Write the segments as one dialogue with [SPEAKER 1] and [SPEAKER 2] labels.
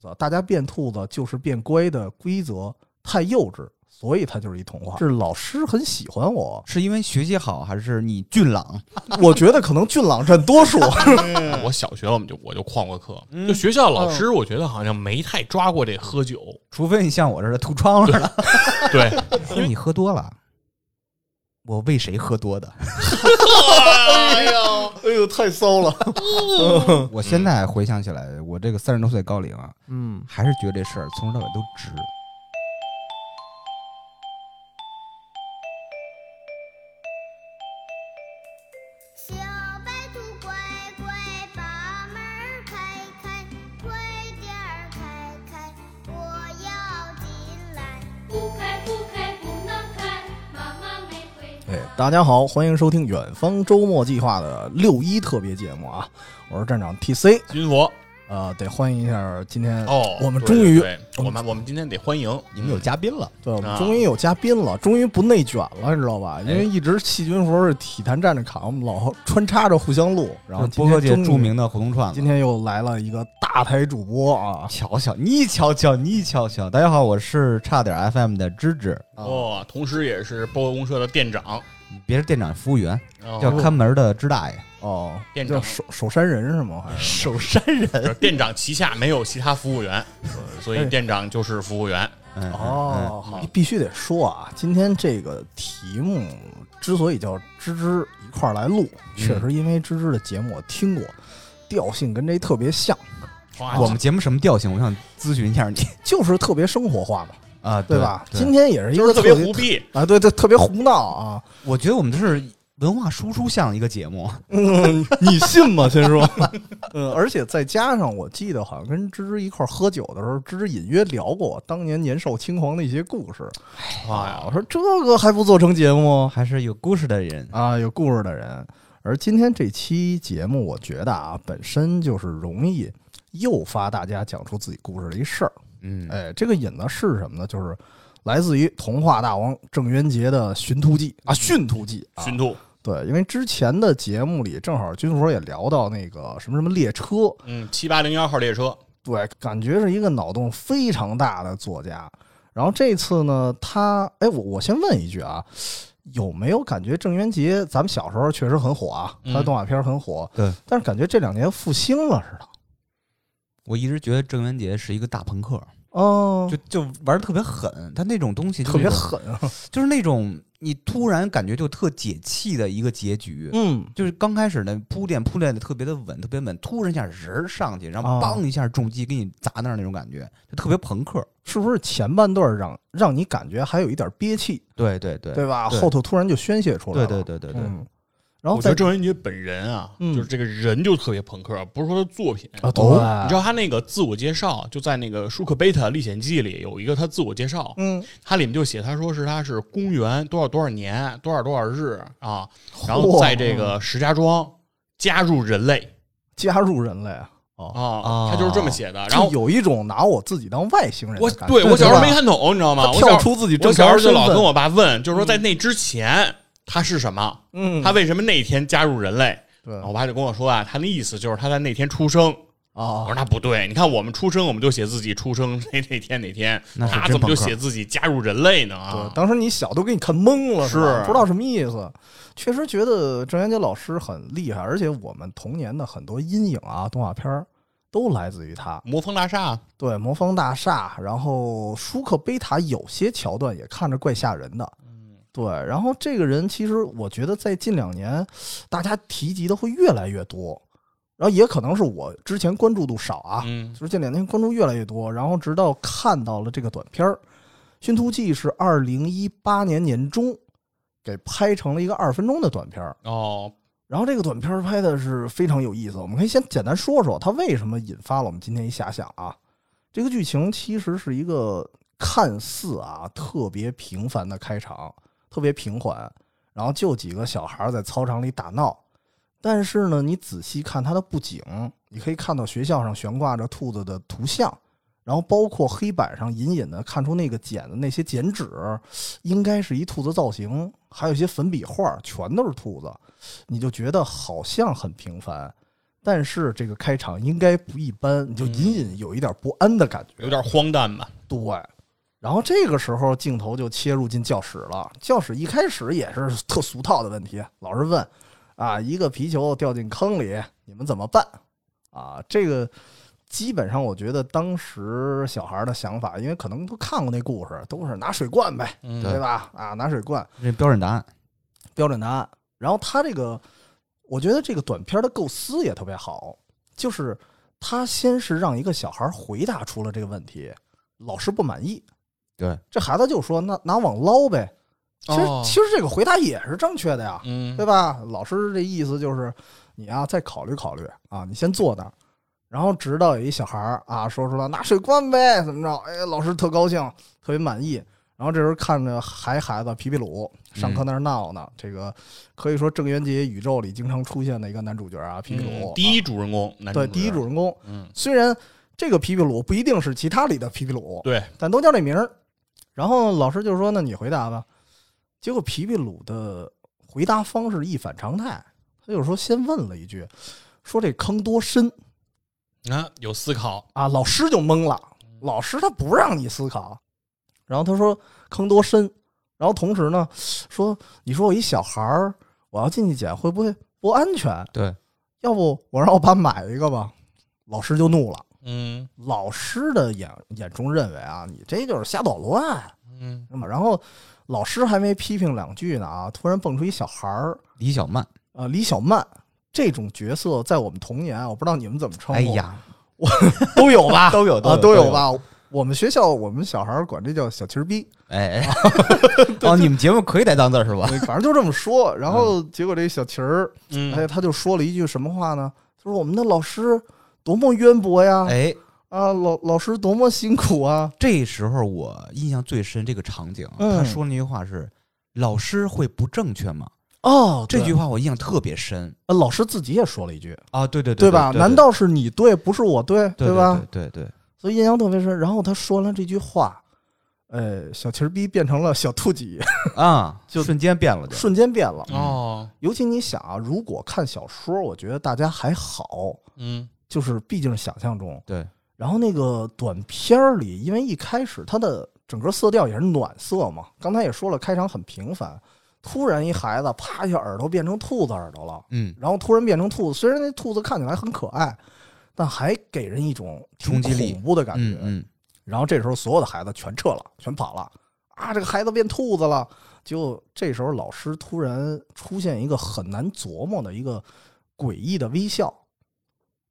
[SPEAKER 1] 子，大家变兔子就是变乖的规则太幼稚，所以它就是一童话。是老师很喜欢我，
[SPEAKER 2] 是因为学习好还是你俊朗？
[SPEAKER 1] 我觉得可能俊朗占多数。
[SPEAKER 3] 我小学我们就我就旷过课，就学校老师我觉得好像没太抓过这喝 酒，
[SPEAKER 2] 除非你像我这儿的吐窗户了，
[SPEAKER 3] 对，
[SPEAKER 2] 说你喝多了。我为谁喝多的？
[SPEAKER 3] 哎呦，
[SPEAKER 1] 哎呦，太骚了。
[SPEAKER 2] 我现在回想起来，我这个三十多岁高龄啊，
[SPEAKER 1] 嗯，
[SPEAKER 2] 还是觉得这事儿从头到尾都值。
[SPEAKER 4] 小白兔乖乖把门儿开开，快点儿开开，我要进来。
[SPEAKER 5] 不开不开不能开，妈妈没回来。
[SPEAKER 1] 哎，大家好，欢迎收听《远方周末计划》的六一特别节目啊！我是站长 TC，
[SPEAKER 3] 军佛
[SPEAKER 1] 呃，得欢迎一下今天
[SPEAKER 3] 哦，
[SPEAKER 1] 我们
[SPEAKER 3] 对
[SPEAKER 1] 终于
[SPEAKER 3] 对我们我们今天得欢迎
[SPEAKER 2] 你们有嘉宾了，
[SPEAKER 1] 对，我们
[SPEAKER 3] 啊哎
[SPEAKER 1] 终于有嘉宾了，终于不内卷了，你知道吧？因为一直细菌服是体坛站着卡，我们老穿插着互相录，然后今
[SPEAKER 2] 波哥
[SPEAKER 1] 天
[SPEAKER 2] 界
[SPEAKER 1] 终于
[SPEAKER 2] 著名的胡同串
[SPEAKER 1] 嗯
[SPEAKER 2] 子
[SPEAKER 1] 今。天又来了一个大台主播啊！
[SPEAKER 2] 瞧瞧，你瞧瞧，你瞧瞧。大家好，我是差点 FM 的芝芝，
[SPEAKER 3] 哦，同时也是包邮公社的店长，
[SPEAKER 2] 别是店长，服务员，
[SPEAKER 3] 哦
[SPEAKER 2] 叫看门的芝大爷。
[SPEAKER 1] 哦，
[SPEAKER 3] 店
[SPEAKER 1] 叫
[SPEAKER 3] 长
[SPEAKER 1] 守守山人是吗？还是
[SPEAKER 2] 守山
[SPEAKER 3] 就
[SPEAKER 2] 人
[SPEAKER 3] 是店长旗下没有其他服务员，呃
[SPEAKER 2] 哎
[SPEAKER 3] 所以店长就是服务员。
[SPEAKER 1] 哦，好
[SPEAKER 3] 嗯
[SPEAKER 1] 必须得说啊！今天这个题目之所以叫芝芝一块儿来录，确实因为芝芝的节目我听过，调性跟这特别像，
[SPEAKER 3] 哇
[SPEAKER 2] 我们节目什么调性？我想咨询一下你
[SPEAKER 1] 就是特别生活化嘛，
[SPEAKER 2] 啊，
[SPEAKER 1] 对吧？今天也是一
[SPEAKER 3] 就是
[SPEAKER 1] 个
[SPEAKER 3] 特别胡逼，
[SPEAKER 1] 啊，对对，特别胡闹啊！
[SPEAKER 2] 我觉得我们这是文化输出向一个节目，
[SPEAKER 1] 嗯， 你信吗？先说， 嗯，而且再加上，我记得好像跟芝芝一块儿喝酒的时候，芝芝隐约聊过我当年年少轻狂的一些故事。
[SPEAKER 3] 哇
[SPEAKER 1] 啊，我说这个还不做成节目
[SPEAKER 2] 哦还是有故事的人。
[SPEAKER 1] 啊？有故事的人。而今天这期节目，我觉得啊，本身就是容易诱发大家讲出自己故事的一事儿。
[SPEAKER 2] 嗯，
[SPEAKER 1] 哎，这个引子是什么呢？就是来自于童话大王郑渊洁的《寻兔记》啊，《驯兔记》啊，
[SPEAKER 3] 熏兔，
[SPEAKER 1] 对，因为之前的节目里正好军佛也聊到那个什么什么列车，
[SPEAKER 3] 嗯，七八零幺号列车，
[SPEAKER 1] 对，感觉是一个脑洞非常大的作家。然后这次呢，他哎，我我先问一句啊，有没有感觉郑渊洁咱们小时候确实很火啊，他的
[SPEAKER 3] 嗯
[SPEAKER 1] 动画片很火，
[SPEAKER 2] 对
[SPEAKER 1] 但是感觉这两年复兴了似的。
[SPEAKER 2] 我一直觉得郑渊洁是一个大朋克，
[SPEAKER 1] 哦
[SPEAKER 2] 就，就玩的特别狠，他那种东西就
[SPEAKER 1] 特别
[SPEAKER 2] 是
[SPEAKER 1] 狠啊，
[SPEAKER 2] 就是那种你突然感觉就特解气的一个结局。
[SPEAKER 1] 嗯，
[SPEAKER 2] 就是刚开始呢，铺垫铺垫的特别的稳，特别稳，突然一下人儿上去，然后
[SPEAKER 1] 哦
[SPEAKER 2] 梆一下重击给你砸那儿那种感觉，就特别朋克。
[SPEAKER 1] 是不是前半段让让你感觉还有一点憋气，
[SPEAKER 2] 对对对啊
[SPEAKER 1] 对吧？
[SPEAKER 2] 对
[SPEAKER 1] 后头突然就宣泄出来
[SPEAKER 2] 对
[SPEAKER 1] 了，
[SPEAKER 2] 对对对对，
[SPEAKER 1] 嗯，
[SPEAKER 2] 哦
[SPEAKER 1] 然后
[SPEAKER 3] 我觉
[SPEAKER 1] 再
[SPEAKER 3] 得郑渊洁本人啊，
[SPEAKER 1] 嗯
[SPEAKER 3] 就是这个人就特别朋克，不是说他
[SPEAKER 2] 嗯
[SPEAKER 3] 作品
[SPEAKER 1] 啊，对，
[SPEAKER 3] 你知道他那个自我介绍，就在那个《舒克贝塔历险记》里有一个他自我介绍，
[SPEAKER 1] 嗯，
[SPEAKER 3] 他里面就写他说是他是公元多少多少年多少多少日啊，然
[SPEAKER 1] 嚯
[SPEAKER 3] 后在这个石家庄加入人类
[SPEAKER 1] 加入人类啊，哦，
[SPEAKER 3] 啊，他就是这么写的。然
[SPEAKER 1] 就
[SPEAKER 3] 后
[SPEAKER 1] 有一种拿我自己当外星人
[SPEAKER 3] 我
[SPEAKER 1] 的感觉。
[SPEAKER 3] 对我小时候没
[SPEAKER 1] 吧
[SPEAKER 3] 看懂，你知道吗？
[SPEAKER 1] 他
[SPEAKER 3] 我
[SPEAKER 1] 跳
[SPEAKER 3] 小
[SPEAKER 1] 出自己
[SPEAKER 3] 我
[SPEAKER 1] 正
[SPEAKER 3] 小
[SPEAKER 1] 常
[SPEAKER 3] 时候
[SPEAKER 1] 身
[SPEAKER 3] 就老
[SPEAKER 1] 份
[SPEAKER 3] 跟我爸问，就是说在那之前他是什么，
[SPEAKER 1] 嗯，
[SPEAKER 3] 他为什么那天加入人类？
[SPEAKER 1] 对
[SPEAKER 3] 然后我爸就跟我说啊，他那意思就是他在那天出生。我
[SPEAKER 1] 啊
[SPEAKER 3] 说那不对，你看我们出生，我们就写自己出生那那天哪天，
[SPEAKER 2] 那是
[SPEAKER 3] 他
[SPEAKER 2] 真
[SPEAKER 3] 怎么就
[SPEAKER 2] 朋克
[SPEAKER 3] 写自己加入人类呢？
[SPEAKER 1] 对
[SPEAKER 3] 啊，，
[SPEAKER 1] 当时你小都给你看懵了，
[SPEAKER 3] 是
[SPEAKER 1] 吧不知道什么意思。确实觉得郑渊洁老师很厉害，而且我们童年的很多阴影啊，动画片儿都来自于他。
[SPEAKER 3] 魔方大厦，啊
[SPEAKER 1] 对，魔方大厦，然后舒克贝塔有些桥段也看着怪吓人的。对，然后这个人其实我觉得在近两年，大家提及的会越来越多，然后也可能是我之前关注度少啊，
[SPEAKER 3] 嗯
[SPEAKER 1] 就是这两天关注越来越多，然后直到看到了这个短片儿，《驯兔记》是二零一八年年中给拍成了一个二分钟的短片儿，
[SPEAKER 3] 哦，
[SPEAKER 1] 然后这个短片儿拍的是非常有意思，我们可以先简单说说它为什么引发了我们今天一遐想啊。这个剧情其实是一个看似啊特别平凡的开场，特别平缓，然后就几个小孩儿在操场里打闹。但是呢，你仔细看它的布景，你可以看到学校上悬挂着兔子的图像，然后包括黑板上隐隐的看出那个剪的那些剪纸，应该是一兔子造型，还有一些粉笔画，全都是兔子。你就觉得好像很平凡，但是这个开场应该不一般，你就隐隐有一点不安的感觉。
[SPEAKER 3] 有点荒诞吧？
[SPEAKER 1] 对，然后这个时候镜头就切入进教室了。教室一开始也是特俗套的问题，老师问啊，一个皮球掉进坑里，你们怎么办？啊，这个基本上我觉得当时小孩的想法，因为可能都看过那故事，都是拿水灌呗，
[SPEAKER 3] 嗯
[SPEAKER 1] 对吧？啊，拿水灌，
[SPEAKER 2] 这标准答案，
[SPEAKER 1] 标准答案。然后他这个，我觉得这个短片的构思也特别好，就是他先是让一个小孩回答出了这个问题，老师不满意，
[SPEAKER 2] 对，
[SPEAKER 1] 这孩子就说那拿网捞呗。其实、
[SPEAKER 3] 哦
[SPEAKER 1] 其实这个回答也是正确的呀，
[SPEAKER 3] 嗯
[SPEAKER 1] 对吧？老师这意思就是你啊再考虑考虑啊，你先坐那儿。然后直到有一小孩儿啊说出来拿水灌呗，怎么着？哎，老师特高兴，特别满意。然后这时候看着还孩子皮皮鲁
[SPEAKER 3] 嗯
[SPEAKER 1] 上课那儿闹呢，这个可以说郑渊洁宇宙里经常出现的一个男主角啊，皮皮鲁、
[SPEAKER 3] 嗯第一主人公，男
[SPEAKER 1] 啊对第一主
[SPEAKER 3] 人，
[SPEAKER 1] 人公，
[SPEAKER 3] 嗯，
[SPEAKER 1] 虽然这个皮皮鲁不一定是其他里的皮皮鲁，
[SPEAKER 3] 对，
[SPEAKER 1] 但都叫这名儿。然后老师就说：“那你回答吧。”结果皮皮鲁的回答方式一反常态，他就说先问了一句，说这坑多深
[SPEAKER 3] 啊，有思考，
[SPEAKER 1] 啊？老师就懵了，老师他不让你思考，然后他说坑多深，然后同时呢说你说我一小孩儿，我要进去捡会不会不安全？
[SPEAKER 2] 对，
[SPEAKER 1] 要不我让我爸买一个吧？老师就怒了。
[SPEAKER 3] 嗯
[SPEAKER 1] 老师的眼眼中认为啊，你这就是瞎捣乱，
[SPEAKER 3] 嗯，
[SPEAKER 1] 那么然后老师还没批评两句呢啊，突然蹦出一小孩儿，
[SPEAKER 2] 李小曼，
[SPEAKER 1] 呃，李小曼这种角色在我们童年啊，我不知道你们怎么称呼，
[SPEAKER 2] 哎，呀，
[SPEAKER 1] 都有 吧，
[SPEAKER 2] 都有
[SPEAKER 1] 啊，
[SPEAKER 2] 都
[SPEAKER 1] 都
[SPEAKER 2] 有
[SPEAKER 1] 有吧。我们学校我们小孩儿管这叫小旗儿逼，
[SPEAKER 2] 哎， 哎哦，你们节目可以带脏字儿是吧？
[SPEAKER 1] 反正就这么说。然后
[SPEAKER 2] 嗯
[SPEAKER 1] 结果这小旗儿，
[SPEAKER 3] 嗯
[SPEAKER 1] 哎，他就说了一句什么话呢？他说我们的老师多么渊博呀，
[SPEAKER 2] 哎，
[SPEAKER 1] 啊，老老师多么辛苦啊，
[SPEAKER 2] 这时候我印象最深这个场景啊，
[SPEAKER 1] 嗯
[SPEAKER 2] 他说那句话是：“老师会不正确吗
[SPEAKER 1] 哦？”
[SPEAKER 2] 这
[SPEAKER 1] 这
[SPEAKER 2] 句
[SPEAKER 1] 句
[SPEAKER 2] 话我印象特别深
[SPEAKER 1] 呃老师自己也说了一句，
[SPEAKER 2] 啊，对对对
[SPEAKER 1] 吧？
[SPEAKER 2] 对
[SPEAKER 1] 难道是你对，不是我对，
[SPEAKER 2] 对对
[SPEAKER 1] 吧？
[SPEAKER 2] 对对对，
[SPEAKER 1] 所以印象特别深。然后他说了这句话，呃，小旗儿逼变成了小兔 几，
[SPEAKER 2] 对啊，就瞬间变了就，
[SPEAKER 1] 瞬间变了。
[SPEAKER 3] 哦，
[SPEAKER 1] 尤其你想啊，如果看小说，我觉得大家还好，
[SPEAKER 3] 嗯
[SPEAKER 1] 就是毕竟是想象中。
[SPEAKER 2] 对
[SPEAKER 1] 然后那个短片儿里，因为一开始它的整个色调也是暖色嘛，刚才也说了，开场很平凡，突然一孩子啪一下耳朵变成兔子耳朵了，
[SPEAKER 2] 嗯，
[SPEAKER 1] 然后突然变成兔子，虽然那兔子看起来很可爱，但还给人一种挺
[SPEAKER 2] 冲击力
[SPEAKER 1] 恐怖的感觉。
[SPEAKER 2] 嗯嗯，
[SPEAKER 1] 然后这时候所有的孩子全撤了，全跑了啊！这个孩子变兔子了。就这时候，老师突然出现一个很难琢磨的一个诡异的微笑，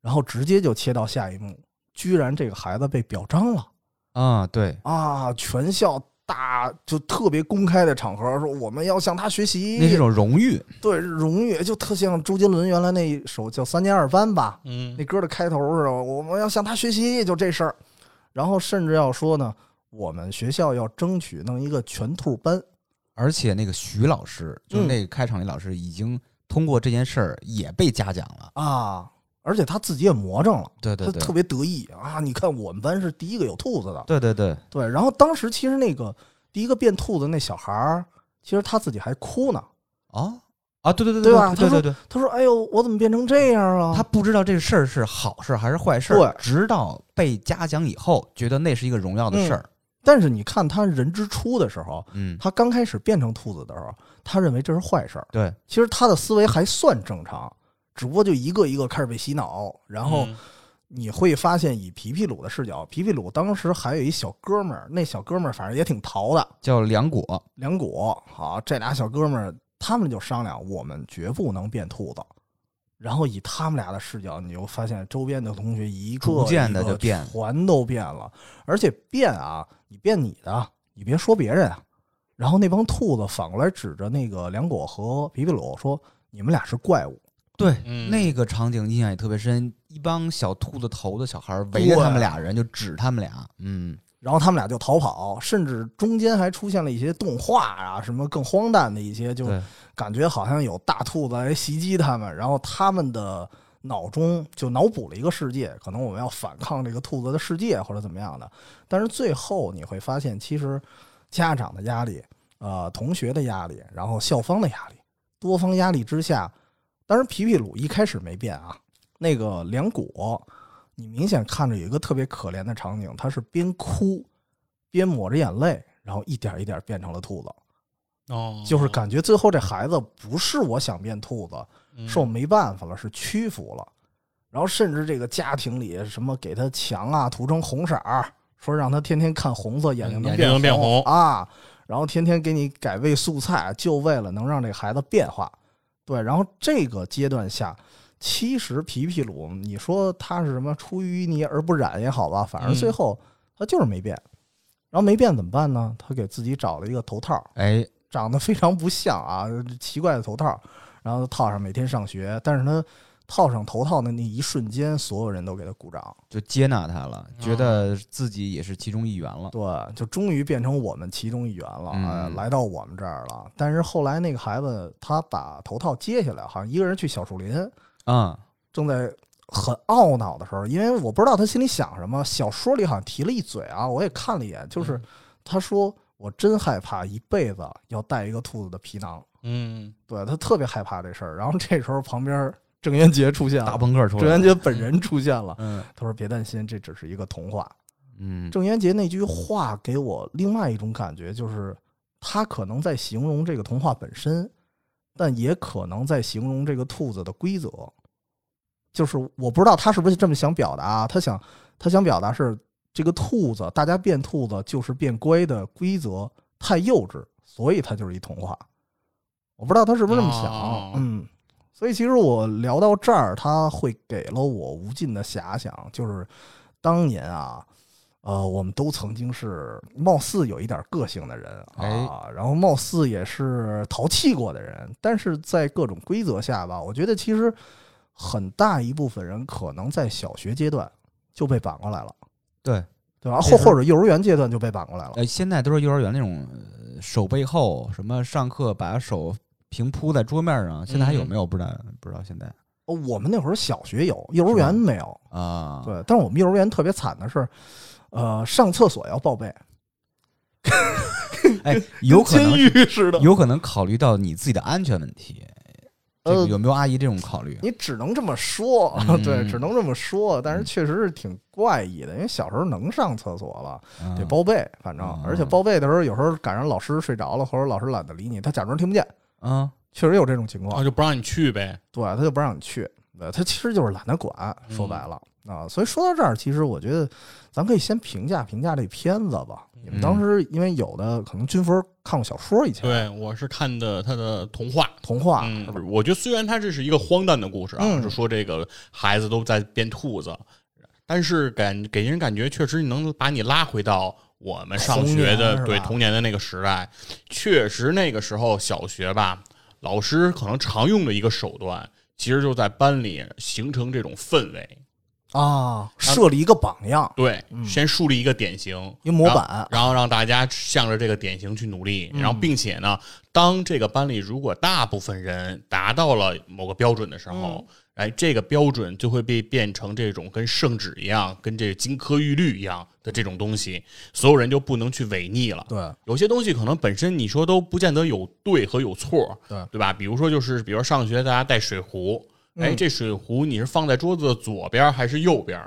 [SPEAKER 1] 然后直接就切到下一幕，居然这个孩子被表彰了
[SPEAKER 2] 啊，对，
[SPEAKER 1] 啊！全校大就特别公开的场合说我们要向他学习，
[SPEAKER 2] 那是一种荣誉，
[SPEAKER 1] 对荣誉，就特像周杰伦原来那一首叫《三年二班》吧，
[SPEAKER 3] 嗯
[SPEAKER 1] 那歌的开头是吧我们要向他学习，就这事儿。然后甚至要说呢，我们学校要争取弄一个全兔班。
[SPEAKER 2] 而且那个徐老师，就是
[SPEAKER 1] 嗯
[SPEAKER 2] 那个开场那老师，已经通过这件事儿也被嘉奖了，
[SPEAKER 1] 啊，而且他自己也魔怔了，
[SPEAKER 2] 对对
[SPEAKER 1] 他
[SPEAKER 2] 对，
[SPEAKER 1] 特别得意啊！你看我们班是第一个有兔子的，
[SPEAKER 2] 对对对，
[SPEAKER 1] 对。然后当时其实那个第一个变兔子那小孩儿，其实他自己还哭呢，
[SPEAKER 2] 啊啊，对对对
[SPEAKER 1] 对吧他
[SPEAKER 2] 对对
[SPEAKER 1] 说
[SPEAKER 2] 对，
[SPEAKER 1] 他说：“哎呦，我怎么变成这样啊了？”
[SPEAKER 2] 他不知道这事儿是好事还是坏事儿，
[SPEAKER 1] 对
[SPEAKER 2] 直到被嘉奖以后，觉得那是一个荣耀的事儿。
[SPEAKER 1] 但是你看他人之初的时候，
[SPEAKER 2] 嗯，
[SPEAKER 1] 他刚开始变成兔子的时候，他认为这是坏事儿。
[SPEAKER 2] 对，
[SPEAKER 1] 其实他的思维还算正常，只不过就一个一个开始被洗脑，然
[SPEAKER 3] 嗯
[SPEAKER 1] 后你会发现，以皮皮鲁的视角，皮皮鲁当时还有一小哥们儿，那小哥们儿反正也挺淘的，
[SPEAKER 2] 叫梁果。
[SPEAKER 1] 梁果，好，这俩小哥们儿他们就商量，我们绝不能变兔子。然后以他们俩的视角，你就发现周边的同学一个
[SPEAKER 2] 逐渐地
[SPEAKER 1] 一个
[SPEAKER 2] 就变
[SPEAKER 1] 全都变了，而且变啊，你变你的，你别说别人啊。然后那帮兔子反过来指着那个梁果和皮皮鲁说：“你们俩是怪物。
[SPEAKER 2] 对，
[SPEAKER 3] 嗯
[SPEAKER 2] 那个场景印象也特别深，一帮小兔子头的小孩围着
[SPEAKER 1] 对
[SPEAKER 2] 他们俩人，就指他们俩。嗯，”
[SPEAKER 1] 然后他们俩就逃跑，甚至中间还出现了一些动画啊，什么更荒诞的一些，就
[SPEAKER 2] 对，
[SPEAKER 1] 感觉好像有大兔子哎来袭击他们，然后他们的脑中就脑补了一个世界，可能我们要反抗这个兔子的世界或者怎么样的。但是最后你会发现，其实家长的压力、呃同学的压力，然后校方的压力，多方压力之下，当然皮皮鲁一开始没变啊，那个梁果，你明显看着有一个特别可怜的场景，他是边哭边抹着眼泪，然后一点一点变成了兔子。
[SPEAKER 3] 哦，
[SPEAKER 1] 就是感觉最后这孩子不是我想变兔子，
[SPEAKER 3] 嗯
[SPEAKER 1] 是我没办法了，是屈服了。然后甚至这个家庭里什么给他墙啊涂成红色儿，说让他天天看红色，眼睛能
[SPEAKER 3] 嗯眼睛能变
[SPEAKER 1] 红
[SPEAKER 3] 红
[SPEAKER 1] 啊，然后天天给你改喂素菜，就为了能让这孩子变化。对，然后这个阶段下，其实皮皮鲁，你说他是什么出淤泥而不染也好吧，反正
[SPEAKER 3] 嗯
[SPEAKER 1] 最后他就是没变。然后没变怎么办呢？他给自己找了一个头套，
[SPEAKER 2] 哎，
[SPEAKER 1] 长得非常不像啊， 奇怪的头套，然后套上每天上学，但是他套上头套的那一瞬间，所有人都给他鼓掌，
[SPEAKER 2] 就接纳他了，觉得自己也是其中一员了。
[SPEAKER 1] 对，就终于变成我们其中一员了，
[SPEAKER 2] 嗯
[SPEAKER 1] 呃来到我们这儿了。但是后来那个孩子他把头套揭下来，好像一个人去小树林，
[SPEAKER 2] 嗯，
[SPEAKER 1] 正在很懊恼的时候，因为我不知道他心里想什么，小说里好像提了一嘴啊，我也看了一眼，
[SPEAKER 2] 嗯
[SPEAKER 1] 就是他说我真害怕一辈子要戴一个兔子的皮囊。
[SPEAKER 3] 嗯，
[SPEAKER 1] 对他特别害怕这事儿。然后这时候旁边郑渊洁出现
[SPEAKER 2] 大
[SPEAKER 1] 了，
[SPEAKER 2] 朋克出
[SPEAKER 1] 郑
[SPEAKER 2] 来
[SPEAKER 1] 渊
[SPEAKER 2] 了。
[SPEAKER 1] 洁本人出现了。
[SPEAKER 2] 嗯
[SPEAKER 1] 他说：“别担心，这只是一个童话。
[SPEAKER 2] 嗯”，
[SPEAKER 1] 郑渊洁那句话给我另外一种感觉，就是他可能在形容这个童话本身，但也可能在形容这个兔子的规则。就是我不知道他是不是这么想表达啊，他想他想表达是这个兔子，大家变兔子就是变乖的规则太幼稚，所以它就是一童话。我不知道他是不是这么想，
[SPEAKER 3] 哦
[SPEAKER 1] 嗯。所以其实我聊到这儿，他会给了我无尽的遐想，就是当年啊，呃，我们都曾经是貌似有一点个性的人啊，
[SPEAKER 2] 哎
[SPEAKER 1] 然后貌似也是淘气过的人，但是在各种规则下吧，我觉得其实很大一部分人可能在小学阶段就被绑过来了，
[SPEAKER 2] 对，
[SPEAKER 1] 对吧？
[SPEAKER 2] 这
[SPEAKER 1] 或
[SPEAKER 2] 是
[SPEAKER 1] 或者幼儿园阶段就被绑过来了。
[SPEAKER 2] 呃，现在都是幼儿园那种呃手背后什么上课把手平铺在桌面上，现在还有没有？不知道，不知道现在
[SPEAKER 1] 哦我们那会儿小学有，幼儿园没有。
[SPEAKER 2] 啊。
[SPEAKER 1] 对，但是我们幼儿园特别惨的是，呃，上厕所要报备，
[SPEAKER 2] 哎，有可能是
[SPEAKER 1] 跟监狱似的。
[SPEAKER 2] 有可能考虑到你自己的安全问题，这个
[SPEAKER 1] 呃
[SPEAKER 2] 有没有阿姨这种考虑？
[SPEAKER 1] 你只能这么说，
[SPEAKER 2] 嗯
[SPEAKER 1] 对，只能这么说。
[SPEAKER 3] 嗯
[SPEAKER 1] 但是确实是挺怪异的，因为小时候能上厕所了，得
[SPEAKER 2] 嗯
[SPEAKER 1] 报备，反正
[SPEAKER 2] 嗯
[SPEAKER 1] 而且报备的时候，有时候赶上老师睡着了，或者老师懒得理你，他假装听不见，
[SPEAKER 2] 啊，
[SPEAKER 1] 确实有这种情况
[SPEAKER 3] 啊，。就不让你去呗。
[SPEAKER 1] 对，他就不让你去，对，他其实就是懒得管，
[SPEAKER 3] 嗯
[SPEAKER 1] 说白了、啊。所以说到这儿，其实我觉得咱可以先评价评价这片子吧。
[SPEAKER 3] 嗯
[SPEAKER 1] 你们当时因为有的可能军分看过小说以前，
[SPEAKER 3] 对，我是看的他的童话，
[SPEAKER 1] 童话、
[SPEAKER 3] 嗯
[SPEAKER 1] 啊是吧？，
[SPEAKER 3] 我觉得虽然它这是一个荒诞的故事啊，
[SPEAKER 1] 嗯
[SPEAKER 3] 就说这个孩子都在变兔子，但是感给人感觉确实能把你拉回到我们上学
[SPEAKER 1] 童年
[SPEAKER 3] 的
[SPEAKER 1] 是吧
[SPEAKER 3] 对童年的那个时代。确实那个时候小学吧，老师可能常用的一个手段，其实就在班里形成这种氛围。
[SPEAKER 1] 啊，设立一个榜样，
[SPEAKER 3] 对，先树立一个典型，
[SPEAKER 1] 嗯一模板嗯
[SPEAKER 3] 然后，然后让大家向着这个典型去努力，然后并且呢，当这个班里如果大部分人达到了某个标准的时候，
[SPEAKER 1] 嗯
[SPEAKER 3] 哎，这个标准就会被变成这种跟圣旨一样、跟这金科玉律一样的这种东西，所有人就不能去违逆了。
[SPEAKER 1] 对，
[SPEAKER 3] 有些东西可能本身你说都不见得有对和有错，
[SPEAKER 1] 对
[SPEAKER 3] 对吧？比如说就是，比如说上学大家带水壶，哎，
[SPEAKER 1] 嗯
[SPEAKER 3] 这水壶你是放在桌子的左边还是右边？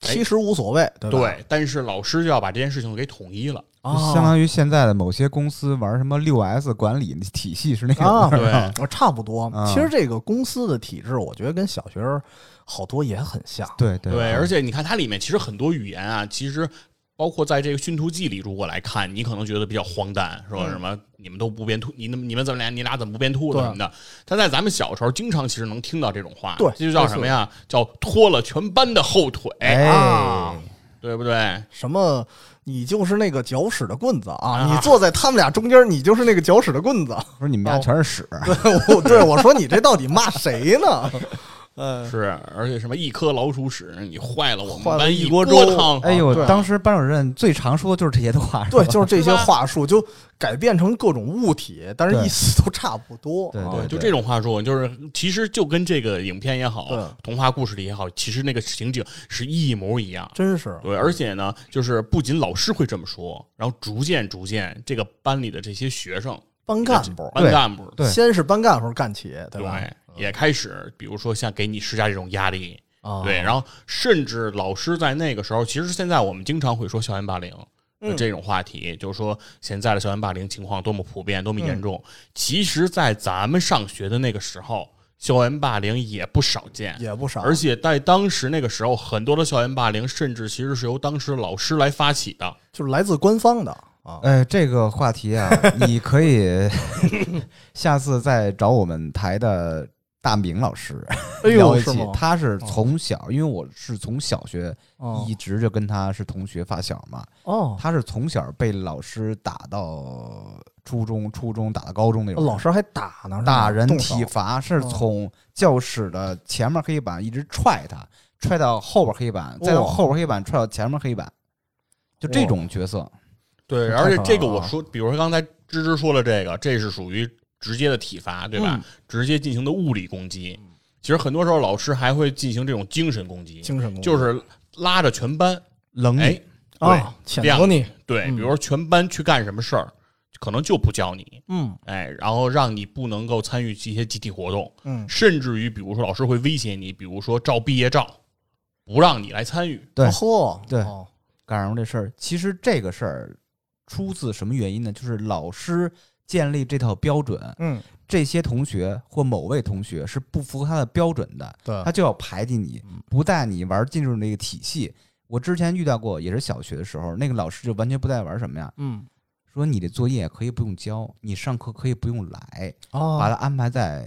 [SPEAKER 1] 其实无所谓，对吧？
[SPEAKER 3] 哎对，但是老师就要把这件事情给统一了。
[SPEAKER 2] 就
[SPEAKER 1] 啊，
[SPEAKER 2] 相当于现在的某些公司玩什么六 S 管理体系是那种
[SPEAKER 1] 啊，
[SPEAKER 2] 味儿
[SPEAKER 3] 对
[SPEAKER 2] 啊
[SPEAKER 1] 啊差不多
[SPEAKER 2] 啊。
[SPEAKER 1] 其实这个公司的体制，我觉得跟小学生好多也很像。
[SPEAKER 2] 对对
[SPEAKER 3] 对，而
[SPEAKER 2] 且
[SPEAKER 3] 且你看它里面其实很多语言啊，其实包括在这个《驯兔记》里，如果来看，你可能觉得比较荒诞，说
[SPEAKER 1] 嗯
[SPEAKER 3] 什么你们都不变兔，你们你们怎么俩你俩怎么不变兔子
[SPEAKER 1] 对
[SPEAKER 3] 什么的。但在咱们小时候，经常其实能听到这种话，
[SPEAKER 1] 对
[SPEAKER 3] 这就叫什么呀？叫拖了全班的后腿，
[SPEAKER 2] 哎
[SPEAKER 1] 啊
[SPEAKER 3] 对不对？
[SPEAKER 1] 什么？你就是那个搅屎的棍子啊！
[SPEAKER 3] 啊
[SPEAKER 1] 你坐在他们俩中间，你就是那个搅屎的棍子。
[SPEAKER 2] 不是你们家全是屎，
[SPEAKER 1] 我哦对我说：“你这到底骂谁呢？”嗯，
[SPEAKER 3] 是，而且什么一颗老鼠屎，你坏了我们
[SPEAKER 1] 坏了
[SPEAKER 3] 班
[SPEAKER 1] 一锅
[SPEAKER 3] 锅
[SPEAKER 1] 粥
[SPEAKER 3] 汤。
[SPEAKER 2] 哎呦，
[SPEAKER 1] 对啊
[SPEAKER 2] 当时班主任最常说的就是这些话，
[SPEAKER 1] 对，
[SPEAKER 2] 是吧
[SPEAKER 1] 就是这些
[SPEAKER 3] 是吧
[SPEAKER 1] 话术就改变成各种物体，但是
[SPEAKER 2] 对
[SPEAKER 1] 意思都差不多。
[SPEAKER 2] 对
[SPEAKER 1] 啊
[SPEAKER 2] 对
[SPEAKER 3] 就这种话术，就是其实就跟这个影片也
[SPEAKER 1] 对
[SPEAKER 3] 好，童话故事里也好，其实那个情景是一模一样。
[SPEAKER 1] 真是
[SPEAKER 3] 对，而且呢，就是不仅老师会这么说，然后逐渐逐渐，这个班里的这些学生、
[SPEAKER 1] 班干部，
[SPEAKER 3] 班干部，
[SPEAKER 2] 对
[SPEAKER 1] 先是班干部干起，对
[SPEAKER 3] 对
[SPEAKER 1] 吧？
[SPEAKER 3] 也开始，比如说像给你施加这种压力，
[SPEAKER 1] 啊，
[SPEAKER 3] 对，然后甚至老师在那个时候，其实现在我们经常会说校园霸凌。呃
[SPEAKER 1] 嗯
[SPEAKER 3] 这种话题就是说，现在的校园霸凌情况多么普遍，多么严重。其实，在咱们上学的那个时候，校园霸凌也不少见，
[SPEAKER 1] 也不少，
[SPEAKER 3] 而且在当时那个时候，很多的校园霸凌甚至其实是由当时老师来发起的。
[SPEAKER 1] 就是来自官方的啊，
[SPEAKER 2] 哎，这个话题啊，你 可以下次再找我们台的大明老师
[SPEAKER 1] 哎
[SPEAKER 2] 聊
[SPEAKER 1] 呦，
[SPEAKER 2] 一
[SPEAKER 1] 是
[SPEAKER 2] 起
[SPEAKER 1] 吗。？
[SPEAKER 2] 他是从小，因为我是从小学
[SPEAKER 1] 哦
[SPEAKER 2] 一直就跟他是同学发小嘛，
[SPEAKER 1] 哦，
[SPEAKER 2] 他是从小被老师打到初中，初中打到高中那种人。
[SPEAKER 1] 老师还打呢，是吗
[SPEAKER 2] 打人
[SPEAKER 1] 动手
[SPEAKER 2] 体罚是
[SPEAKER 1] 哦
[SPEAKER 2] 从教室的前面黑板一直踹他，踹到后边黑板，再到
[SPEAKER 1] 哇
[SPEAKER 2] 后边黑板踹到前面黑板，就这
[SPEAKER 1] 哇
[SPEAKER 2] 种角色。
[SPEAKER 3] 对，
[SPEAKER 1] 太
[SPEAKER 3] 而且
[SPEAKER 1] 可
[SPEAKER 3] 这个
[SPEAKER 1] 怕了
[SPEAKER 3] 我
[SPEAKER 1] 啊
[SPEAKER 3] 说，比如说刚才芝芝说了这个，这是属于直接的体罚，对吧？直接进行的物理攻击。其实很多时候老师还会进行这种嗯精神攻击，
[SPEAKER 1] 精神攻击
[SPEAKER 3] 就是拉着全班，
[SPEAKER 2] 冷
[SPEAKER 3] 哎，
[SPEAKER 1] 啊，谴
[SPEAKER 3] 两
[SPEAKER 1] 责你，嗯
[SPEAKER 3] 对，比如说全班去干什么事儿，可能就不教你，
[SPEAKER 1] 嗯
[SPEAKER 3] 哎，然后让你不能够参与一些集体活动，
[SPEAKER 1] 嗯，
[SPEAKER 3] 甚至于比如说老师会威胁你，比如说照毕业照，不让你来参与。
[SPEAKER 2] 对
[SPEAKER 1] 嚯，
[SPEAKER 2] 对
[SPEAKER 1] 哦
[SPEAKER 2] 赶上这事儿，其实这个事儿出自什么原因呢？就是老师建立这套标准，
[SPEAKER 1] 嗯，
[SPEAKER 2] 这些同学或某位同学是不符合他的标准的，
[SPEAKER 1] 对嗯
[SPEAKER 2] 他就要排挤你，不带你玩进入那个体系。我之前遇到过，也是小学的时候，那个老师就完全不带玩什么呀，
[SPEAKER 1] 嗯
[SPEAKER 2] 说你的作业可以不用交，你上课可以不用来，把
[SPEAKER 1] 哦
[SPEAKER 2] 它安排在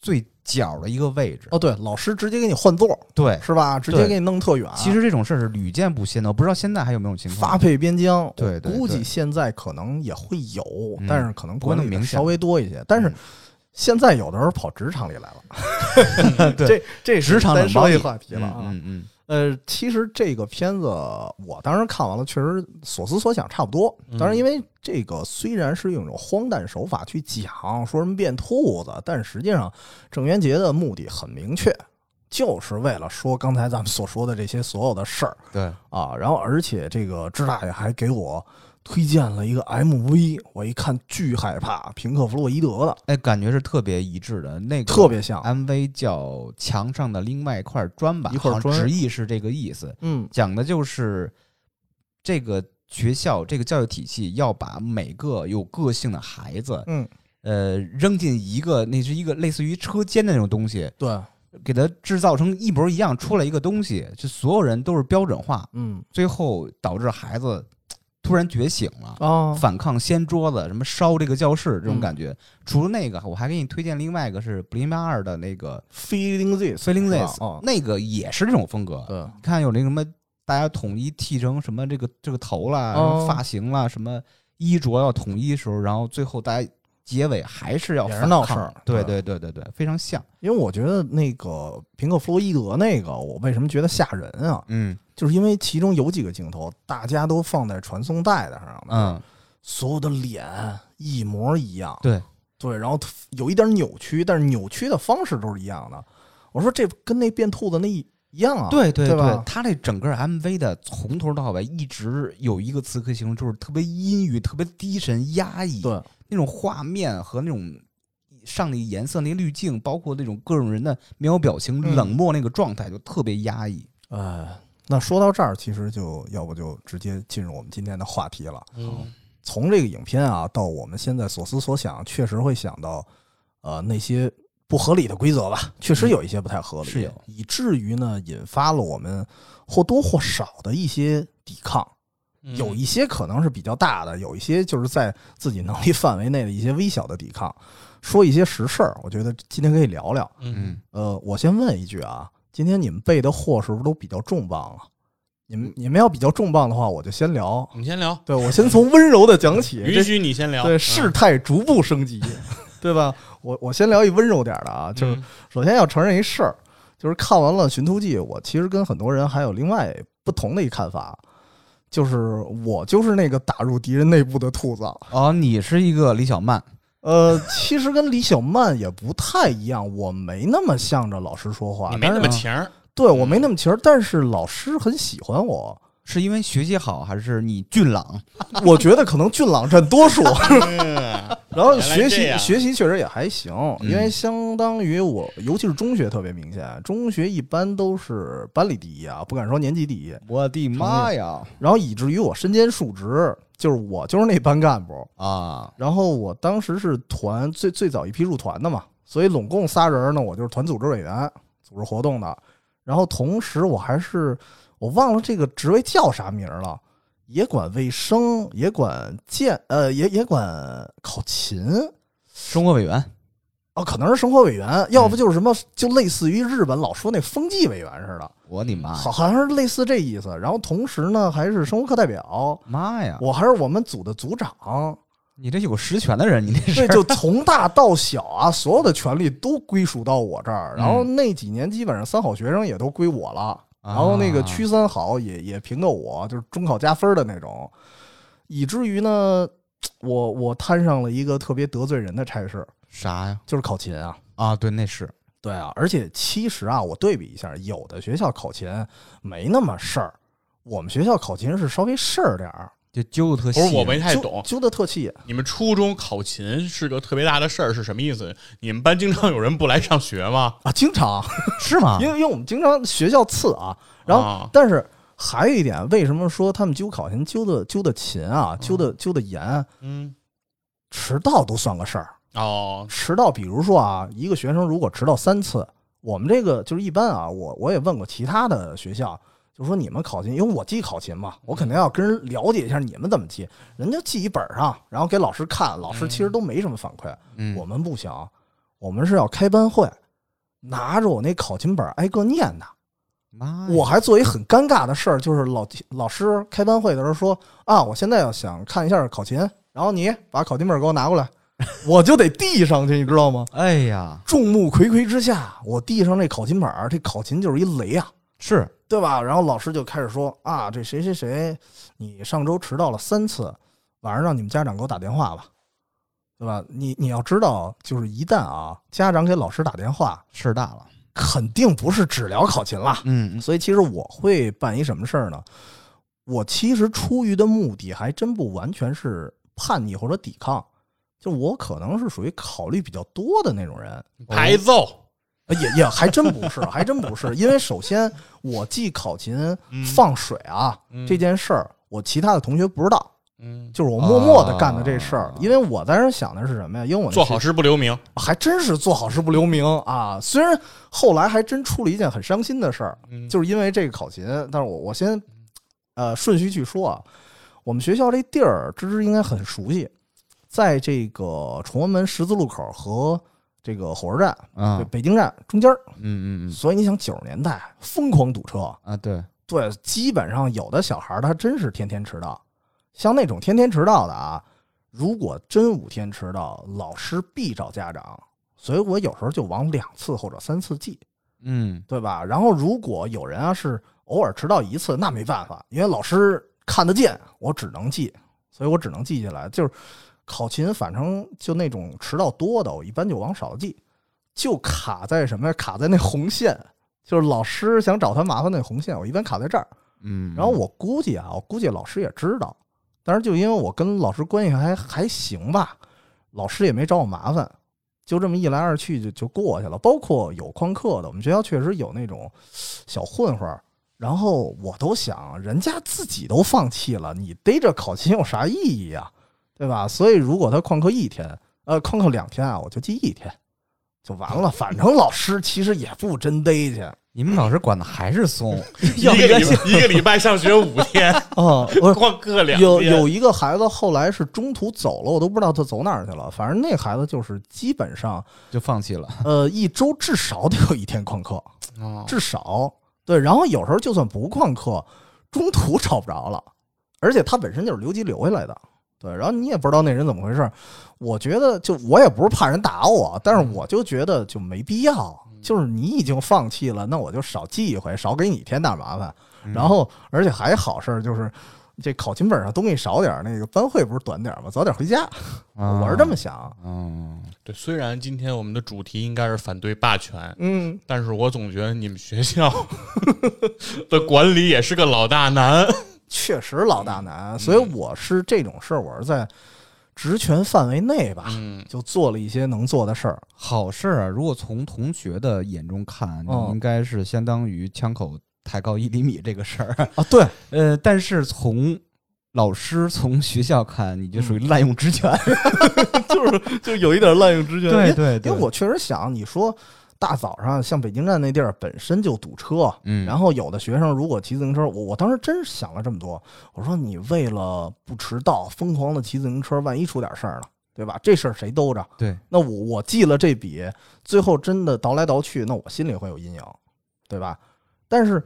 [SPEAKER 2] 最角的一个位置。
[SPEAKER 1] 哦，对，老师直接给你换座
[SPEAKER 2] 对，
[SPEAKER 1] 是吧？直接
[SPEAKER 2] 对
[SPEAKER 1] 给你弄特远，
[SPEAKER 2] 其实这种事儿是屡见不鲜的，我不知道现在还有没有情
[SPEAKER 1] 啊
[SPEAKER 2] 况。嗯
[SPEAKER 1] 发配边疆，
[SPEAKER 2] 对
[SPEAKER 1] 我
[SPEAKER 2] 对
[SPEAKER 1] 估计
[SPEAKER 2] 对
[SPEAKER 1] 现在可能也会有
[SPEAKER 2] 嗯，
[SPEAKER 1] 但是可能
[SPEAKER 2] 不会那么
[SPEAKER 1] 管理的
[SPEAKER 2] 明显
[SPEAKER 1] 稍微多一些，但是
[SPEAKER 2] 嗯。
[SPEAKER 1] 现在有的时候跑职场里来了，
[SPEAKER 2] 对
[SPEAKER 1] 这这是
[SPEAKER 2] 职场
[SPEAKER 1] 咱
[SPEAKER 2] 冷
[SPEAKER 1] 稍
[SPEAKER 2] 暴力
[SPEAKER 1] 微话题了啊。
[SPEAKER 2] 嗯嗯
[SPEAKER 1] 呃，其实这个片子我当时看完了，确实所思所想差不多。当然，因为这个虽然是用一种荒诞手法去讲，说什么变兔子，但实际上郑渊洁的目的很明确，就是为了说刚才咱们所说的这些所有的事儿
[SPEAKER 2] 嗯，对，
[SPEAKER 1] 啊。然后，而且这个支大爷还给我推荐了一个 MV，我一看巨害怕，平克·弗洛伊德的，
[SPEAKER 2] 哎，感觉是特别一致的，那个
[SPEAKER 1] 特别像，
[SPEAKER 2] MV 叫《墙上的另外一块砖》吧，
[SPEAKER 1] 一块
[SPEAKER 2] 好像
[SPEAKER 1] 砖
[SPEAKER 2] 直译是这个意思，
[SPEAKER 1] 嗯
[SPEAKER 2] 讲的就是这个学校这个教育体系要把每个有个性的孩子，
[SPEAKER 1] 嗯，
[SPEAKER 2] 呃，扔进一个那是一个类似于车间的那种东西，
[SPEAKER 1] 对，
[SPEAKER 2] 给它制造成一模一样，出来一个东西，就所有人都是标准化，
[SPEAKER 1] 嗯
[SPEAKER 2] 最后导致孩子突然觉醒了。
[SPEAKER 1] 啊，
[SPEAKER 2] 反抗掀桌子，什么烧这个教室这种
[SPEAKER 1] 嗯
[SPEAKER 2] 感觉。除了那个，我还给你推荐另外一个是布林巴二的那个
[SPEAKER 1] feeling this，
[SPEAKER 2] f e e l i n g
[SPEAKER 1] 是
[SPEAKER 2] This，、
[SPEAKER 1] 吧哦
[SPEAKER 2] 那个也是这种风格。
[SPEAKER 1] 对。
[SPEAKER 2] 你看有那个什么，大家统一剃成什么这个这个头啦，
[SPEAKER 1] 哦
[SPEAKER 2] 什么发型啦，什么衣着要统一的时候，然后最后大家结尾还是要
[SPEAKER 1] 也是
[SPEAKER 2] 反
[SPEAKER 1] 闹
[SPEAKER 2] 抗
[SPEAKER 1] 事儿
[SPEAKER 2] 对
[SPEAKER 1] 对
[SPEAKER 2] 对对对对，非常像。
[SPEAKER 1] 因为我觉得那个平克·弗洛伊德那个，我为什么觉得吓人啊？
[SPEAKER 2] 嗯
[SPEAKER 1] 就是因为其中有几个镜头，大家都放在传送带的上面，
[SPEAKER 2] 嗯，
[SPEAKER 1] 所有的脸一模一样，
[SPEAKER 2] 对，
[SPEAKER 1] 对然后特有一点扭曲，但是扭曲的方式都是一样的。我说这跟那变兔子那一一样啊，
[SPEAKER 2] 对对
[SPEAKER 1] 对吧
[SPEAKER 2] 他这整个 MV 的从头到尾一直有一个词可以形容，就是特别阴郁、特别低沉、压抑。
[SPEAKER 1] 对
[SPEAKER 2] 那种画面和那种上的颜色、那滤镜，包括那种各种人的面无表情、
[SPEAKER 1] 嗯
[SPEAKER 2] 冷漠那个状态，就特别压抑。
[SPEAKER 1] 呃，那说到这儿，其实就要不就直接进入我们今天的话题了。
[SPEAKER 3] 嗯，
[SPEAKER 1] 从这个影片啊到我们现在所思所想，确实会想到，呃，那些不合理的规则吧，确实有一些不太合理，
[SPEAKER 2] 嗯是有
[SPEAKER 1] 以至于呢引发了我们或多或少的一些抵抗，
[SPEAKER 2] 嗯
[SPEAKER 1] 有一些可能是比较大的，有一些就是在自己能力范围内的一些微小的抵抗。说一些实事儿，我觉得今天可以聊聊。
[SPEAKER 3] 嗯，
[SPEAKER 1] 呃，我先问一句啊，今天你们背的货是不是都比较重磅啊？你们你们要比较重磅的话，我就先聊。
[SPEAKER 3] 你先聊，
[SPEAKER 1] 对，我先从温柔的讲 起，这
[SPEAKER 3] 允许你先聊。
[SPEAKER 1] 对，
[SPEAKER 3] 嗯
[SPEAKER 1] 事态逐步升 级，对吧？我我先聊一温柔点儿的啊，
[SPEAKER 3] 嗯
[SPEAKER 1] 就是首先要承认一事儿，就是看完了《寻兔记》，我其实跟很多人还有另外不同的一看法，就是我就是那个打入敌人内部的兔子。
[SPEAKER 2] 哦，你是一个李小曼，
[SPEAKER 1] 呃，其实跟李小曼也不太一样，我没那么向着老师说话，
[SPEAKER 3] 你没那么嗯
[SPEAKER 1] 但是
[SPEAKER 3] 情 儿，
[SPEAKER 1] 对我没那么情儿，但是老师很喜欢我，
[SPEAKER 2] 是因为学习好，还是你俊朗？
[SPEAKER 1] 我觉得可能俊朗占多数。
[SPEAKER 3] 嗯
[SPEAKER 1] 然后
[SPEAKER 3] 原来
[SPEAKER 1] 学
[SPEAKER 3] 这
[SPEAKER 1] 习
[SPEAKER 3] 样
[SPEAKER 1] 学习确实也还行，因为
[SPEAKER 2] 嗯
[SPEAKER 1] 相当于我，尤其是中学特别明显，中学一般都是班里第一啊，不敢说年级第一。
[SPEAKER 2] 我的妈呀！
[SPEAKER 1] 然后以至于我身兼数职，就是我就是那班干部。
[SPEAKER 2] 啊，
[SPEAKER 1] 然后我当时是团最最早一批入团的嘛，所以拢共仨人呢，我就是团组织委员，组织活动的。然后同时我还是我忘了这个职位叫啥名儿了，也管卫生，也管建，呃，也也管考勤。
[SPEAKER 2] 生活委员
[SPEAKER 1] 哦，可能是生活委员，要不就是什么，就类似于日本老说那风纪委员似的，
[SPEAKER 2] 我的妈
[SPEAKER 1] 好
[SPEAKER 2] 呀！
[SPEAKER 1] 好像是类似这意思。然后同时呢，还是生活课代表，
[SPEAKER 2] 妈呀！
[SPEAKER 1] 我还是我们组的组长，
[SPEAKER 2] 你这有实权的人，你这
[SPEAKER 1] 对，
[SPEAKER 2] 是
[SPEAKER 1] 就从大到小啊，所有的权利都归属到我这儿。然后那几年基本上三好学生也都归我了， 然后那
[SPEAKER 2] 啊
[SPEAKER 1] 个区三好也也评到我，就是中考加分的那种，以至于呢，我我摊上了一个特别得罪人的差事，
[SPEAKER 2] 啥呀？
[SPEAKER 1] 就是考勤啊。
[SPEAKER 2] 啊，对，那是
[SPEAKER 1] 对啊，而且其实啊，我对比一下，有的学校考勤没那么事儿，我们学校考勤是稍微事儿点儿，
[SPEAKER 2] 就揪的特细。
[SPEAKER 3] 不是我没太
[SPEAKER 1] 揪
[SPEAKER 3] 懂，
[SPEAKER 1] 揪的特气。
[SPEAKER 3] 你们初中考勤是个特别大的事儿，是什么意思？你们班经常有人不来上学吗？
[SPEAKER 1] 啊，经常，
[SPEAKER 2] 是吗
[SPEAKER 1] 因？为因为我们经常学校次啊，然后、
[SPEAKER 3] 啊
[SPEAKER 1] 但是还有一点，为什么说他们揪考勤揪的揪的勤啊，揪的揪的严，
[SPEAKER 3] 嗯，
[SPEAKER 1] 迟到都算个事儿。
[SPEAKER 3] 哦，
[SPEAKER 1] 迟到，比如说啊，一个学生如果迟到三次，我们这个就是一般啊，我我也问过其他的学校，就说你们考勤，因为我记考勤嘛，我肯定要跟人了解一下你们怎么记，人家记一本上，然后给老师看，老师其实都没什么反馈。
[SPEAKER 2] 嗯
[SPEAKER 1] 我们不行，我们是要开班会，拿着我那考勤本挨个念的。
[SPEAKER 2] 妈呀，
[SPEAKER 1] 我还做一很尴尬的事儿，就是老提老师开班会的时候说啊，我现在要想看一下考勤，然后你把考勤本给我拿过来，我就得递上去，你知道吗？
[SPEAKER 2] 哎呀，
[SPEAKER 1] 众目睽睽之下，我递上这考勤本儿，这考勤就是一雷啊，
[SPEAKER 2] 是
[SPEAKER 1] 对吧？然后老师就开始说啊，这谁谁谁，你上周迟到了三次，晚上让你们家长给我打电话吧，对吧？你你要知道，就是一旦啊，家长给老师打电话，
[SPEAKER 2] 事儿大了。
[SPEAKER 1] 肯定不是只聊考勤啦。
[SPEAKER 2] 嗯，
[SPEAKER 1] 所以其实我会办一什么事儿呢？我其实出于的目的还真不完全是叛逆或者抵抗，就我可能是属于考虑比较多的那种人，
[SPEAKER 3] 挨揍，
[SPEAKER 1] 呃也也还真不是，还真不是。因为首先我记考勤
[SPEAKER 3] 嗯
[SPEAKER 1] 放水啊、这件事儿，我其他的同学不知道，
[SPEAKER 3] 嗯，
[SPEAKER 1] 就是我默默的干的这事儿。
[SPEAKER 2] 啊
[SPEAKER 1] 因为我在这儿想的是什么呀？因为我那
[SPEAKER 3] 做好事不留名，
[SPEAKER 1] 还真是做好事不留名啊！虽然后来还真出了一件很伤心的事儿，
[SPEAKER 3] 嗯
[SPEAKER 1] 就是因为这个考勤。但是我我先呃顺序去说啊，我们学校这地儿芝芝应该很熟悉，在这个崇文门十字路口和这个火车站、
[SPEAKER 2] 啊
[SPEAKER 1] 对，北京站中间儿，
[SPEAKER 2] 嗯嗯嗯
[SPEAKER 1] 所以你想九十年代疯狂堵车，
[SPEAKER 2] 啊，对，
[SPEAKER 1] 对，基本上有的小孩儿他真是天天迟到，像那种天天迟到的啊，如果真五天迟到，老师必找家长，所以我有时候就往两次或者三次记，
[SPEAKER 2] 嗯
[SPEAKER 1] 对吧？然后如果有人啊是偶尔迟到一次，那没办法，因为老师看得见，我只能记，所以我只能记下来。就是考勤，反正就那种迟到多的，我一般就往少记，就卡在什么呀？卡在那红线，就是老师想找他麻烦那红线，我一般卡在这儿。
[SPEAKER 2] 嗯，
[SPEAKER 1] 然后我估计啊，我估计老师也知道，但是就因为我跟老师关系还还行吧，老师也没找我麻烦，就这么一来二去就就过去了。包括有旷课的，我们学校确实有那种小混混儿。然后我都想，人家自己都放弃了，你逮着考勤有啥意义啊？对吧？所以如果他旷课一天，呃，旷课两天啊，我就记一天就完了。反正老师其实也不真逮去，
[SPEAKER 2] 你们老师管的还 是松，
[SPEAKER 3] 一
[SPEAKER 2] 要
[SPEAKER 3] 个
[SPEAKER 2] 原
[SPEAKER 3] 礼拜一个礼拜上学五天，
[SPEAKER 1] 啊， 我
[SPEAKER 3] 旷课两
[SPEAKER 1] 有
[SPEAKER 3] 天
[SPEAKER 1] 有一个孩子后来是中途走了，我都不知道他走哪儿去了。反正那孩子就是基本上，
[SPEAKER 2] 就放 弃了。
[SPEAKER 1] 呃，一周至少得有一天旷课，
[SPEAKER 3] 哦
[SPEAKER 1] 至少对。然后有时候就算不旷课，中途找不着了，而且他本身就是留级留下来的，对。然后你也不知道那人怎么回事儿。我觉得就我也不是怕人打我，但是我就觉得就没必要。就是你已经放弃了，那我就少记一回，少给你添大麻烦。然后而且还好事儿就是，这考勤本上东西少点儿，那个班会不是短点儿吗？早点回家，
[SPEAKER 2] 啊
[SPEAKER 1] 我是这么想。
[SPEAKER 2] 嗯，
[SPEAKER 3] 对，虽然今天我们的主题应该是反对霸权，
[SPEAKER 1] 嗯，
[SPEAKER 3] 但是我总觉得你们学校 的管理也是个老大难。
[SPEAKER 1] 嗯确实老大难，所以我是这种事儿，我是在职权范围内吧，
[SPEAKER 3] 嗯，
[SPEAKER 1] 就做了一些能做的事儿。
[SPEAKER 2] 好事儿啊，如果从同学的眼中看，你
[SPEAKER 1] 哦
[SPEAKER 2] 应该是相当于枪口抬高一厘米这个 事儿。
[SPEAKER 1] 啊，对，
[SPEAKER 2] 呃，但是从老师、从学校看，你就属于滥用职权。
[SPEAKER 1] 就是就有一点滥用职 权
[SPEAKER 2] 对对对，
[SPEAKER 1] 因为我确实想，你说大早上像北京站那地儿本身就堵车，
[SPEAKER 2] 嗯，
[SPEAKER 1] 然后有的学生如果骑自行车，我我当时真是想了这么多，我说你为了不迟到，疯狂的骑自行车，万一出点事儿呢，对吧？这事儿谁兜着？
[SPEAKER 2] 对，
[SPEAKER 1] 那我我记了这笔，最后真的倒来倒去，那我心里会有阴影，对吧？但是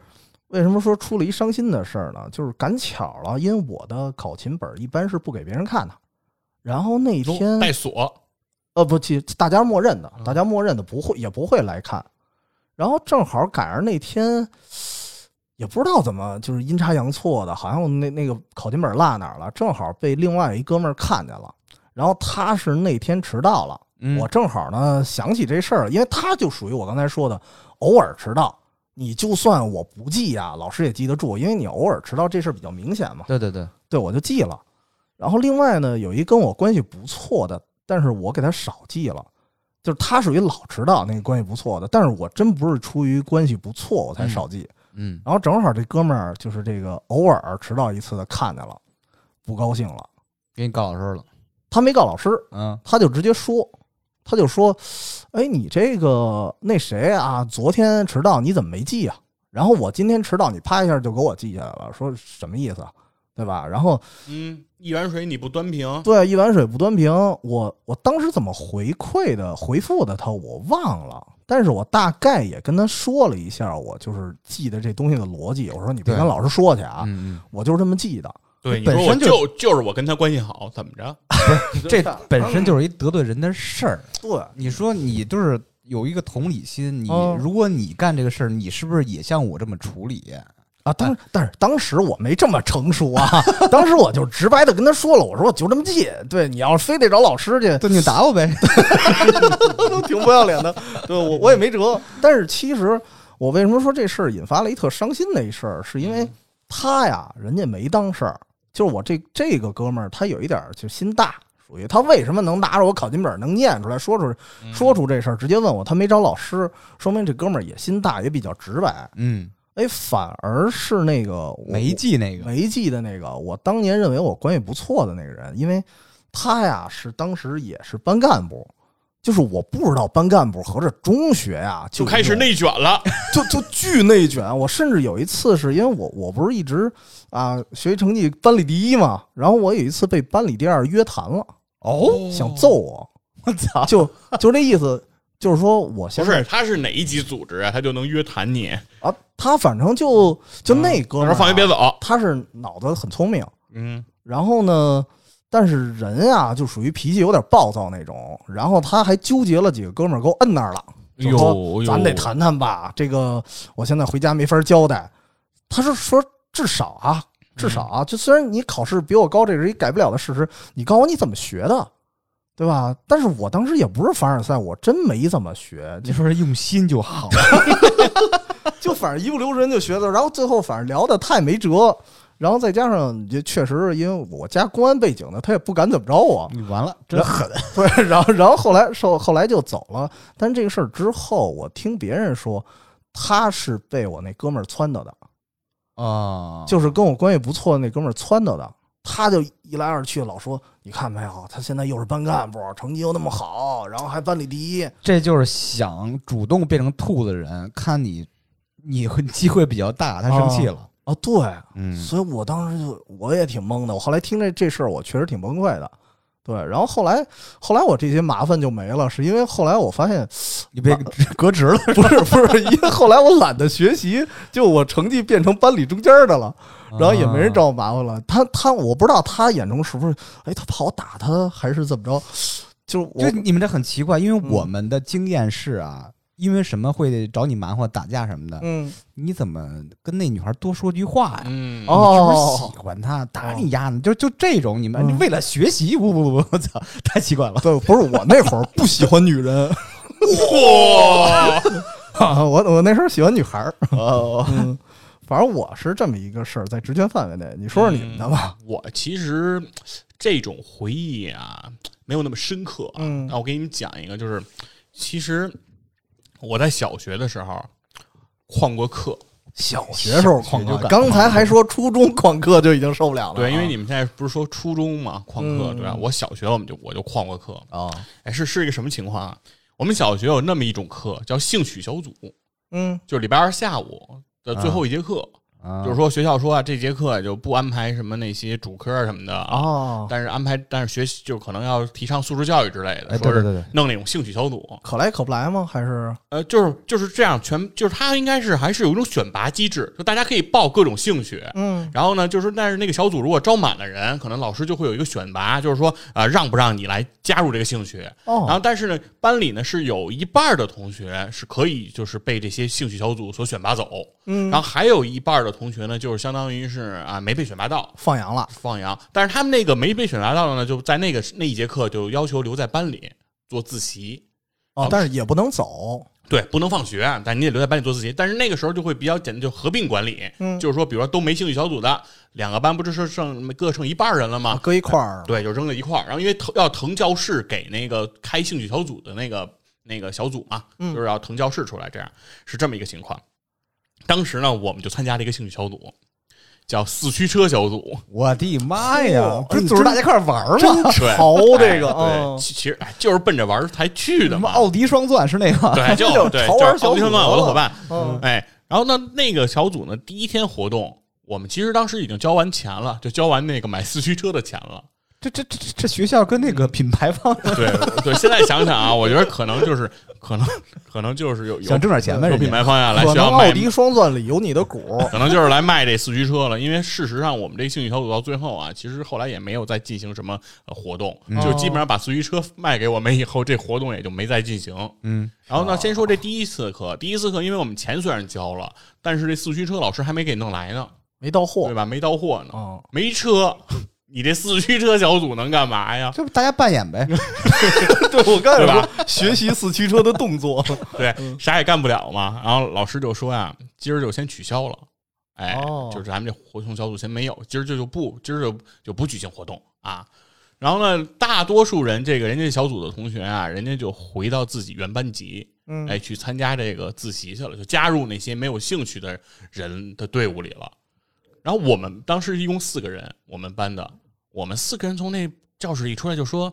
[SPEAKER 1] 为什么说出了一伤心的事儿呢？就是赶巧了，因为我的考勤本儿一般是不给别人看的，然后那
[SPEAKER 3] 都
[SPEAKER 1] 天
[SPEAKER 3] 带锁，
[SPEAKER 1] 呃，不，其大家默认的，
[SPEAKER 3] 嗯
[SPEAKER 1] 大家默认的不会也不会来看。然后正好赶上那天，也不知道怎么就是阴差阳错的，好像我那那个考勤本落哪儿了，正好被另外一哥们儿看见了。然后他是那天迟到了，
[SPEAKER 2] 嗯
[SPEAKER 1] 我正好呢想起这事儿了，因为他就属于我刚才说的偶尔迟到。你就算我不记呀、老师也记得住，因为你偶尔迟到这事儿比较明显嘛。
[SPEAKER 2] 对对对，
[SPEAKER 1] 对，我就记了。然后另外呢，有一跟我关系不错的，但是我给他少记了，就是他属于老迟到，那个关系不错的，但是我真不是出于关系不错我才少记。
[SPEAKER 2] 嗯，
[SPEAKER 1] 然后正好这哥们儿就是这个偶尔迟到一次的看见了，不高兴了，
[SPEAKER 2] 给你告老师了，
[SPEAKER 1] 他没告老师，
[SPEAKER 2] 嗯
[SPEAKER 1] 他就直接说，他就说：“哎，你这个那谁啊，昨天迟到你怎么没记啊？然后我今天迟到，你啪一下就给我记下来了，说什么意思啊？对吧？然后
[SPEAKER 3] 嗯，一碗水你不端平，
[SPEAKER 1] 对，一碗水不端平。我我当时怎么回馈的回复的他，我忘了。但是我大概也跟他说了一下，我就是记得这东西的逻辑。我说你别
[SPEAKER 2] 对
[SPEAKER 1] 跟老师说去啊，
[SPEAKER 2] 嗯嗯，
[SPEAKER 1] 我就是这么记的。
[SPEAKER 3] 对，你
[SPEAKER 2] 本
[SPEAKER 3] 说我
[SPEAKER 2] 身就
[SPEAKER 3] 就就是我跟他关系好，怎么着？
[SPEAKER 2] 这本身就是一得罪人的事儿。
[SPEAKER 1] 对，
[SPEAKER 2] 你说你就是有一个同理心，你
[SPEAKER 1] 哦
[SPEAKER 2] 如果你干这个事儿，你是不是也像我这么处理？
[SPEAKER 1] 啊，当但是当时我没这么成熟啊，当时我就直白的跟他说了，我说我就这么记。对，你要是非得找老师去，
[SPEAKER 2] 对，你打我呗。
[SPEAKER 1] 都挺不要脸的。对我我也没辙。 但是其实我为什么说这事儿引发了一特伤心的一事儿，是因为他呀，人家没当事儿。就是我这这个哥们儿，他有一点儿就心大，属于他为什么能拿着我考勤本儿能念出来，说出说出这事儿，直接问我，他没找老师，说明这哥们儿也心大，也比较直白。
[SPEAKER 2] 嗯，
[SPEAKER 1] 哎，反而是那个我
[SPEAKER 2] 没记那个。
[SPEAKER 1] 没记的那个，我当年认为我关系不错的那个人，因为他呀是当时也是班干部，就是我不知道班干部合着中学呀
[SPEAKER 3] 就
[SPEAKER 1] 就
[SPEAKER 3] 开始
[SPEAKER 1] 那
[SPEAKER 3] 内卷了，
[SPEAKER 1] 就就巨内卷。我甚至有一次是因为我我不是一直啊学习成绩班里第一嘛，然后我有一次被班里第二约谈了，
[SPEAKER 2] 哦，
[SPEAKER 1] 想揍我，
[SPEAKER 2] 我操！
[SPEAKER 1] 就就这意思，就是说我
[SPEAKER 3] 不
[SPEAKER 1] 现在
[SPEAKER 3] 是他是哪一级组织啊？他就能约谈你，
[SPEAKER 1] 啊，他反正就就那哥
[SPEAKER 3] 他
[SPEAKER 1] 们儿、啊
[SPEAKER 3] 说嗯放学别，走，
[SPEAKER 1] 他是脑子很聪明。
[SPEAKER 3] 嗯，
[SPEAKER 1] 然后呢，但是人啊，就属于脾气有点暴躁那种。然后他还纠结了几个哥们儿，给我摁那儿了，就说
[SPEAKER 3] 哎呦
[SPEAKER 1] 咱得谈谈吧。这个我现在回家没法交代。他是说至少啊，至少啊，就虽然你考试比我高，这是一改不了的事实。你告诉我你怎么学的，对吧？但是我当时也不是凡尔赛，我真没怎么学，
[SPEAKER 2] 你说是用心就好了。
[SPEAKER 1] 就反正一不留神就学的，然后最后反正聊的太没辙，然后再加上也确实是因为我家公安背景的，他也不敢怎么着我，
[SPEAKER 2] 你完了，真狠！
[SPEAKER 1] 对，然后然 后后来受后来就走了。但这个事儿之后，我听别人说他是被我那哥们儿撺掇的，
[SPEAKER 2] 啊，
[SPEAKER 1] 就是跟我关系不错的那哥们儿撺掇的。他就一来二去老说，你看没有，他现在又是班干部，成绩又那么好，然后还班里第一。
[SPEAKER 2] 这就是想主动变成兔子的人，看你，你会机会比较大，他生气了。
[SPEAKER 1] 哦，对，
[SPEAKER 2] 嗯，
[SPEAKER 1] 所以我当时就我也挺懵的。我后来听这这事儿，我确实挺崩溃的。对，然后后来后来我这些麻烦就没了，是因为后来我发现
[SPEAKER 2] 你被 革职了。
[SPEAKER 1] 不是不是，因为后来我懒得学习，就我成绩变成班里中间儿的了，
[SPEAKER 2] 啊
[SPEAKER 1] 然后也没人找我麻烦了。他他我不知道他眼中是不是，哎，他怕我打他还是怎么着？就是我
[SPEAKER 2] 就你们这很奇怪，因为我们的经验是啊，因为什么会找你麻烦、打架什么的，
[SPEAKER 1] 嗯
[SPEAKER 2] 你怎么跟那女孩多说句话呀？
[SPEAKER 3] 嗯
[SPEAKER 1] 哦
[SPEAKER 2] 你是不是喜欢她？打你丫的！就就这种，你们
[SPEAKER 1] 嗯
[SPEAKER 2] 为了学习，不不不，我操，太奇怪了。
[SPEAKER 1] 对，不是我那会儿不喜欢女人，
[SPEAKER 3] 哇，
[SPEAKER 1] 啊我我那时候喜欢女孩儿， 嗯，嗯反正我是这么一个事儿，在职权范围内，你说说你们的吧。
[SPEAKER 3] 我其实这种回忆啊，没有那么深刻啊。
[SPEAKER 1] 嗯
[SPEAKER 3] 那我给你们讲一个，就是其实我在小学的时候旷过课，
[SPEAKER 1] 小学时候旷
[SPEAKER 2] 小学就
[SPEAKER 1] 课，
[SPEAKER 2] 敢
[SPEAKER 1] 刚才还说初中旷课就已经受不了了啊。
[SPEAKER 3] 对，因为你们现在不是说初中嘛旷课，
[SPEAKER 1] 嗯
[SPEAKER 3] 对吧？我小学我们就我就旷过课，
[SPEAKER 1] 啊，
[SPEAKER 3] 哎，是是一个什么情况啊？我们小学有那么一种课叫兴趣小组，
[SPEAKER 1] 嗯
[SPEAKER 3] 就是礼拜二下午的最后一节课，
[SPEAKER 2] 啊
[SPEAKER 3] 就是说学校说啊，这节课就不安排什么那些主科啊什么的啊，
[SPEAKER 1] 哦，
[SPEAKER 3] 但是安排，但是学习就可能要提倡素质教育之类的，
[SPEAKER 2] 哎
[SPEAKER 3] 说
[SPEAKER 2] 对对
[SPEAKER 3] 是
[SPEAKER 2] 对对
[SPEAKER 3] 弄那种兴趣小组，
[SPEAKER 1] 可来可不来吗？还是
[SPEAKER 3] 呃，就是就是这样，全就是它应该是还是有一种选拔机制，就大家可以报各种兴趣。
[SPEAKER 1] 嗯
[SPEAKER 3] 然后呢，就是但是那个小组如果招满了人，可能老师就会有一个选拔，就是说啊、呃让不让你来加入这个兴趣。
[SPEAKER 1] 哦，
[SPEAKER 3] 然后，但是呢，班里呢是有一半儿的同学是可以就是被这些兴趣小组所选拔走，
[SPEAKER 1] 嗯
[SPEAKER 3] 然后还有一半儿的同学呢，就是相当于是啊没被选拔到，
[SPEAKER 1] 放羊了，
[SPEAKER 3] 放羊。但是他们那个没被选拔到的呢，就在那个那一节课就要求留在班里做自习，
[SPEAKER 1] 哦
[SPEAKER 2] 啊
[SPEAKER 3] 哦，
[SPEAKER 1] 但是也不能走，
[SPEAKER 3] 对，不能放学，啊但你得留在班里做自习。但是那个时候就会比较简单，就合并管理，
[SPEAKER 1] 嗯
[SPEAKER 3] 就是说，比如说都没兴趣小组的两个班，不就是剩各剩一半人了
[SPEAKER 2] 啊
[SPEAKER 3] 吗？
[SPEAKER 1] 搁一块儿，
[SPEAKER 3] 对，就扔在一块儿。然后因为腾要腾教室给那个开兴趣小组的那个那个小组嘛，
[SPEAKER 1] 嗯
[SPEAKER 3] 就是要腾教室出来，这样是这么一个情况。当时呢，我们就参加了一个兴趣小组，叫四驱车小组。
[SPEAKER 2] 我的妈呀
[SPEAKER 1] 哦，
[SPEAKER 2] 不是啊
[SPEAKER 1] 哎
[SPEAKER 2] 组织
[SPEAKER 1] 真
[SPEAKER 2] 大家一块儿玩儿
[SPEAKER 1] 真
[SPEAKER 2] 吗？
[SPEAKER 1] 潮这个，
[SPEAKER 3] 哎
[SPEAKER 1] 嗯哦
[SPEAKER 3] 对，其其实哎就是奔着玩儿才去
[SPEAKER 2] 什
[SPEAKER 3] 的
[SPEAKER 2] 么
[SPEAKER 3] 嘛。
[SPEAKER 2] 奥迪双钻是那个？
[SPEAKER 3] 对，就
[SPEAKER 1] 就
[SPEAKER 3] 对，
[SPEAKER 1] 潮
[SPEAKER 3] 就
[SPEAKER 1] 玩
[SPEAKER 3] 是
[SPEAKER 1] 小
[SPEAKER 3] 奥迪
[SPEAKER 1] 组
[SPEAKER 3] 车嘛，我的伙伴。
[SPEAKER 1] 嗯
[SPEAKER 3] 哎，然后呢，那个小组呢，第一天活动，我们其实当时已经交完钱了，就交完那个买四驱车的钱 了。
[SPEAKER 2] 这这这这学校跟那个品牌方
[SPEAKER 3] 对对，现在想想啊，我觉得可能就是可能可能就是有有
[SPEAKER 2] 想挣点钱呗，
[SPEAKER 3] 有
[SPEAKER 2] 人
[SPEAKER 3] 品
[SPEAKER 2] 家
[SPEAKER 3] 牌方呀来
[SPEAKER 1] 可
[SPEAKER 3] 学
[SPEAKER 1] 能
[SPEAKER 3] 校
[SPEAKER 1] 奥
[SPEAKER 3] 卖，
[SPEAKER 1] 迪双钻里有你的股，
[SPEAKER 3] 可能就是来卖这四驱车了。因为事实上，我们这兴趣小组到最后啊，其实后来也没有再进行什么呃活动，就基本上把四驱车卖给我们以后，这活动也就没再进行。
[SPEAKER 2] 嗯，
[SPEAKER 3] 然后呢，先说这第一次课，第一次课，因为我们钱虽然交了，但是这四驱车老师还没给弄来呢，
[SPEAKER 1] 没到货
[SPEAKER 3] 对吧？没到货呢，
[SPEAKER 1] 啊，
[SPEAKER 3] 没车， 你这四驱车小组能干嘛呀？
[SPEAKER 2] 这不大家扮演 呗，
[SPEAKER 1] 对我刚才
[SPEAKER 3] 对吧
[SPEAKER 1] 说学习四驱车的动 作，
[SPEAKER 3] 对，
[SPEAKER 1] 嗯
[SPEAKER 3] 啥也干不了嘛。然后老师就说呀，今儿就先取消了，哎，
[SPEAKER 1] 哦
[SPEAKER 3] 就是咱们这活动小组先没有，今儿就就不，今儿就就不举行活动啊。然后呢，大多数人这个人家小组的同学啊，人家就回到自己原班级，
[SPEAKER 1] 嗯
[SPEAKER 3] 哎，去参加这个自习去了，就加入那些没有兴趣的人的队伍里了。然后我们当时一共四个人，我们班的，我们四个人从那教室里出来就说：“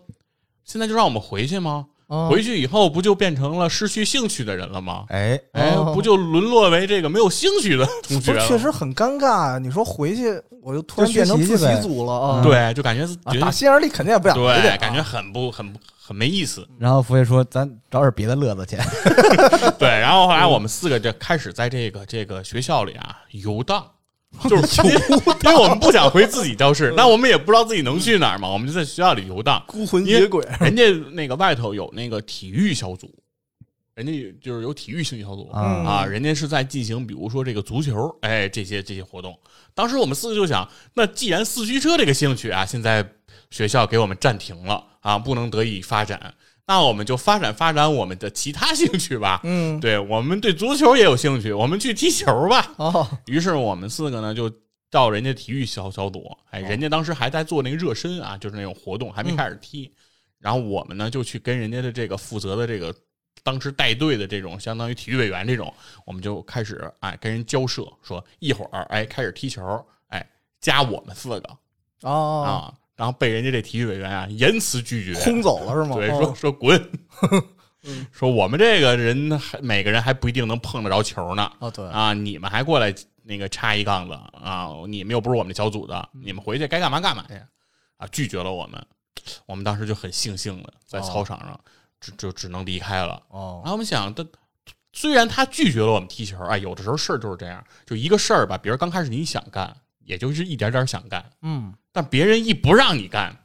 [SPEAKER 3] 现在就让我们回去吗？
[SPEAKER 1] 啊
[SPEAKER 3] 回去以后不就变成了失去兴趣的人了吗？
[SPEAKER 2] 哎，
[SPEAKER 3] 哎，
[SPEAKER 1] 哦
[SPEAKER 3] 不就沦落为这个没有兴趣的同学
[SPEAKER 1] 不是
[SPEAKER 3] 了？
[SPEAKER 1] 哦确实很尴尬啊！你说回去，我就突然
[SPEAKER 2] 就
[SPEAKER 1] 变
[SPEAKER 2] 学习
[SPEAKER 1] 成自
[SPEAKER 2] 去呗
[SPEAKER 1] 习组了啊！
[SPEAKER 3] 对，就感觉
[SPEAKER 1] 啊
[SPEAKER 3] 觉
[SPEAKER 1] 打
[SPEAKER 3] 得
[SPEAKER 1] 心眼里肯定也不想回去
[SPEAKER 3] 对，
[SPEAKER 1] 啊，
[SPEAKER 3] 感觉很不很很没意思。
[SPEAKER 2] 然后佛爷说：“咱找点别的乐子去。
[SPEAKER 3] 对，然后后来我们四个就开始在这个这个学校里啊 游荡。就是因为因为我们不想回自己教室，那我们也不知道自己能去哪儿嘛，我们就在学校里游荡。
[SPEAKER 1] 孤 魂
[SPEAKER 3] 因为
[SPEAKER 1] 野鬼。
[SPEAKER 3] 人家那个外头有那个体育小组，人家有就是有体育兴趣小组
[SPEAKER 2] 嗯
[SPEAKER 3] 啊，人家是在进行比如说这个足球，哎这些这些活动。当时我们四个就想，那既然四驱车这个兴趣啊，现在学校给我们暂停了啊，不能得以发展，那我们就发展发展我们的其他兴趣吧。
[SPEAKER 1] 嗯，
[SPEAKER 3] 对我们对足球也有兴趣，我们去踢球吧。
[SPEAKER 1] 哦，
[SPEAKER 3] 于是我们四个呢就到人家体育小小组，
[SPEAKER 1] 哦
[SPEAKER 3] 哎，人家当时还在做那个热身啊，就是那种活动还
[SPEAKER 1] 嗯
[SPEAKER 3] 没开始踢，然后我们呢就去跟人家的这个负责的这个当时带队的这种相当于体育委员这种，我们就开始哎跟人交涉，说一会儿哎开始踢球，哎加我们四个
[SPEAKER 1] 哦，
[SPEAKER 3] 啊，然后被人家这体育委员啊严词拒绝，
[SPEAKER 1] 轰走了是吗？
[SPEAKER 3] 对，
[SPEAKER 1] 哦嗯
[SPEAKER 3] 说说滚。 说我们这个人还每个人还不一定能碰得着球呢，
[SPEAKER 1] 哦， 对，
[SPEAKER 3] 啊，你们还过来那个插一杠子啊？你们又不是我们小组的，
[SPEAKER 1] 嗯
[SPEAKER 3] 你们回去该干嘛干嘛去啊！拒绝了我们，我们当时就很悻悻的在操场上，只就只能离开了。然
[SPEAKER 1] 哦，
[SPEAKER 3] 后我们想，他虽然他拒绝了我们踢球，哎，有的时候事儿就是这样，就一个事儿吧，比如刚开始你想干，也就是一点点想干，
[SPEAKER 1] 嗯，
[SPEAKER 3] 但别人一不让你干，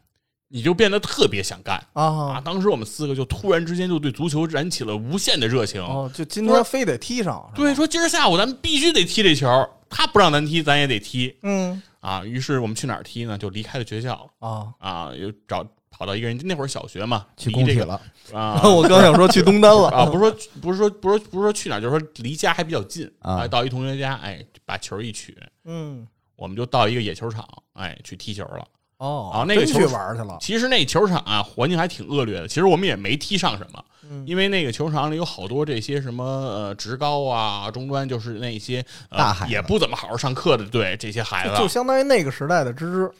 [SPEAKER 3] 你就变得特别想干。啊！
[SPEAKER 1] 啊，
[SPEAKER 3] 当时我们四个就突然之间就对足球燃起了无限的热情，
[SPEAKER 1] 哦，就今天非得踢上，是吧，
[SPEAKER 3] 对，说今儿下午咱们必须得踢这球，他不让咱踢，咱也得踢
[SPEAKER 1] 嗯，
[SPEAKER 3] 啊。于是我们去哪儿踢呢？就离开了学校
[SPEAKER 1] 啊，。
[SPEAKER 3] 啊，又找跑到一个人，那会儿小学嘛，”
[SPEAKER 2] 去
[SPEAKER 3] 离
[SPEAKER 2] 工体
[SPEAKER 3] 这个
[SPEAKER 2] 了，
[SPEAKER 3] 啊
[SPEAKER 1] 我刚想说去东单了
[SPEAKER 3] 啊，不是说不是说不是说不是说去哪儿，就是说离家还比较近
[SPEAKER 2] 啊
[SPEAKER 3] 哎到一同学家，哎，把球一取，
[SPEAKER 1] 嗯，
[SPEAKER 3] 我们就到一个野球场，哎，去踢球了。
[SPEAKER 1] 哦，
[SPEAKER 3] 啊那个
[SPEAKER 1] 真
[SPEAKER 3] 球
[SPEAKER 1] 去
[SPEAKER 3] 是
[SPEAKER 1] 玩去了，
[SPEAKER 3] 其实那球场啊，环境还挺恶劣的。其实我们也没踢上什么，
[SPEAKER 2] 嗯
[SPEAKER 3] 因为那个球场里有好多这些什么呃职高啊、中专，就是那些、呃、
[SPEAKER 2] 大孩子
[SPEAKER 3] 也不怎么好好上课的，对这些孩
[SPEAKER 1] 就
[SPEAKER 3] 子，啊
[SPEAKER 1] 就相当于那个时代的芝芝，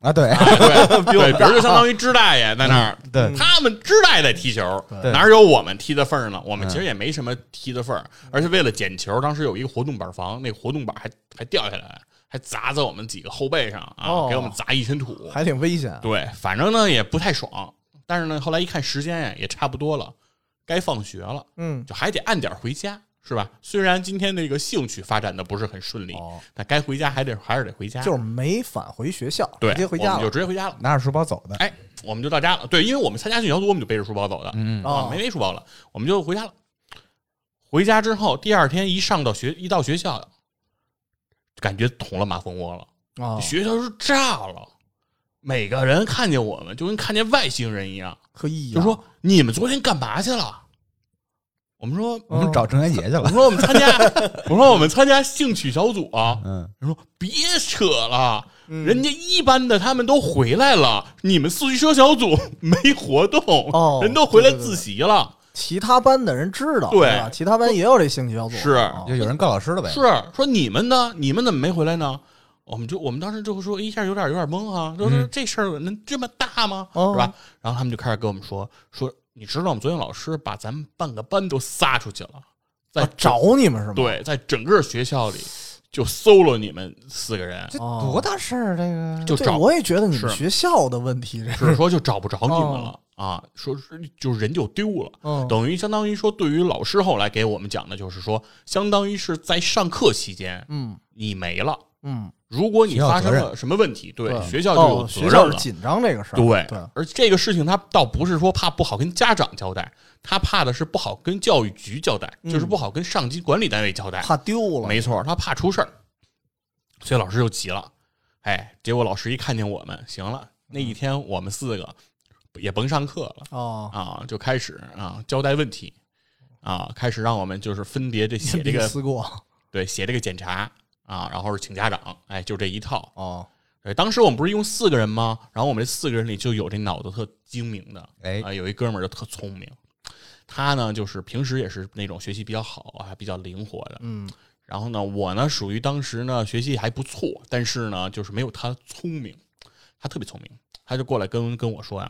[SPEAKER 2] 啊，对，
[SPEAKER 3] 哎 对对，比如就相当于支大爷在那儿，
[SPEAKER 2] 嗯对
[SPEAKER 3] 他们支大爷在踢球，
[SPEAKER 2] 对嗯
[SPEAKER 3] 哪有我们踢的份儿呢？我们其实也没什么踢的份儿，而且为了捡球，当时有一个活动板房，那个活动板还还掉下来，还砸在我们几个后背上啊，
[SPEAKER 1] 哦
[SPEAKER 3] 给我们砸一身土。
[SPEAKER 1] 还挺危险。
[SPEAKER 3] 对，反正呢也不太爽，但是呢后来一看时间呀也差不多了，该放学了，
[SPEAKER 1] 嗯，
[SPEAKER 3] 就还得按点儿回家。是吧？虽然今天这个兴趣发展的不是很顺利，
[SPEAKER 1] 哦，
[SPEAKER 3] 但该回家还得还是得回家，
[SPEAKER 1] 就是没返回学校，
[SPEAKER 3] 对，
[SPEAKER 1] 直接回
[SPEAKER 3] 我
[SPEAKER 1] 家
[SPEAKER 3] 们就
[SPEAKER 1] 了。
[SPEAKER 3] 直接回家了。
[SPEAKER 2] 拿着书包走的，
[SPEAKER 3] 哎，我们就到家了。对，因为我们参加训小组，我们就背着书包走的，
[SPEAKER 2] 嗯，
[SPEAKER 1] 哦
[SPEAKER 3] 啊，没背书包了，我们就回家了。回家之后，第二天一上到学，一到学校，感觉捅了马蜂窝了，
[SPEAKER 1] 啊，
[SPEAKER 3] 学校是炸了。每个人看见我们就跟看见外星人一样，
[SPEAKER 1] 可以呀
[SPEAKER 3] 就说你们昨天干嘛去了？我们说，
[SPEAKER 1] 哦
[SPEAKER 2] 我们找郑渊洁去
[SPEAKER 3] 我
[SPEAKER 2] 了，
[SPEAKER 3] 说我们参加，我说我们参加兴趣小组啊。
[SPEAKER 2] 嗯，
[SPEAKER 3] 人说别扯了，
[SPEAKER 1] 嗯
[SPEAKER 3] 人家一班的他们都回来了，你们四驱车小组没活动，
[SPEAKER 1] 哦
[SPEAKER 3] 人都回来自习了，
[SPEAKER 1] 其他班的人知道，
[SPEAKER 3] 对
[SPEAKER 1] 是吧？其他班也有这兴趣小组，
[SPEAKER 3] 是
[SPEAKER 1] 啊
[SPEAKER 2] 就有人告老师了呗，
[SPEAKER 3] 是说你们呢？你们怎么没回来呢？我们就我们当时就会说一下有点有点懵啊，就是这事儿能这么大吗？
[SPEAKER 1] 嗯哦
[SPEAKER 3] 是吧？然后他们就开始跟我们说说，你知道我们昨天老师把咱们半个班都撒出去了，在
[SPEAKER 1] 啊找你们是吗？，
[SPEAKER 3] 对，在整个学校里就搜了你们四个人，
[SPEAKER 2] 这
[SPEAKER 1] 哦
[SPEAKER 2] 多大事儿这个，
[SPEAKER 3] 就
[SPEAKER 1] 对，
[SPEAKER 3] 找
[SPEAKER 1] 我也觉得你们
[SPEAKER 3] 是
[SPEAKER 1] 学校的问题，这
[SPEAKER 3] 只是说就找不着你们了
[SPEAKER 1] 哦、
[SPEAKER 3] 啊，说是就是人就丢了。
[SPEAKER 1] 嗯
[SPEAKER 3] 等于相当于说，对于老师后来给我们讲的就是说，相当于是在上课期间
[SPEAKER 1] 嗯
[SPEAKER 3] 你没了，
[SPEAKER 1] 嗯，
[SPEAKER 3] 如果你
[SPEAKER 2] 学校
[SPEAKER 3] 发生
[SPEAKER 2] 责任
[SPEAKER 3] 了什么问题，对
[SPEAKER 1] 对
[SPEAKER 3] 学校就有
[SPEAKER 1] 哦，
[SPEAKER 3] 责
[SPEAKER 1] 学
[SPEAKER 3] 任
[SPEAKER 1] 校
[SPEAKER 3] 了
[SPEAKER 1] 是。紧张这个事儿，
[SPEAKER 3] 对
[SPEAKER 1] 对，
[SPEAKER 3] 而这个事情他倒不是说怕不好跟家长交代，他怕的是不好跟教育局交代，就是不好跟上级管理单位交
[SPEAKER 1] 嗯
[SPEAKER 3] 代。
[SPEAKER 1] 怕丢了，
[SPEAKER 3] 没错，他怕出事儿，所以老师就急了。哎，结果老师一看见我们，行了，那一天我们四个也甭上课了
[SPEAKER 1] 哦，
[SPEAKER 3] 啊，就开始啊交代问题啊，开始让我们就是分别这写
[SPEAKER 1] 先
[SPEAKER 3] 这
[SPEAKER 1] 别
[SPEAKER 3] 个哦
[SPEAKER 1] 思 过
[SPEAKER 3] 对写这个检查啊，然后是请家长，哎，就这一套。
[SPEAKER 1] 哦，
[SPEAKER 3] 对，哎当时我们不是一共四个人吗？然后我们这四个人里就有这脑子特精明的，
[SPEAKER 2] 哎
[SPEAKER 3] 啊，有一哥们儿就特聪明，他呢就是平时也是那种学习比较好啊，比较灵活的，
[SPEAKER 1] 嗯，
[SPEAKER 3] 然后呢，我呢属于当时呢学习还不错，但是呢就是没有他聪明，他特别聪明，他就过来跟跟我说啊，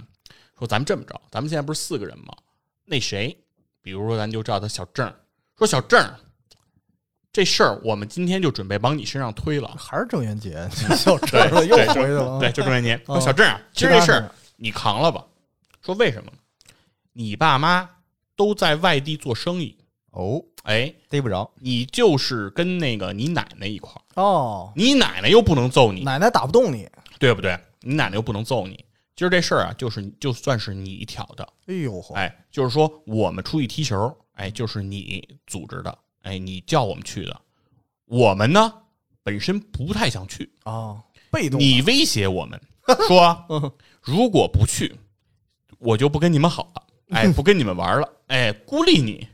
[SPEAKER 3] 说咱们这么着，咱们现在不是四个人吗？那谁，比如说咱就叫他小郑儿，说小郑儿，这事儿我们今天就准备往你身上推了，
[SPEAKER 1] 还是郑渊洁，小 陈了 又回去了，
[SPEAKER 3] 对，就中元节。
[SPEAKER 1] 哦
[SPEAKER 3] 说小郑儿，今儿
[SPEAKER 1] 其
[SPEAKER 3] 这
[SPEAKER 1] 他
[SPEAKER 3] 事
[SPEAKER 1] 事
[SPEAKER 3] 儿
[SPEAKER 1] 儿
[SPEAKER 3] 你扛了吧？说为什么？你爸妈都在外地做生意，
[SPEAKER 2] 哦，
[SPEAKER 3] 哎，
[SPEAKER 2] 逮不着，
[SPEAKER 3] 你就是跟那个你奶奶一块儿，
[SPEAKER 1] 哦，
[SPEAKER 3] 你奶奶又不能揍你，
[SPEAKER 1] 奶奶打不动你，
[SPEAKER 3] 对不对？你奶奶又不能揍你。今儿这事儿啊，就是就算是你挑的，
[SPEAKER 1] 哎呦，
[SPEAKER 3] 哎，就是说我们出去踢球，哎，就是你组织的，哎，你叫我们去的，我们呢本身不太想去，
[SPEAKER 1] 哦，被动，
[SPEAKER 3] 你威胁我们 说，如果不去，我就不跟你们 好了，哎，不跟你们玩了，哎，孤立你，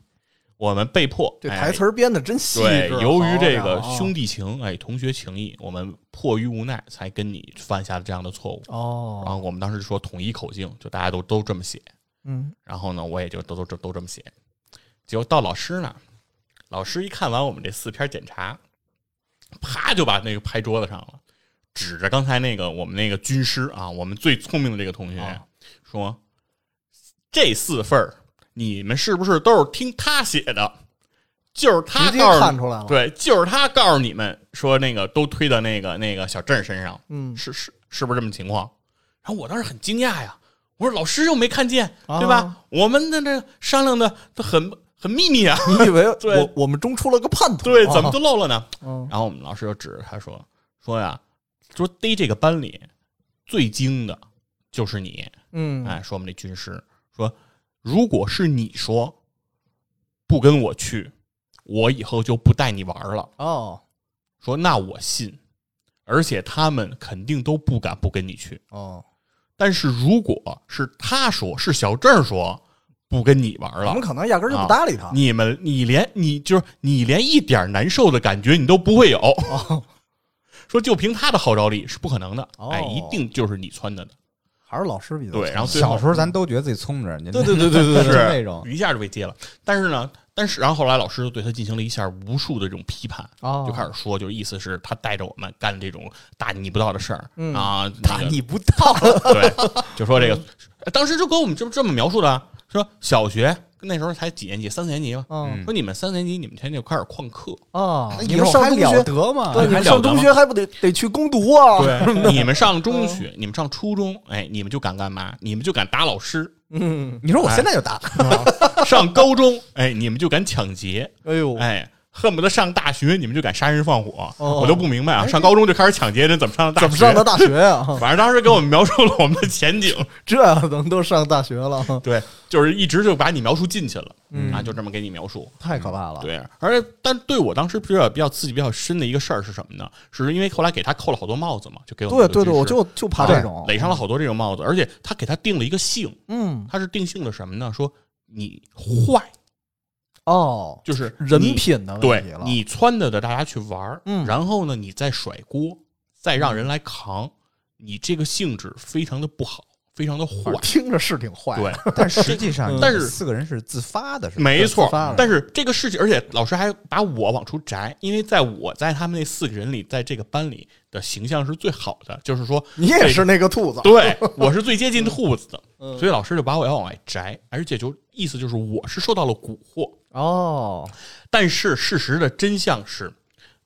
[SPEAKER 3] 我们被迫
[SPEAKER 1] 这
[SPEAKER 3] 哎
[SPEAKER 1] 台词儿编的真细
[SPEAKER 3] 对
[SPEAKER 1] 致，，
[SPEAKER 3] 由于这个
[SPEAKER 1] 好家伙
[SPEAKER 3] 兄弟情，哎，同学情谊，我们迫于无奈才跟你犯下了这样的错误。然
[SPEAKER 1] 哦，
[SPEAKER 3] 后我们当时说统一口径，就大家都都这么写，
[SPEAKER 1] 嗯，
[SPEAKER 3] 然后呢，我也就都都都都这么写。结果到老师那儿，老师一看完我们这四篇检查，啪就把那个拍桌子上了，指着刚才那个我们那个军师啊，我们最聪明的这个同学、
[SPEAKER 1] 啊
[SPEAKER 3] 说：“这四份儿你们是不是都是听他写的？就是他
[SPEAKER 1] 直接
[SPEAKER 3] 告诉
[SPEAKER 1] 看
[SPEAKER 3] 你
[SPEAKER 1] 出来了，，
[SPEAKER 3] 对，就是他告诉你们说那个都推到那个那个小郑身上，
[SPEAKER 1] 嗯，
[SPEAKER 3] 是是是不是这么情况？然后我当时很惊讶呀，我说老师又没看见，对吧？
[SPEAKER 1] 啊
[SPEAKER 3] 我们的这商量的都很很秘密啊，
[SPEAKER 1] 你以为
[SPEAKER 3] 对
[SPEAKER 1] 我我们中出了个叛徒？
[SPEAKER 3] 对，
[SPEAKER 1] 啊
[SPEAKER 3] 怎么就漏了呢？
[SPEAKER 1] 嗯
[SPEAKER 3] 然后我们老师就指着他说说呀，说逮这个班里最精的就是你，
[SPEAKER 1] 嗯
[SPEAKER 3] 哎，说我们这军师说，如果是你说不跟我去，我以后就不带你玩了。
[SPEAKER 1] 哦
[SPEAKER 3] 说那我信，而且他们肯定都不敢不跟你去。
[SPEAKER 1] 哦，
[SPEAKER 3] 但是如果是他说，是小郑说不跟你玩
[SPEAKER 1] 我们
[SPEAKER 3] 了，
[SPEAKER 1] 可能压根儿就不搭理他，
[SPEAKER 3] 啊你们你连你就是你连一点难受的感觉你都不会有。说就凭他的号召力是不可能的，
[SPEAKER 1] 哦
[SPEAKER 3] 哎，一定就是你撺掇的。
[SPEAKER 1] 还是老师比较
[SPEAKER 3] 对然后最后
[SPEAKER 2] 小时候咱都觉得自己聪明着， 你
[SPEAKER 3] 对对对对对
[SPEAKER 2] 是
[SPEAKER 3] 对，
[SPEAKER 2] 那种
[SPEAKER 3] 一下就被揭了。但是呢，但是然后后来老师就对他进行了一下无数的这种批判，
[SPEAKER 1] 哦
[SPEAKER 3] 就开始说，就是意思是他带着我们干这种大逆不道的事儿、
[SPEAKER 1] 嗯
[SPEAKER 3] 啊，
[SPEAKER 2] 大
[SPEAKER 3] 那个
[SPEAKER 2] 逆不道。
[SPEAKER 3] 对，就说这个，当时就跟我们这么这么描述的啊，说小学那时候才几年级，三四年级吧，
[SPEAKER 1] 嗯
[SPEAKER 3] 说你们三年级你们天天就开始旷课，哎
[SPEAKER 1] 啊，
[SPEAKER 2] 以
[SPEAKER 1] 们
[SPEAKER 2] 后
[SPEAKER 1] 上
[SPEAKER 2] 还
[SPEAKER 1] 中
[SPEAKER 2] 了
[SPEAKER 1] 学，
[SPEAKER 2] 得吗？
[SPEAKER 1] 对，你
[SPEAKER 3] 还
[SPEAKER 1] 们上
[SPEAKER 3] 了得
[SPEAKER 1] 中
[SPEAKER 3] 吗
[SPEAKER 1] 学还不得得去攻读
[SPEAKER 2] 哦
[SPEAKER 1] 啊？，
[SPEAKER 3] 对， 你们上中学，你们上初中，哎，你们就敢干嘛？你们就敢打老师。
[SPEAKER 1] 嗯，
[SPEAKER 2] 你说我现在就打，
[SPEAKER 3] 哎上高中，哎，你们就敢抢劫，
[SPEAKER 1] 哎呦，
[SPEAKER 3] 哎，恨不得上大学你们就敢杀人放火，
[SPEAKER 1] 哦
[SPEAKER 3] 我都不明白啊！上高中就开始抢劫，人怎么上的大学？
[SPEAKER 1] 怎么上的大学 啊？
[SPEAKER 3] 反正当时给我们描述了我们的前景，
[SPEAKER 1] 这能都上大学 了，
[SPEAKER 3] 对，就是一直就把你描述进去了、
[SPEAKER 1] 嗯
[SPEAKER 3] 啊，就这么给你描述。
[SPEAKER 1] 太可怕了。
[SPEAKER 3] 对，而但对我当时比较比较刺激比较深的一个事儿是什么呢？是因为后来给他扣了好多帽子嘛，就给我
[SPEAKER 1] 对
[SPEAKER 3] 们
[SPEAKER 1] 对对，
[SPEAKER 3] 律师
[SPEAKER 1] 我就就怕这种，
[SPEAKER 3] 垒上了好多这种帽子，而且他给他定了一个性，
[SPEAKER 1] 嗯，
[SPEAKER 3] 他是定性的什么呢？说你坏，
[SPEAKER 1] 哦，
[SPEAKER 3] 就是
[SPEAKER 1] 人
[SPEAKER 3] 你
[SPEAKER 1] 品的问题
[SPEAKER 3] 对
[SPEAKER 1] 了，
[SPEAKER 3] 你撺掇着大家去玩儿，
[SPEAKER 1] 嗯
[SPEAKER 3] 然后呢，你再甩锅，再让人来
[SPEAKER 1] 嗯
[SPEAKER 3] 扛，你这个性质非常的不好，非常的坏
[SPEAKER 1] 反正。听着是挺坏，
[SPEAKER 3] 对，
[SPEAKER 2] 但实际上，
[SPEAKER 3] 但是
[SPEAKER 2] 四个人是自发的，是吧？
[SPEAKER 3] 没错
[SPEAKER 1] 自发的。
[SPEAKER 3] 但是这个事情，而且老师还把我往出摘，因为在我在他们那四个人里，在这个班里的形象是最好 的，就是说
[SPEAKER 1] 你也是那个兔子，
[SPEAKER 3] 对我是最接近兔子的，
[SPEAKER 1] 嗯
[SPEAKER 3] 所以老师就把我要往外摘，而且就意思就是我是受到了蛊惑。
[SPEAKER 1] 哦，
[SPEAKER 3] 但是事实的真相是，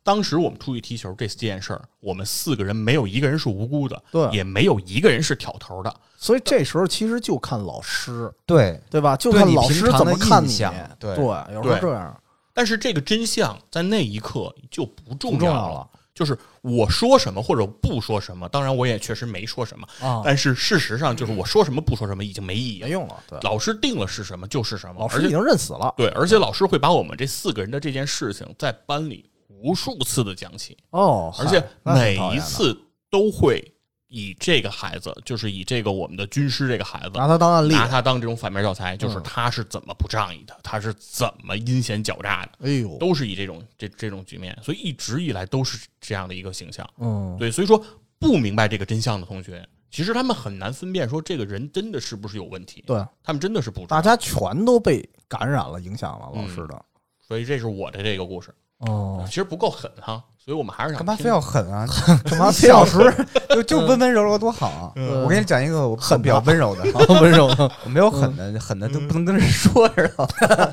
[SPEAKER 3] 当时我们出去踢球这这件事儿，我们四个人没有一个人是无辜的，
[SPEAKER 1] 对
[SPEAKER 3] 也没有一个人是挑头的。
[SPEAKER 1] 所以这时候其实就看老师，
[SPEAKER 2] 对，
[SPEAKER 1] 对吧？就
[SPEAKER 2] 对
[SPEAKER 1] 看
[SPEAKER 2] 你
[SPEAKER 1] 老
[SPEAKER 2] 平
[SPEAKER 1] 师
[SPEAKER 2] 常
[SPEAKER 1] 怎么
[SPEAKER 2] 的
[SPEAKER 1] 看
[SPEAKER 2] 印
[SPEAKER 1] 你
[SPEAKER 2] 象，
[SPEAKER 1] 对
[SPEAKER 2] 对，
[SPEAKER 1] 有时候
[SPEAKER 3] 对
[SPEAKER 1] 这样
[SPEAKER 3] 但是这个真相在那一刻就不重
[SPEAKER 1] 不重
[SPEAKER 3] 了。
[SPEAKER 1] 要了
[SPEAKER 3] 就是我说什么或者不说什么，当然我也确实没说什么，
[SPEAKER 1] 啊，
[SPEAKER 3] 但是事实上就是我说什么不说什么已经没意义
[SPEAKER 1] 没
[SPEAKER 3] 了。
[SPEAKER 1] 用了，对，
[SPEAKER 3] 老师定了是什么就是什么，
[SPEAKER 1] 老
[SPEAKER 3] 而
[SPEAKER 1] 师
[SPEAKER 3] 且
[SPEAKER 1] 已经认死了，
[SPEAKER 3] 对，而且老师会把我们这四个人的这件事情在班里无数次的讲起，
[SPEAKER 1] 哦，
[SPEAKER 3] 而且
[SPEAKER 1] 嗨那挺
[SPEAKER 3] 每
[SPEAKER 1] 讨
[SPEAKER 3] 一
[SPEAKER 1] 厌的
[SPEAKER 3] 次都会以这个孩子，就是以这个我们的军师这个孩子，
[SPEAKER 1] 拿他当案例，
[SPEAKER 3] 拿他当这种反面教材，
[SPEAKER 1] 嗯
[SPEAKER 3] 就是他是怎么不仗义的，他是怎么阴险狡诈的，
[SPEAKER 1] 哎呦，
[SPEAKER 3] 都是以这种这这种局面，所以一直以来都是这样的一个形象。
[SPEAKER 1] 嗯，
[SPEAKER 3] 对，所以说不明白这个真相的同学，其实他们很难分辨说这个人真的是不是有问题，
[SPEAKER 1] 对，
[SPEAKER 3] 他们真的是不知
[SPEAKER 1] 大
[SPEAKER 3] 道。
[SPEAKER 1] 家全都被感染了，影响了老
[SPEAKER 3] 嗯
[SPEAKER 1] 师的，
[SPEAKER 3] 所以这是我的这个故事，
[SPEAKER 1] 哦
[SPEAKER 3] 其，实不够狠哈、所以我们还是想
[SPEAKER 2] 干嘛
[SPEAKER 3] 听
[SPEAKER 2] 非要狠啊？
[SPEAKER 3] 嗯
[SPEAKER 1] 干嘛非要
[SPEAKER 2] 小时候 就就温温柔柔多好啊！
[SPEAKER 3] 嗯
[SPEAKER 2] 我给你讲一个我
[SPEAKER 1] 狠
[SPEAKER 2] 比较 温柔的，
[SPEAKER 1] 温柔呢？
[SPEAKER 2] 我没有狠的，
[SPEAKER 3] 嗯
[SPEAKER 2] 狠的都不能跟人说知道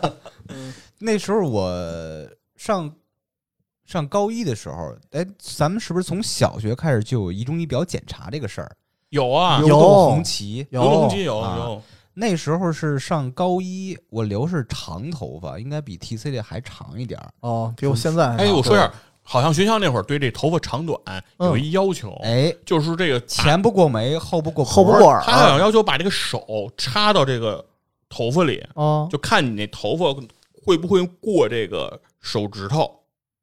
[SPEAKER 2] 吗。 那时候我上上高一的时候，哎，咱们是不是从小学开始就有一中一表检查这个事儿？
[SPEAKER 3] 有啊？
[SPEAKER 2] 流动红旗，
[SPEAKER 1] 有
[SPEAKER 3] 刘同基有
[SPEAKER 2] 啊
[SPEAKER 3] 有，
[SPEAKER 2] 那时候是上高一，我留是长头发，应该比 T C 的还长一点儿。
[SPEAKER 1] 哦，比我现在还
[SPEAKER 3] 哎，
[SPEAKER 1] 好
[SPEAKER 3] 我说一下，好像学校那会儿对这头发长短有一要求，
[SPEAKER 2] 嗯哎，
[SPEAKER 3] 就是这个
[SPEAKER 2] 前不过眉，后不过脖
[SPEAKER 1] 后不过耳啊
[SPEAKER 3] 他好像要求把这个手插到这个头发里，
[SPEAKER 1] 哦
[SPEAKER 3] 就看你那头发会不会过这个手指头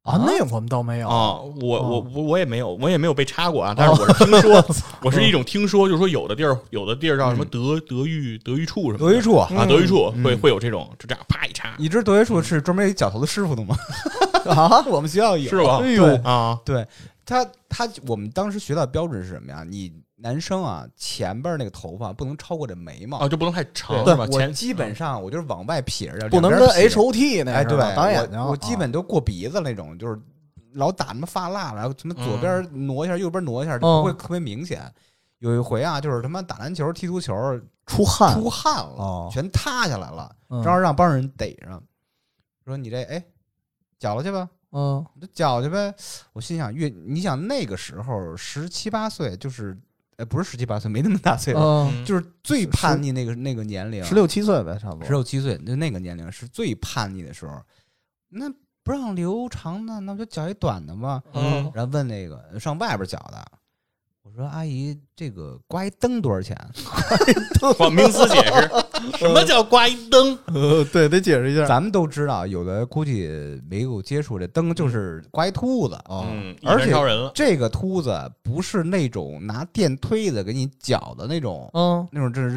[SPEAKER 1] 啊，那我们倒没有
[SPEAKER 3] 啊。我我
[SPEAKER 1] 哦
[SPEAKER 3] 我我也没有，我也没有被插过啊，
[SPEAKER 2] 哦
[SPEAKER 3] 但是我是听说，我是一种听说，就是说有的地儿有的地儿叫什么德德育德育处
[SPEAKER 2] 嗯
[SPEAKER 3] 什么
[SPEAKER 2] 德
[SPEAKER 3] 的
[SPEAKER 2] 育处，
[SPEAKER 3] 啊，德育处
[SPEAKER 2] 嗯
[SPEAKER 3] 会会有这种就这样啪一插，
[SPEAKER 2] 你知道德育处是专门有一绞头的师傅的吗？
[SPEAKER 1] 啊，
[SPEAKER 2] 我们学校有，
[SPEAKER 3] 是吧？
[SPEAKER 1] 哎呦
[SPEAKER 3] 啊，
[SPEAKER 2] 对他，他我们当时学到的标准是什么呀？你男生啊，前边儿那个头发不能超过这眉毛
[SPEAKER 3] 啊，，就不能太长
[SPEAKER 1] 对
[SPEAKER 3] 是吧？
[SPEAKER 2] 我
[SPEAKER 3] 前嗯
[SPEAKER 2] 基本上我就是往外撇着，
[SPEAKER 1] 不能
[SPEAKER 2] 两
[SPEAKER 1] 跟
[SPEAKER 2] 边撇
[SPEAKER 1] H O T 那
[SPEAKER 2] 哎，
[SPEAKER 1] 似
[SPEAKER 2] 对，
[SPEAKER 1] 的
[SPEAKER 2] 我
[SPEAKER 1] 挡眼睛，
[SPEAKER 2] 我基本都过鼻子那种，就是老打什么发蜡，然后什么左边挪一下，右边挪一下，就不会特别明显。有一回啊，就是他妈打篮球、踢足球
[SPEAKER 1] 啊出汗
[SPEAKER 2] 出汗
[SPEAKER 1] 哦
[SPEAKER 2] 了，全塌下来了，
[SPEAKER 1] 嗯
[SPEAKER 2] 正好让帮人逮上，说你这哎，绞了去吧。
[SPEAKER 1] 嗯
[SPEAKER 2] 你就搅去呗。我心想，越你想那个时候十七八岁，就是呃不是十七八岁，没那么大岁数，
[SPEAKER 1] 嗯，
[SPEAKER 3] 嗯
[SPEAKER 2] 就是最
[SPEAKER 1] 十
[SPEAKER 2] 叛逆那个那个年龄，
[SPEAKER 1] 十六七岁呗，差不
[SPEAKER 2] 十
[SPEAKER 1] 多。
[SPEAKER 2] 六七岁就那个年龄是最叛逆的时候。那不让留长的，那不就绞一短的吗？
[SPEAKER 3] 嗯
[SPEAKER 2] 然后问那个上外边绞的，我说阿姨，这个刮一灯多少钱？
[SPEAKER 3] 我名词解 释，什么叫刮一灯？
[SPEAKER 1] 呃，对，得解释一下。
[SPEAKER 2] 咱们都知道，有的估计没有接触，这灯就是刮一秃子啊，
[SPEAKER 3] 嗯，一
[SPEAKER 2] 而
[SPEAKER 3] 人
[SPEAKER 2] 且
[SPEAKER 3] 超人了。
[SPEAKER 2] 这个秃子不是那种拿电推子给你绞的那种，
[SPEAKER 1] 嗯，
[SPEAKER 2] 那种就是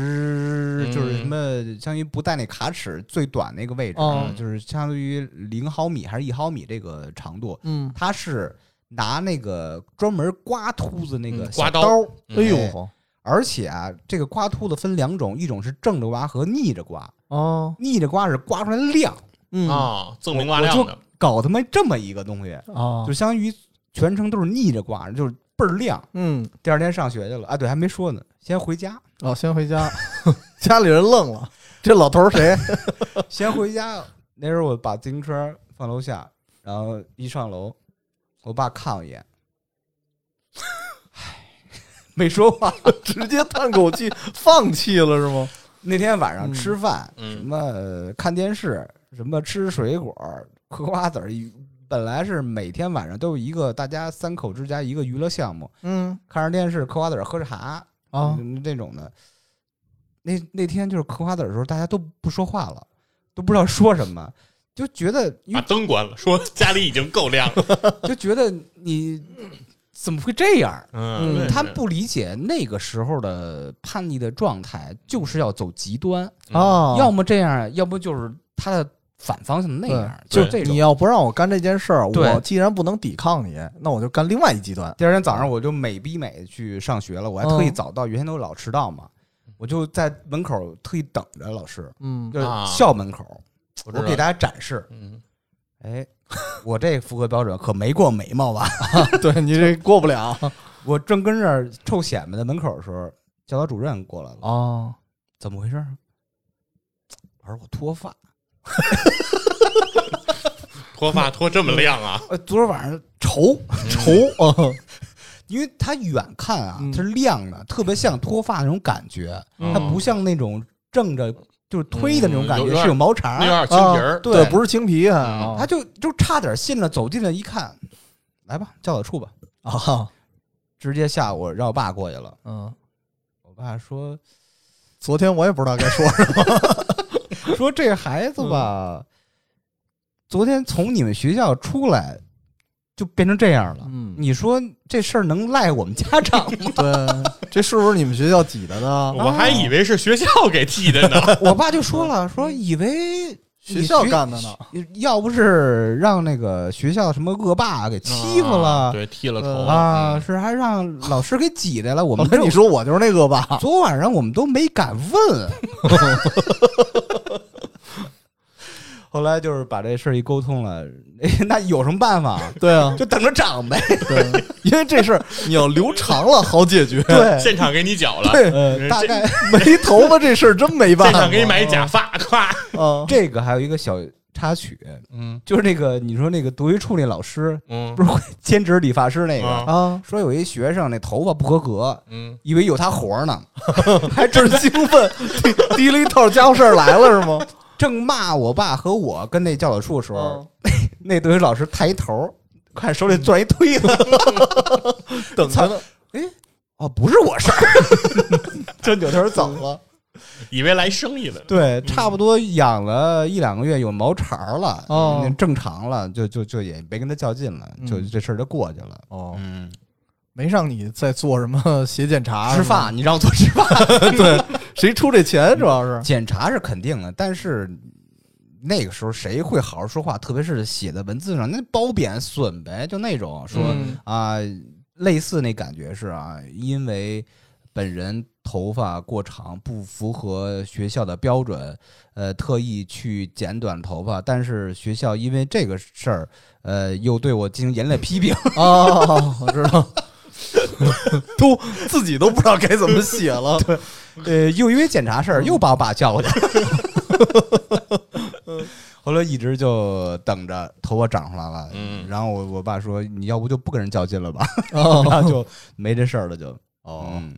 [SPEAKER 3] 嗯
[SPEAKER 2] 就是什么，相当于不带那卡尺最短那个位置，啊
[SPEAKER 1] 哦
[SPEAKER 2] 就是相当于零毫米还是一毫米这个长度，
[SPEAKER 1] 嗯
[SPEAKER 2] 它是拿那个专门刮秃子那个
[SPEAKER 3] 嗯
[SPEAKER 2] 小
[SPEAKER 3] 刮刀
[SPEAKER 2] 刀，
[SPEAKER 1] 哎呦
[SPEAKER 2] 哎而且啊，这个刮秃子分两种，一种是正着刮和逆着刮，
[SPEAKER 1] 哦，
[SPEAKER 2] 逆着刮是刮出来亮，
[SPEAKER 1] 嗯
[SPEAKER 3] 啊，锃明瓦
[SPEAKER 2] 我
[SPEAKER 3] 亮
[SPEAKER 2] 就
[SPEAKER 3] 的，
[SPEAKER 2] 搞他妈这么一个东西，
[SPEAKER 1] 啊
[SPEAKER 2] 就，相当于全程都是逆着刮，就是倍儿亮。
[SPEAKER 1] 嗯，
[SPEAKER 2] 第二天上学去了啊，对，还没说呢，先回家，
[SPEAKER 1] 哦，先回家， 家里人愣了， 这老头儿谁？
[SPEAKER 2] 先回家。那时候我把自行车放楼下，然后一上楼，我爸看我一眼，唉，没说话。
[SPEAKER 1] 直接叹口气，放弃了是吗？
[SPEAKER 2] 那天晚上
[SPEAKER 1] 嗯
[SPEAKER 2] 吃饭，
[SPEAKER 3] 嗯
[SPEAKER 2] 什么呃看电视，什么吃水果，嗑瓜子儿，本来是每天晚上都有一个大家三口之家一个娱乐项目，
[SPEAKER 1] 嗯
[SPEAKER 2] 看着电视嗑瓜子儿喝茶
[SPEAKER 3] 哦
[SPEAKER 1] 啊，
[SPEAKER 2] 嗯这种的。那那天就是嗑瓜子儿的时候，大家都不说话了，都不知道说什么，就觉得因
[SPEAKER 3] 把
[SPEAKER 2] 为
[SPEAKER 3] 灯关了，说家里已经够亮了。
[SPEAKER 2] 就觉得你怎么会这样？
[SPEAKER 1] 嗯
[SPEAKER 3] 嗯，
[SPEAKER 2] 他们不理解那个时候的叛逆的状态，就是要走极端，
[SPEAKER 3] 嗯
[SPEAKER 1] 啊，
[SPEAKER 2] 要么这样，要不就是他的反方向那
[SPEAKER 1] 对
[SPEAKER 2] 样，就是
[SPEAKER 3] 对
[SPEAKER 2] 这
[SPEAKER 1] 你
[SPEAKER 2] 种。
[SPEAKER 1] 要不让我干这件事儿，
[SPEAKER 2] 对
[SPEAKER 1] 我既然不能抵抗你，那我就干另外一极端。
[SPEAKER 2] 第二天早上我就美逼美去上学了，我还特意
[SPEAKER 1] 嗯
[SPEAKER 2] 早到，原先都老迟到嘛，我就在门口特意等着老师，
[SPEAKER 1] 嗯
[SPEAKER 2] 就
[SPEAKER 3] 嗯啊
[SPEAKER 2] 校门口，
[SPEAKER 3] 我知
[SPEAKER 2] 我
[SPEAKER 3] 道
[SPEAKER 2] 给大家展示，
[SPEAKER 3] 嗯，
[SPEAKER 2] 哎，我这符合标准可没过眉毛吧？
[SPEAKER 1] 对你这过不 了
[SPEAKER 2] 我正跟这儿臭显摆在门口的时候，教导主任过来了，
[SPEAKER 1] 啊，
[SPEAKER 2] 怎么回事儿？老师，我脱发，
[SPEAKER 3] 脱发脱这么亮啊，
[SPEAKER 2] 呃，昨天晚上愁，嗯
[SPEAKER 1] 愁啊，
[SPEAKER 2] 因为它远看啊，
[SPEAKER 1] 嗯
[SPEAKER 2] 它是亮的，特别像脱发那种感觉，
[SPEAKER 3] 嗯
[SPEAKER 2] 它不像那种正着就是推的那种感
[SPEAKER 3] 嗯有
[SPEAKER 2] 觉，
[SPEAKER 3] 点
[SPEAKER 2] 是有毛茬
[SPEAKER 3] 那有
[SPEAKER 2] 儿，
[SPEAKER 3] 点青皮儿，
[SPEAKER 2] 对
[SPEAKER 1] 哦不是青皮还啊
[SPEAKER 3] 嗯
[SPEAKER 2] 他就就差点信了，走进来一看，来吧，教导处吧，
[SPEAKER 1] 啊，
[SPEAKER 2] 直接下午让我爸过去了，
[SPEAKER 1] 嗯，
[SPEAKER 2] 我爸说。
[SPEAKER 1] 昨天我也不知道该说什么，
[SPEAKER 2] 说这孩子
[SPEAKER 1] 嗯
[SPEAKER 2] 吧，昨天从你们学校出来就变成这样了。
[SPEAKER 1] 嗯
[SPEAKER 2] 你说这事儿能赖我们家长吗？
[SPEAKER 1] 对，这是不是你们学校挤的呢？哦
[SPEAKER 3] 我
[SPEAKER 2] 啊
[SPEAKER 3] 还以为是学校给剃 的呢。
[SPEAKER 2] 我爸就说了，说
[SPEAKER 1] 嗯
[SPEAKER 2] 以为
[SPEAKER 1] 学校干的呢，哦
[SPEAKER 2] 你学，要不是让那个学校什么恶霸给欺负
[SPEAKER 3] 啊
[SPEAKER 2] 了
[SPEAKER 3] 对，剃了头
[SPEAKER 2] 啊，，是还让老师给挤来了。我
[SPEAKER 1] 嗯我
[SPEAKER 2] 们
[SPEAKER 1] 跟你
[SPEAKER 2] 这
[SPEAKER 1] 说，啊我就是那 恶霸，
[SPEAKER 2] 昨晚上我们都没敢问。 后来就是把这事儿一沟通了，哎那有什么办法？
[SPEAKER 1] 对啊，
[SPEAKER 2] 就等着长呗。
[SPEAKER 1] 对， 因为这事儿你要留长了好解决，
[SPEAKER 2] 啊
[SPEAKER 3] 嗯现场给你绞了，
[SPEAKER 2] 对，
[SPEAKER 1] 呃，
[SPEAKER 3] 这
[SPEAKER 1] 大概没头发这事儿真没办
[SPEAKER 3] 现
[SPEAKER 1] 法，
[SPEAKER 3] 场给你买一
[SPEAKER 2] 嗯
[SPEAKER 3] 假发，咵，
[SPEAKER 1] 啊，
[SPEAKER 2] 这个还有一个小插曲，
[SPEAKER 3] 嗯
[SPEAKER 2] 就是那个你说那个德育处那老师
[SPEAKER 3] 嗯
[SPEAKER 2] 不是会兼职理发师那个，
[SPEAKER 3] 啊
[SPEAKER 1] 啊，
[SPEAKER 2] 说有一学生那头发不合格，
[SPEAKER 3] 嗯，
[SPEAKER 2] 以为有他活 儿呢，
[SPEAKER 1] 还真兴奋，提提了一套家伙事儿来了是 吗？
[SPEAKER 2] 正骂我爸和我跟那教导处的
[SPEAKER 1] 哦
[SPEAKER 2] 时候，
[SPEAKER 1] 嗯
[SPEAKER 2] 那德育老师抬头看手里攥一推子，
[SPEAKER 1] 嗯等着呢，
[SPEAKER 2] 哦，不是我事儿，就扭头走了。
[SPEAKER 3] 以为来生意了，
[SPEAKER 2] 对，差不多养了一两个月，有毛茬儿了，
[SPEAKER 1] 哦
[SPEAKER 2] 那正常了，就就就也没跟他较劲了，就
[SPEAKER 1] 嗯
[SPEAKER 2] 这事儿就过去了。
[SPEAKER 1] 哦，
[SPEAKER 3] 嗯，
[SPEAKER 1] 没让你再做什么血检查、
[SPEAKER 2] 吃饭，你让我做吃饭，
[SPEAKER 1] 什么的， 对，谁出这钱主要是，
[SPEAKER 2] 检查是肯定的，但是那个时候谁会好好说话？特别是写在文字上，那褒贬损呗，就那种说
[SPEAKER 1] 嗯
[SPEAKER 2] 啊、类似那感觉是啊，因为本人头发过长，不符合学校的标准，呃，特意去剪短头发，但是学校因为这个事儿，呃，又对我进行严厉批评，
[SPEAKER 1] 哦，我知 道，都自己都不知道该怎么写了，对，
[SPEAKER 2] 呃，又因为检查事儿，又把我爸叫过去。后来一直就等着头发长出来了，
[SPEAKER 3] 嗯
[SPEAKER 2] 然后我我爸说你要不就不跟人较劲了吧，
[SPEAKER 1] 哦
[SPEAKER 2] 然后就没这事儿了就。
[SPEAKER 1] 哦，
[SPEAKER 2] 嗯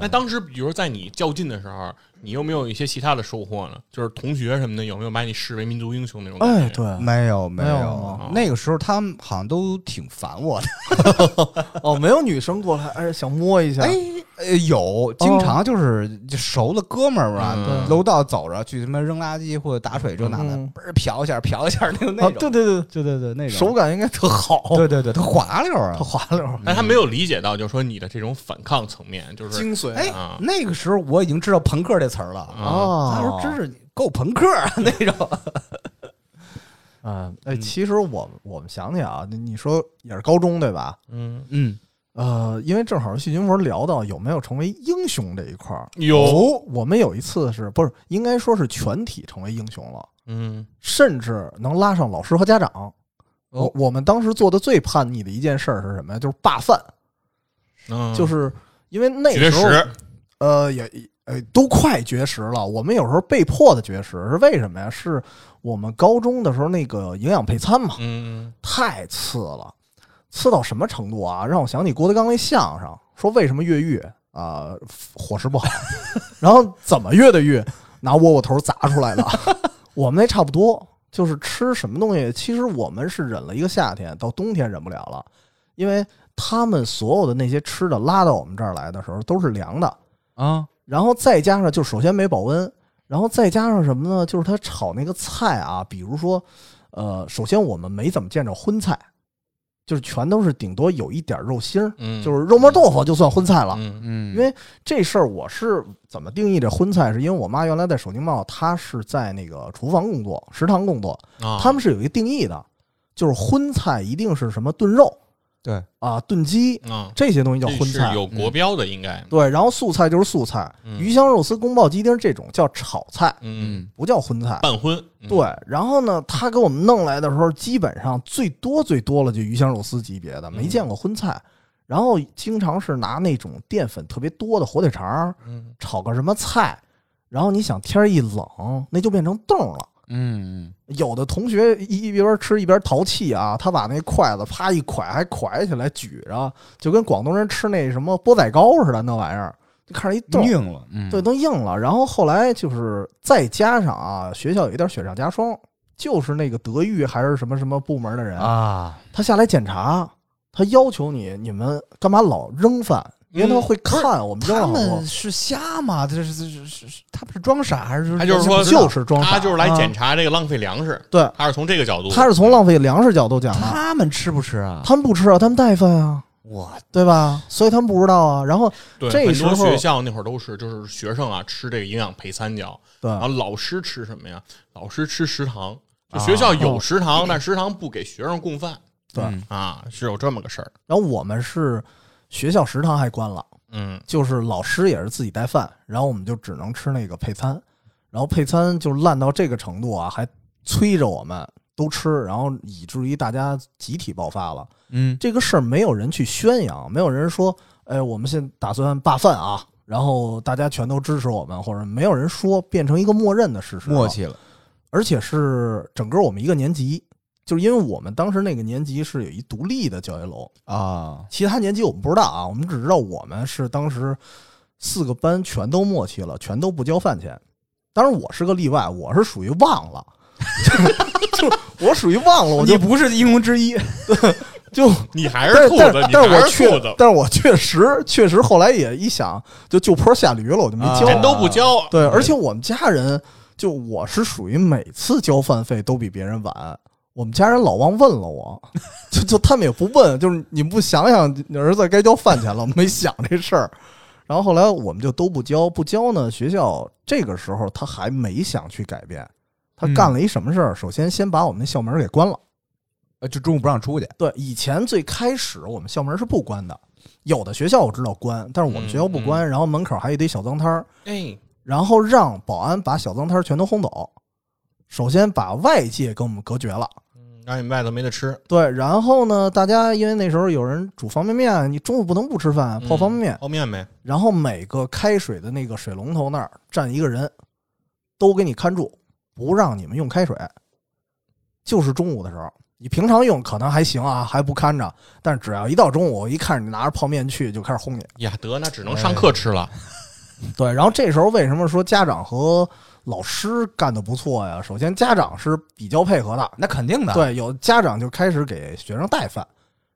[SPEAKER 3] 那当时，比如在你较劲的时候，你有没有一些其他的收获呢？就是同学什么的，有没有把你视为民族英雄那种感觉？
[SPEAKER 1] 哎，对，
[SPEAKER 2] 没有没
[SPEAKER 1] 没有吗
[SPEAKER 2] 那个时候他们好像都挺烦我的，
[SPEAKER 1] 哦，没有女生过来，哎，哦想摸一下，
[SPEAKER 2] 哎，呃有经常就是就熟的哥们儿吧
[SPEAKER 3] 嗯，
[SPEAKER 2] 楼道走着去什么扔垃圾或者打水这那的
[SPEAKER 1] 嗯，
[SPEAKER 2] 嘣儿瞟一下瞟一下那种
[SPEAKER 1] 啊，对
[SPEAKER 2] 那种，
[SPEAKER 1] 对对，
[SPEAKER 2] 对对对那种
[SPEAKER 1] 手感应该特好，
[SPEAKER 2] 对对对，他滑溜儿啊
[SPEAKER 1] 哦特，滑 溜，
[SPEAKER 3] 但他没有理解到，就是说你的这种反抗层面，就是
[SPEAKER 1] 精髓，
[SPEAKER 2] 哎
[SPEAKER 3] 啊，
[SPEAKER 2] 那个时候我已经知道朋克这词儿了。
[SPEAKER 3] 啊，
[SPEAKER 1] 哦，
[SPEAKER 2] 他说：“真是够朋克啊那种。”
[SPEAKER 6] 啊，哎，
[SPEAKER 2] 嗯
[SPEAKER 1] 其实我我们想起啊，你你说也是高中对吧？
[SPEAKER 6] 嗯，
[SPEAKER 2] 嗯，
[SPEAKER 1] 呃，因为正好细菌佛聊到有没有成为英雄这一块儿，哦
[SPEAKER 3] 有
[SPEAKER 1] 我们有一次是不是应该说是全体成为英雄了，
[SPEAKER 6] 嗯，
[SPEAKER 1] 甚至能拉上老师和家长。我、
[SPEAKER 6] 哦
[SPEAKER 1] 我们当时做的最叛逆的一件事儿是什么呀？就是罢饭，
[SPEAKER 6] 嗯
[SPEAKER 1] 就是因为那
[SPEAKER 3] 绝
[SPEAKER 1] 时候
[SPEAKER 3] 食，
[SPEAKER 1] 呃也呃都快绝食了，我们有时候被迫的绝食是为什么呀？是我们高中的时候那个营养配餐嘛，
[SPEAKER 6] 嗯，
[SPEAKER 1] 太次了，次到什么程度啊？让我想起郭德纲那相声，说为什么越狱啊、伙食不好， 然后怎么越的狱，拿窝窝头砸出来的。 我们那差不多，就是吃什么东西，其实我们是忍了一个夏天，到冬天忍不了了，因为他们所有的那些吃的拉到我们这儿来的时候都是凉的，
[SPEAKER 2] 啊，
[SPEAKER 1] 然后再加上就首先没保温，然后再加上什么呢？就是他炒那个菜啊，比如说，呃，首先我们没怎么见着荤菜，就是全都是顶多有一点肉心儿，
[SPEAKER 6] 嗯，
[SPEAKER 1] 就是肉末豆腐就算荤菜了。
[SPEAKER 6] 嗯，
[SPEAKER 2] 嗯，
[SPEAKER 1] 因为这事儿我是怎么定义这荤菜，是因为我妈原来在首经贸，她是在那个厨房工作、食堂工作，
[SPEAKER 6] 啊，
[SPEAKER 1] 他们是有一个定义的，就是荤菜一定是什么炖肉
[SPEAKER 2] 对，
[SPEAKER 1] 啊、炖鸡
[SPEAKER 6] 啊，
[SPEAKER 1] 这些东西叫
[SPEAKER 3] 这
[SPEAKER 1] 荤
[SPEAKER 3] 是
[SPEAKER 1] 菜，
[SPEAKER 3] 有国标的，应该
[SPEAKER 1] 嗯对，然后素菜就是素菜，
[SPEAKER 6] 嗯
[SPEAKER 1] 鱼香肉丝、宫爆鸡丁这种叫炒菜，
[SPEAKER 6] 嗯，
[SPEAKER 1] 不叫荤菜。
[SPEAKER 3] 半荤。
[SPEAKER 1] 对，然后呢，他给我们弄来的时候，基本上最多最多了就鱼香肉丝级别
[SPEAKER 6] 嗯
[SPEAKER 1] 的，没见过荤菜。然后经常是拿那种淀粉特别多的火腿肠儿
[SPEAKER 6] 嗯，
[SPEAKER 1] 炒个什么菜，然后你想天儿一冷，那就变成冻了。
[SPEAKER 2] 嗯
[SPEAKER 1] 有的同学一一边吃一边淘气啊，他把那筷子啪一蒯，还蒯起来举着，就跟广东人吃那什么钵仔糕似的那玩意儿，就看着一
[SPEAKER 2] 嗯，
[SPEAKER 1] 冻，
[SPEAKER 2] 硬了，嗯，
[SPEAKER 1] 对，，都硬了。然后后来就是再加上啊，学校有一点雪上加霜，就是那个德育还是什么什么部门的人，
[SPEAKER 2] 啊，
[SPEAKER 1] 他下来检查，他要求你你们干嘛老扔饭，因为他会看我们扔
[SPEAKER 2] 嗯
[SPEAKER 1] 了
[SPEAKER 2] 他
[SPEAKER 1] 好多
[SPEAKER 2] 们，是瞎吗？这是这是是，他们是装傻还是？
[SPEAKER 3] 他就是说
[SPEAKER 1] 就是装傻
[SPEAKER 3] 他就是来
[SPEAKER 2] 啊
[SPEAKER 3] 检查这个浪费粮食，
[SPEAKER 1] 对，
[SPEAKER 3] 他是从这个角度，
[SPEAKER 1] 他是从浪费粮食角度讲的，
[SPEAKER 2] 他们吃不吃啊？
[SPEAKER 3] 嗯
[SPEAKER 1] 他们不吃啊，他们带饭啊。
[SPEAKER 2] 我
[SPEAKER 1] 对吧？所以他们不知道啊。然后
[SPEAKER 3] 对
[SPEAKER 1] 这
[SPEAKER 3] 很
[SPEAKER 1] 时
[SPEAKER 3] 多
[SPEAKER 1] 候
[SPEAKER 3] 学校那会儿都是，就是学生啊吃这个营养配餐叫，
[SPEAKER 1] 对
[SPEAKER 3] 然后老师吃什么呀？老师吃食堂，就学校有食堂，但食堂不给学生供饭
[SPEAKER 1] 对，
[SPEAKER 2] 嗯
[SPEAKER 3] 啊，是有这么个事儿。
[SPEAKER 1] 然后我们是学校食堂还关了，
[SPEAKER 3] 嗯，
[SPEAKER 1] 就是老师也是自己带饭，然后我们就只能吃那个配餐，然后配餐就烂到这个程度啊，还催着我们都吃，然后以至于大家集体爆发了。
[SPEAKER 2] 嗯
[SPEAKER 1] 这个事儿没有人去宣扬，没有人说，哎，我们现在打算罢饭啊。然后大家全都支持我们，或者没有人说，变成一个默认的事实了。
[SPEAKER 2] 默契了，
[SPEAKER 1] 而且是整个我们一个年级，就是因为我们当时那个年级是有一独立的教学楼，
[SPEAKER 2] 啊，
[SPEAKER 1] 其他年级我们不知道啊，我们只知道我们是当时四个班全都默契了，全都不交饭钱。当然我是个例外，我是属于忘了， 就我属于忘了，我就
[SPEAKER 2] 你不是英雄之一，
[SPEAKER 1] 就
[SPEAKER 3] 你还
[SPEAKER 1] 但
[SPEAKER 3] 是
[SPEAKER 1] 是
[SPEAKER 3] 兔
[SPEAKER 1] 但
[SPEAKER 3] 子
[SPEAKER 1] 是，
[SPEAKER 3] 你
[SPEAKER 1] 但是
[SPEAKER 3] 还
[SPEAKER 1] 我
[SPEAKER 3] 是兔
[SPEAKER 1] 确
[SPEAKER 3] 子，
[SPEAKER 1] 但是我确实确实后来也一想，就就坡下驴了，我就没交。
[SPEAKER 3] 人都不交，
[SPEAKER 1] 对，而且我们家人就我是属于每次交饭费都比别人晚，我们家人老忘问了我， 就就他们也不问，就是你不想想你儿子该交饭钱了，没想这事儿。然后后来我们就都不交，不交呢，学校这个时候他还没想去改变，他干了一什么事儿？首先先把我们那校门给关了。
[SPEAKER 2] 呃就中午不让出去，
[SPEAKER 1] 对，以前最开始我们校门是不关的，有的学校我知道关，但是我们学校不关，然后门口还有一堆小脏摊儿。
[SPEAKER 3] 哎，
[SPEAKER 1] 然后让保安把小脏摊儿全都轰走。首先把外界跟我们隔绝了，
[SPEAKER 3] 让哎你们外头没得吃，
[SPEAKER 1] 对，然后呢，大家因为那时候有人煮方便面，你中午不能不吃
[SPEAKER 3] 嗯
[SPEAKER 1] 饭，泡方便面。
[SPEAKER 3] 泡面呗，
[SPEAKER 1] 然后每个开水的那个水龙头那儿站一个人，都给你看住，不让你们用开水。就是中午的时候，你平常用可能还行啊，还不看着，但是只要一到中午，一看着你拿着泡面去，就开始轰你。
[SPEAKER 3] 呀得，那只能上课吃了。
[SPEAKER 1] 对，然后这时候为什么说家长和老师干得不错呀？首先，家长是比较配合的，
[SPEAKER 2] 那肯定的，，
[SPEAKER 1] 对，有家长就开始给学生带饭。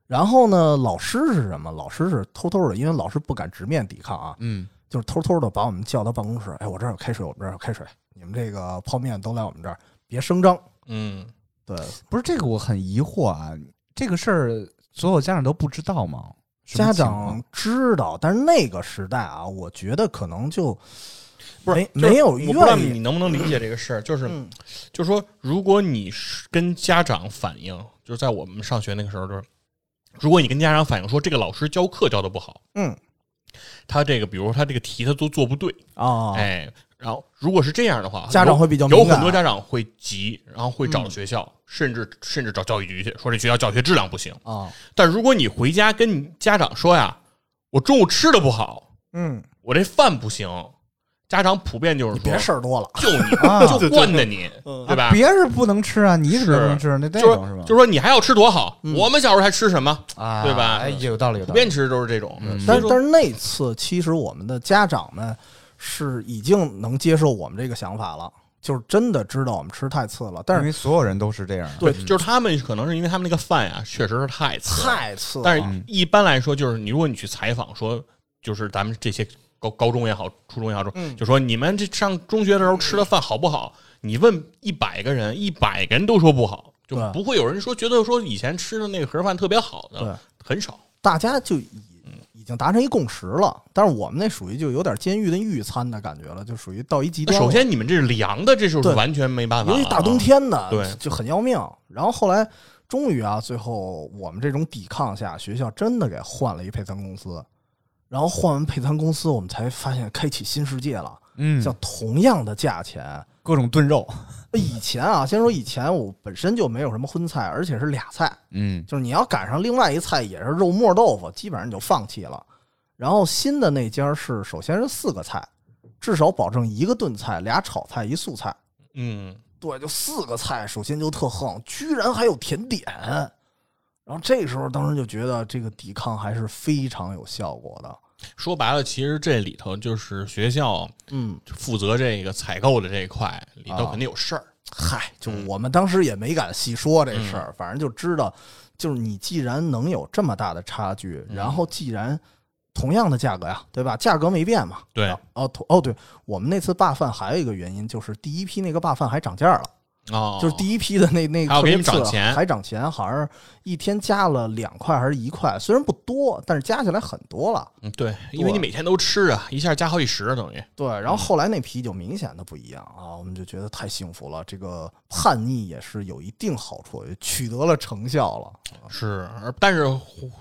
[SPEAKER 1] 然后呢，老师是什么？老师是偷偷的，因为老师不敢直面抵抗啊，
[SPEAKER 2] 嗯
[SPEAKER 1] 就是偷偷的把我们叫到办公室，哎，我这儿有开水，我这儿有开水，你们这个泡面都来我们这儿，别声张。
[SPEAKER 3] 嗯，
[SPEAKER 1] 对，
[SPEAKER 2] 不是这个，我很疑惑啊，这个事儿所有家长都不知道吗？什么
[SPEAKER 1] 家
[SPEAKER 2] 情况
[SPEAKER 1] 长知道，但是那个时代啊，我觉得可能就
[SPEAKER 3] 不是
[SPEAKER 1] 没
[SPEAKER 3] 就是
[SPEAKER 1] 没有
[SPEAKER 3] 我不知道
[SPEAKER 1] 愿意
[SPEAKER 3] 你能不能理解这个事儿，就是
[SPEAKER 1] 嗯
[SPEAKER 3] 就是说，如果你是跟家长反映，就是在我们上学那个时候，就是如果你跟家长反映说这个老师教课教的不好，
[SPEAKER 1] 嗯
[SPEAKER 3] 他这个比如说他这个题他都做不对，
[SPEAKER 1] 啊，
[SPEAKER 3] 哎，然后如果是这样的话，
[SPEAKER 1] 家长会比较
[SPEAKER 3] 有
[SPEAKER 1] 敏
[SPEAKER 3] 有
[SPEAKER 1] 感嗯
[SPEAKER 3] 很多家长会急，然后会找学校，甚至甚至找教育局去说这学校教学质量不行。
[SPEAKER 1] 啊，
[SPEAKER 3] 但如果你回家跟你家长说呀，我中午吃的不好，
[SPEAKER 1] 嗯，
[SPEAKER 3] 我这饭不行，家长普遍就是
[SPEAKER 1] 你
[SPEAKER 3] 说
[SPEAKER 1] 别啊事儿多了，
[SPEAKER 3] 就你
[SPEAKER 2] 啊
[SPEAKER 3] 就嗯惯着你，对吧？
[SPEAKER 2] 别是不能吃啊，你怎么不能吃？那那
[SPEAKER 3] 就是
[SPEAKER 2] 种是吧？
[SPEAKER 3] 就是说你还要吃多好，
[SPEAKER 1] 嗯
[SPEAKER 3] 我们小时候还吃什么？
[SPEAKER 2] 啊，
[SPEAKER 3] 对吧
[SPEAKER 2] 哎，有道理，有
[SPEAKER 3] 普
[SPEAKER 2] 道理
[SPEAKER 3] 遍。其实都是这种。所
[SPEAKER 1] 嗯但是
[SPEAKER 3] 以说
[SPEAKER 1] 但是那次其实我们的家长们是已经能接受我们这个想法了，就是真的知道我们吃太次了，但
[SPEAKER 2] 因
[SPEAKER 1] 是
[SPEAKER 2] 为所有人都是这样的。
[SPEAKER 3] 对，就是他们可能是因为他们那个饭呀，确实是太 次了。
[SPEAKER 1] 太次了，
[SPEAKER 3] 但
[SPEAKER 2] 嗯
[SPEAKER 3] 是一般来说，就是你如果你去采访说，就是咱们这些高高中也好，初中也好，
[SPEAKER 1] 嗯
[SPEAKER 3] 就说你们这上中学的时候吃的饭好不好？你问一百个人，一百个人都说不好，就
[SPEAKER 1] 对
[SPEAKER 3] 不会有人说觉得说以前吃的那个盒饭特别好
[SPEAKER 1] 对
[SPEAKER 3] 的，很少。
[SPEAKER 1] 大家就已
[SPEAKER 3] 嗯
[SPEAKER 1] 已经达成一共识了，但是我们那属于就有点监狱的狱餐的感觉了，就属于到一极
[SPEAKER 3] 那
[SPEAKER 1] 端了。
[SPEAKER 3] 首先你们这是凉的，这就是
[SPEAKER 1] 对
[SPEAKER 3] 完全没办法
[SPEAKER 1] 尤
[SPEAKER 3] 了啊。
[SPEAKER 1] 其大冬天的，
[SPEAKER 3] 对
[SPEAKER 1] 就很要命。然后后来终于啊，最后我们这种抵抗下，学校真的给换了一配餐公司。然后换完配餐公司，我们才发现开启新世界了。
[SPEAKER 2] 嗯，
[SPEAKER 1] 像同样的价钱，
[SPEAKER 2] 各种炖肉，
[SPEAKER 1] 以前啊，先说以前我本身就没有什么荤菜，而且是俩菜，
[SPEAKER 2] 嗯，
[SPEAKER 1] 就是你要赶上另外一菜也是肉末豆腐，基本上你就放弃了。然后新的那家是首先是四个菜，至少保证一个炖菜、俩炒菜、一素菜。
[SPEAKER 3] 嗯，
[SPEAKER 1] 对，就四个菜，首先就特横，居然还有甜点。然后这时候，当时就觉得这个抵抗还是非常有效果的。
[SPEAKER 3] 说白了，其实这里头就是学校
[SPEAKER 1] 嗯，
[SPEAKER 3] 负责这个采购的这一块，里
[SPEAKER 1] 啊
[SPEAKER 3] 头肯定有事儿。
[SPEAKER 1] 嗨，就
[SPEAKER 3] 嗯
[SPEAKER 1] 我们当时也没敢细说这事儿，反正就知道，就是你既然能有这么大的差距，
[SPEAKER 3] 嗯
[SPEAKER 1] 然后既然同样的价格呀，对吧？价格没变嘛。
[SPEAKER 3] 对
[SPEAKER 1] 然后。哦，同哦，对，我们那次罢饭还有一个原因，就是第一批那个罢饭还涨价了。
[SPEAKER 3] 哦，
[SPEAKER 1] 就是第一批的那那
[SPEAKER 3] 还有
[SPEAKER 1] 特别
[SPEAKER 3] 给你们
[SPEAKER 1] 次
[SPEAKER 3] 涨钱
[SPEAKER 1] 还涨钱，好像是一天加了两块还是一块，虽然不多，但是加起来很多了。
[SPEAKER 3] 嗯对，因为你每天都吃啊，一下加好几十等于。
[SPEAKER 1] 对，然后后来那批就明显的不一样啊，我们就觉得太幸福了，这个叛逆也是有一定好处，也取得了成效了。
[SPEAKER 3] 是，而但是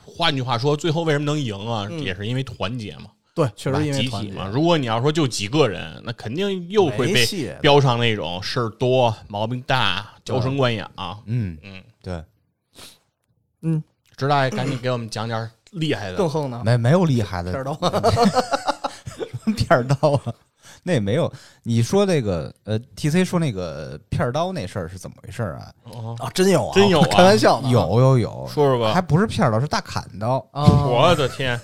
[SPEAKER 3] 换句话说，最后为什么能赢啊？也是因为团结嘛，
[SPEAKER 1] 对，嗯确
[SPEAKER 3] 对吧
[SPEAKER 1] 实因为
[SPEAKER 3] 集
[SPEAKER 1] 团
[SPEAKER 3] 体
[SPEAKER 1] 结
[SPEAKER 3] 嘛。如果你要说就几个人，那肯定又会
[SPEAKER 1] 没
[SPEAKER 3] 被
[SPEAKER 1] 戏
[SPEAKER 3] 标上那种事儿多、毛病大、娇生惯养、
[SPEAKER 2] 嗯
[SPEAKER 3] 嗯，
[SPEAKER 2] 对，
[SPEAKER 3] 直大爷，赶紧给我们讲点厉害
[SPEAKER 1] 更
[SPEAKER 3] 的。
[SPEAKER 1] 横呢，
[SPEAKER 2] 没没有厉害
[SPEAKER 1] 啊片儿
[SPEAKER 2] 的
[SPEAKER 1] 刀
[SPEAKER 2] 片儿刀啊，那也没有。你说那个呃，T C 说那个片儿刀那事儿是怎么回事儿啊？
[SPEAKER 3] 哦
[SPEAKER 1] 啊，真有啊，
[SPEAKER 3] 真有啊
[SPEAKER 1] 开玩笑呢，
[SPEAKER 2] 有有有，
[SPEAKER 3] 说说
[SPEAKER 2] 还
[SPEAKER 3] 吧，
[SPEAKER 2] 不是片儿刀，是大砍刀。
[SPEAKER 1] 啊，
[SPEAKER 3] 我的天，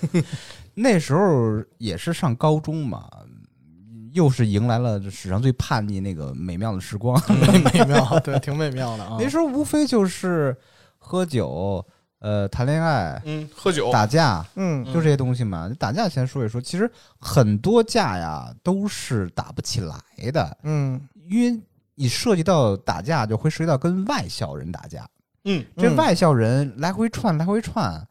[SPEAKER 2] 那时候也是上高中嘛，又是迎来了史上最叛逆那个美妙的时光。
[SPEAKER 1] 啊美妙，对， 挺美妙的啊。
[SPEAKER 2] 那时候无非就是喝酒，呃，谈恋爱，
[SPEAKER 3] 嗯，喝酒，
[SPEAKER 2] 打架，
[SPEAKER 1] 嗯
[SPEAKER 2] 就这些东西嘛。打架先说一说，其实很多架呀都是打不起来的，
[SPEAKER 1] 嗯，
[SPEAKER 2] 因为你涉及到打架，就会涉及到跟外校人打架。
[SPEAKER 3] 嗯，
[SPEAKER 2] 这
[SPEAKER 1] 嗯
[SPEAKER 2] 外校人来回串，来回串，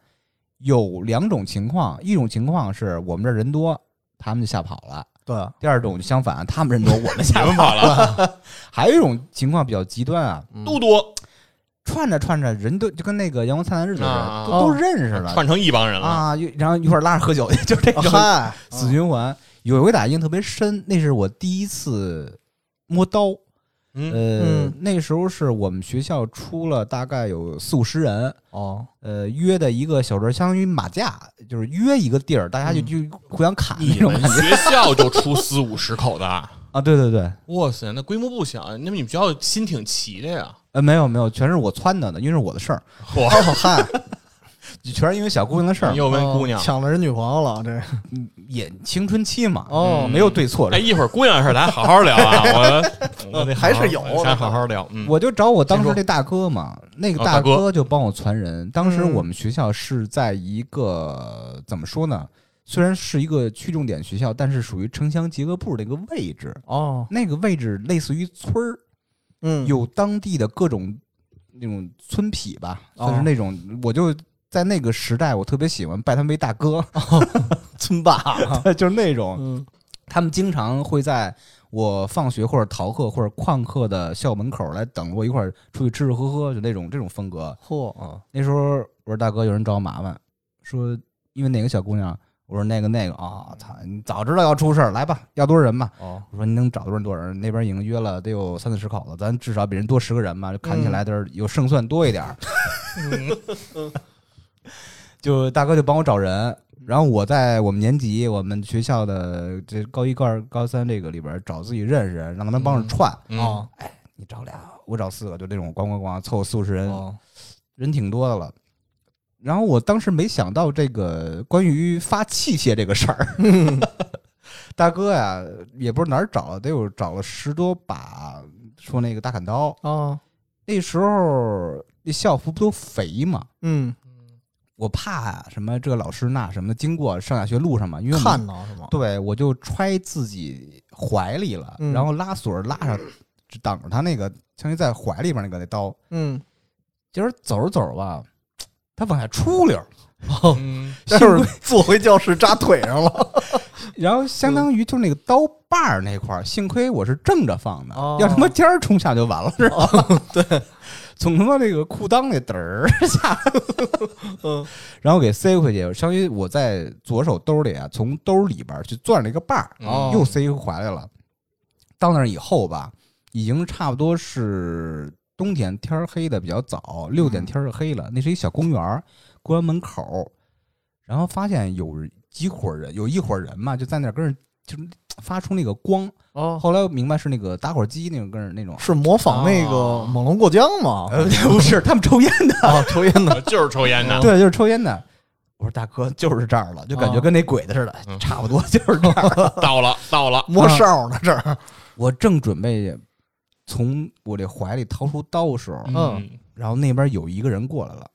[SPEAKER 2] 有两种情况，一种情况是我们这儿人多，他们就吓跑了。
[SPEAKER 1] 对，
[SPEAKER 2] 第二种就相反，他们人多， 我们吓
[SPEAKER 3] 你们跑
[SPEAKER 2] 跑
[SPEAKER 3] 了
[SPEAKER 2] 了。还有一种情况比较极端啊，
[SPEAKER 1] 嗯
[SPEAKER 3] 嘟嘟
[SPEAKER 2] 串着串着人都就跟那个阳光灿烂日子似
[SPEAKER 3] 啊
[SPEAKER 2] 的，都都
[SPEAKER 1] 哦
[SPEAKER 2] 认识了
[SPEAKER 3] 串成一帮人了。
[SPEAKER 2] 啊，又然后一会儿拉着哦喝酒去，就这
[SPEAKER 1] 啊
[SPEAKER 2] 种
[SPEAKER 1] 嗨，
[SPEAKER 2] 死循环。有一回打印特别深，那是我第一次摸刀。
[SPEAKER 3] 嗯，
[SPEAKER 2] 呃，
[SPEAKER 1] 嗯
[SPEAKER 2] 那时候是我们学校出了大概有四五十人，
[SPEAKER 1] 哦，
[SPEAKER 2] 呃，约的一个小桌，相当于马架，就是约一个地儿，大家就就互相砍那
[SPEAKER 3] 嗯你
[SPEAKER 2] 种
[SPEAKER 3] 们
[SPEAKER 2] 感觉
[SPEAKER 3] 学校就出四五十口的啊，
[SPEAKER 2] 啊。对对对，
[SPEAKER 3] 哇塞，那规模不小，那么你们学校心挺齐的呀。
[SPEAKER 2] 呃，没有没有，全是我撺掇的，因为是我的事儿，
[SPEAKER 3] 哇，
[SPEAKER 1] 好嗨，
[SPEAKER 2] 全是因为小姑娘的事儿，
[SPEAKER 3] 又
[SPEAKER 1] 哦
[SPEAKER 3] 问姑娘，
[SPEAKER 1] 抢了人女朋友了，这
[SPEAKER 2] 也青春期嘛，
[SPEAKER 1] 哦
[SPEAKER 2] 没有对错。
[SPEAKER 3] 哎，一会儿姑娘的事儿咱好好聊啊，我我得好
[SPEAKER 1] 还
[SPEAKER 3] 好
[SPEAKER 1] 是有
[SPEAKER 3] 咱好好聊。嗯，
[SPEAKER 2] 我就找我当时那大哥嘛，那个
[SPEAKER 3] 哦大哥
[SPEAKER 2] 哥就帮我传人。当时
[SPEAKER 1] 嗯
[SPEAKER 2] 我们学校是在一个怎么说呢？虽然是一个区重点学校，但是属于城乡结合部的一个位置。
[SPEAKER 1] 哦，
[SPEAKER 2] 那个位置类似于村儿，
[SPEAKER 1] 嗯，
[SPEAKER 2] 有当地的各种那种村痞吧，
[SPEAKER 1] 哦
[SPEAKER 2] 就是那种我就在那
[SPEAKER 1] 啊
[SPEAKER 2] 个时代，我特别喜欢拜他们为大哥，
[SPEAKER 1] 村霸，
[SPEAKER 2] 就是那种
[SPEAKER 1] 嗯
[SPEAKER 2] 他们经常会在我放学或者逃课或者旷课的校门口来等着我一块儿出去吃吃喝喝，就那种这种风格。
[SPEAKER 1] 嚯啊，
[SPEAKER 2] 那时候我说大哥，有人找我麻烦，说因为哪个小姑娘，我说那个那个啊，操、你早知道要出事儿，来吧，要多少人吧。
[SPEAKER 1] 哦，
[SPEAKER 2] 我说你能找多少人多少人？那边已经约了得有三四十口子，咱至少比人多十个人嘛，就砍起来就是有胜算多一点儿。就大哥就帮我找人，然后我在我们年级、我们学校的这高一、高二、高三这个里边找自己认识人，让他们帮着串。
[SPEAKER 3] 嗯，
[SPEAKER 1] 哦
[SPEAKER 2] 你找俩，我找四个，就那种咣咣咣凑四五十人，
[SPEAKER 1] 哦，
[SPEAKER 2] 人挺多的了。然后我当时没想到这个关于发器械这个事儿， 大哥呀，也不是哪儿找了，得有找了十多把，说那个大砍刀。
[SPEAKER 1] 哦，
[SPEAKER 2] 那时候那校服不都肥嘛，
[SPEAKER 1] 嗯，
[SPEAKER 2] 我怕呀什么这老师那什么的经过上下学路上嘛，因为我们
[SPEAKER 1] 看到是吗？
[SPEAKER 2] 对我就揣自己怀里了，
[SPEAKER 1] 嗯
[SPEAKER 2] 然后拉锁拉上，只挡着他那个，相当于在怀里边那个那刀。
[SPEAKER 1] 嗯，
[SPEAKER 2] 结果走着走着吧，他往下出溜儿，
[SPEAKER 3] 嗯
[SPEAKER 1] 就是坐回教室扎腿上了。
[SPEAKER 2] 然后相当于就是那个刀把儿那块儿，幸亏我是正着放的，
[SPEAKER 1] 哦
[SPEAKER 2] 要他妈尖儿冲下就完了，是吧？ 对，从他妈这个裤裆那嘚儿下，
[SPEAKER 1] 嗯，
[SPEAKER 2] 然后给塞回去，相当于我在左手兜里啊，从兜里边儿去攥着一个把儿，
[SPEAKER 1] 哦
[SPEAKER 2] 又塞回怀里了。到那儿以后吧，已经差不多是冬天天儿黑的比较早，六点天儿就黑了。那是一小公园儿，公园门口儿，然后发现有几伙人，有一伙人嘛，就在那儿跟人就是发出那个光。
[SPEAKER 1] 哦，
[SPEAKER 2] 后来我明白是那个打火机那种跟人 那种，
[SPEAKER 1] 是模仿那个
[SPEAKER 3] 哦
[SPEAKER 1] 猛龙过江吗？
[SPEAKER 2] 呃，不是，他们抽烟的，
[SPEAKER 1] 啊，抽烟的。
[SPEAKER 3] 就是抽烟的，
[SPEAKER 2] 嗯对，就是抽烟的。我说大哥，就是这儿了，就感觉跟那鬼子似的，
[SPEAKER 3] 嗯
[SPEAKER 2] 差不多就是这儿。
[SPEAKER 3] 到了到了，
[SPEAKER 1] 摸哨呢，这儿，
[SPEAKER 2] 我正准备从我这怀里掏出刀的时候，
[SPEAKER 1] 嗯
[SPEAKER 2] 然后那边有一个人过来了，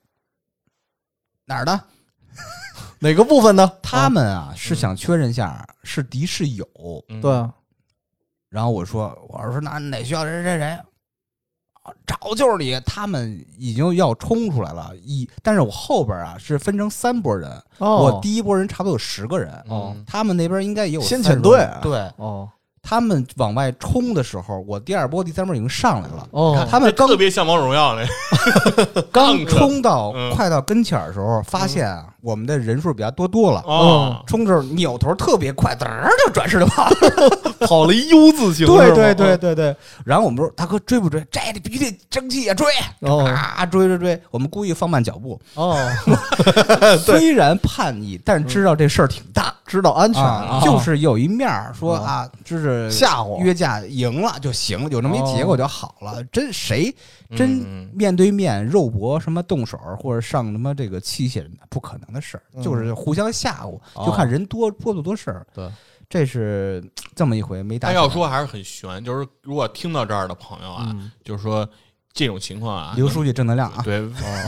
[SPEAKER 2] 哪儿的？
[SPEAKER 1] 哪个部分呢？
[SPEAKER 2] 他
[SPEAKER 1] 啊
[SPEAKER 2] 们啊是想确认一下是敌是友。
[SPEAKER 3] 嗯，
[SPEAKER 1] 对
[SPEAKER 3] 嗯，
[SPEAKER 1] 啊，
[SPEAKER 2] 然后我说，我说那哪学校谁谁谁啊，找就是你。他们已经要冲出来了，一但是我后边啊是分成三拨人，
[SPEAKER 1] 哦
[SPEAKER 2] 我第一拨人差不多有十个人，
[SPEAKER 3] 哦
[SPEAKER 2] 他们那边应该也有
[SPEAKER 1] 先
[SPEAKER 2] 30
[SPEAKER 1] 遣队
[SPEAKER 2] 人对
[SPEAKER 1] 哦
[SPEAKER 2] 他们往外冲的时候，我第二波、第三波已经上来了。
[SPEAKER 1] 哦，
[SPEAKER 2] 他们刚
[SPEAKER 3] 特别像王者荣耀那，
[SPEAKER 2] 刚
[SPEAKER 3] 着
[SPEAKER 2] 冲到
[SPEAKER 3] 嗯
[SPEAKER 2] 快到跟前儿的时候，发现啊我们的人数比较多多了，
[SPEAKER 3] 哦，
[SPEAKER 2] 冲的时候扭头特别快，嘚儿就转身就跑。
[SPEAKER 1] 跑了一 U 字形，
[SPEAKER 2] 对
[SPEAKER 1] 是吗
[SPEAKER 2] 对对，对对。然后我们说大哥追不追？这你必须得争气呀，追！
[SPEAKER 1] 哦
[SPEAKER 2] 啊，追追追！我们故意放慢脚步，
[SPEAKER 1] 哦，
[SPEAKER 2] 虽然叛逆，但是知道这事儿挺大。
[SPEAKER 1] 知道安全
[SPEAKER 2] 啊，就是有一面儿说啊，就是
[SPEAKER 1] 吓唬
[SPEAKER 2] 约架赢了就行了，有那么一结果就好了。真谁真
[SPEAKER 3] 嗯
[SPEAKER 2] 面对面肉搏，什么动手或者上什么这个器械，不可能的事儿，就是互相吓唬，就看人多多不多事儿。
[SPEAKER 1] 对，
[SPEAKER 2] 这是这么一回没打
[SPEAKER 3] 但
[SPEAKER 2] 起来。
[SPEAKER 3] 要说还是很悬，就是如果听到这儿的朋友啊，就是说这种情况啊，
[SPEAKER 2] 留出去正能量啊，
[SPEAKER 3] 对，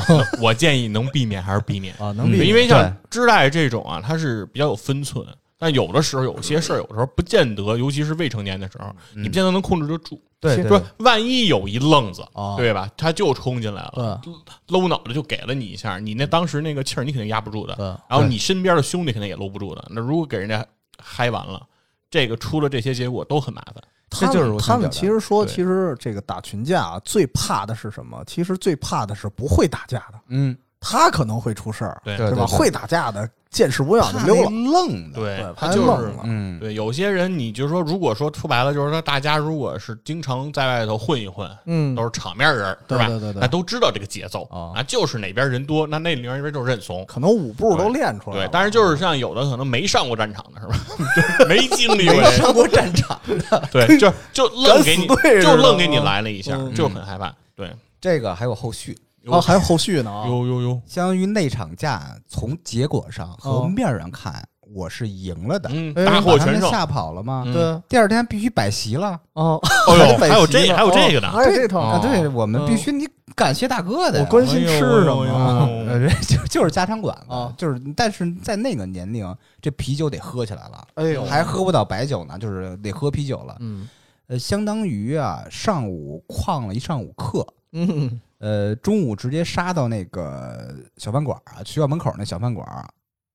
[SPEAKER 3] 我建议能避免还是避免，
[SPEAKER 1] 啊，能
[SPEAKER 2] 嗯
[SPEAKER 1] 避
[SPEAKER 3] 对
[SPEAKER 1] 免
[SPEAKER 3] 因为像
[SPEAKER 2] 对
[SPEAKER 3] 织带这种啊，它是比较有分寸，但有的时候有些事儿，有的时候不见得，尤其是未成年的时候，你不见得能控制得住。
[SPEAKER 2] 对对
[SPEAKER 3] 说万一有一愣子
[SPEAKER 1] 哦，
[SPEAKER 3] 对吧？他就冲进来
[SPEAKER 1] 嗯
[SPEAKER 3] 了，搂脑袋就给了你一下，你那当时那个气儿你肯定压不住的
[SPEAKER 1] 对，
[SPEAKER 3] 然后你身边的兄弟肯定也搂不住的。那如果给人家嗨完了，这个出了这些结果都很麻烦。
[SPEAKER 1] 他
[SPEAKER 2] 这就是
[SPEAKER 1] 们
[SPEAKER 2] 我想
[SPEAKER 1] 他
[SPEAKER 2] 表
[SPEAKER 1] 们
[SPEAKER 2] 达
[SPEAKER 1] 其实说，
[SPEAKER 3] 对
[SPEAKER 1] 其实这个打群架啊，最怕的是什么？其实最怕的是不会打架的，
[SPEAKER 2] 嗯，
[SPEAKER 1] 他可能会出事儿，
[SPEAKER 3] 对
[SPEAKER 2] 对
[SPEAKER 1] 吧？会打架的见势不妙就
[SPEAKER 2] 怕
[SPEAKER 1] 溜
[SPEAKER 2] 那
[SPEAKER 1] 了，
[SPEAKER 2] 愣的，
[SPEAKER 3] 对
[SPEAKER 1] 对，
[SPEAKER 3] 他
[SPEAKER 1] 怕
[SPEAKER 3] 就
[SPEAKER 1] 愣
[SPEAKER 3] 是
[SPEAKER 1] 了
[SPEAKER 2] 嗯，
[SPEAKER 3] 对有些人，你就说，如果说说白了，就是说大家如果是经常在外头混一混，
[SPEAKER 1] 嗯
[SPEAKER 3] 都是场面人儿，
[SPEAKER 1] 对
[SPEAKER 3] 是吧？
[SPEAKER 1] 对对对
[SPEAKER 3] 那都知道这个节奏
[SPEAKER 1] 啊
[SPEAKER 3] 啊，就是哪边人多，那那里边就是认怂。
[SPEAKER 1] 可能五步都练出来了。
[SPEAKER 3] 对，但是就是像有的可能没上过战场的是吧？ 就没经历过这个，
[SPEAKER 2] 过战场。
[SPEAKER 3] 对，就就愣给你
[SPEAKER 1] 敢死队，似的
[SPEAKER 3] 就愣给你来了一下，
[SPEAKER 1] 嗯
[SPEAKER 3] 就很害怕。对，
[SPEAKER 2] 这个还有后续，
[SPEAKER 1] 哦，还有后续呢啊！
[SPEAKER 3] 呦呦，
[SPEAKER 2] 相当于那场架从结果上和面儿上看，我是赢了的，
[SPEAKER 3] 嗯，
[SPEAKER 1] 哎
[SPEAKER 3] 大获
[SPEAKER 2] 把他
[SPEAKER 3] 全
[SPEAKER 2] 们
[SPEAKER 3] 胜。
[SPEAKER 2] 吓跑了吗？
[SPEAKER 3] 嗯
[SPEAKER 1] 对
[SPEAKER 2] 第二天必须摆席了。
[SPEAKER 1] 哦，
[SPEAKER 3] 哦
[SPEAKER 1] 还
[SPEAKER 3] 呦，
[SPEAKER 1] 得摆
[SPEAKER 3] 还有
[SPEAKER 1] 席
[SPEAKER 3] 这
[SPEAKER 1] 呢
[SPEAKER 3] 还有这个
[SPEAKER 1] 哦
[SPEAKER 3] 呢，
[SPEAKER 1] 还有这套
[SPEAKER 2] 啊，
[SPEAKER 1] 呢，
[SPEAKER 2] 对我们
[SPEAKER 1] 嗯
[SPEAKER 2] 必须你感谢大哥的
[SPEAKER 1] 我
[SPEAKER 2] 呀。
[SPEAKER 1] 关心吃什么
[SPEAKER 3] 哎呦哎呦
[SPEAKER 2] 呃， 就就是家常馆了
[SPEAKER 1] 啊，
[SPEAKER 2] 就是，但是在那个年龄，这啤酒得喝起来了，
[SPEAKER 1] 哎呦
[SPEAKER 2] 还喝不到白酒呢，就是得喝啤酒了。
[SPEAKER 1] 嗯
[SPEAKER 2] 呃，相当于啊，上午旷了一上午课，
[SPEAKER 1] 嗯
[SPEAKER 2] 呃，中午直接杀到那个小饭馆儿啊，学校门口那小饭馆儿，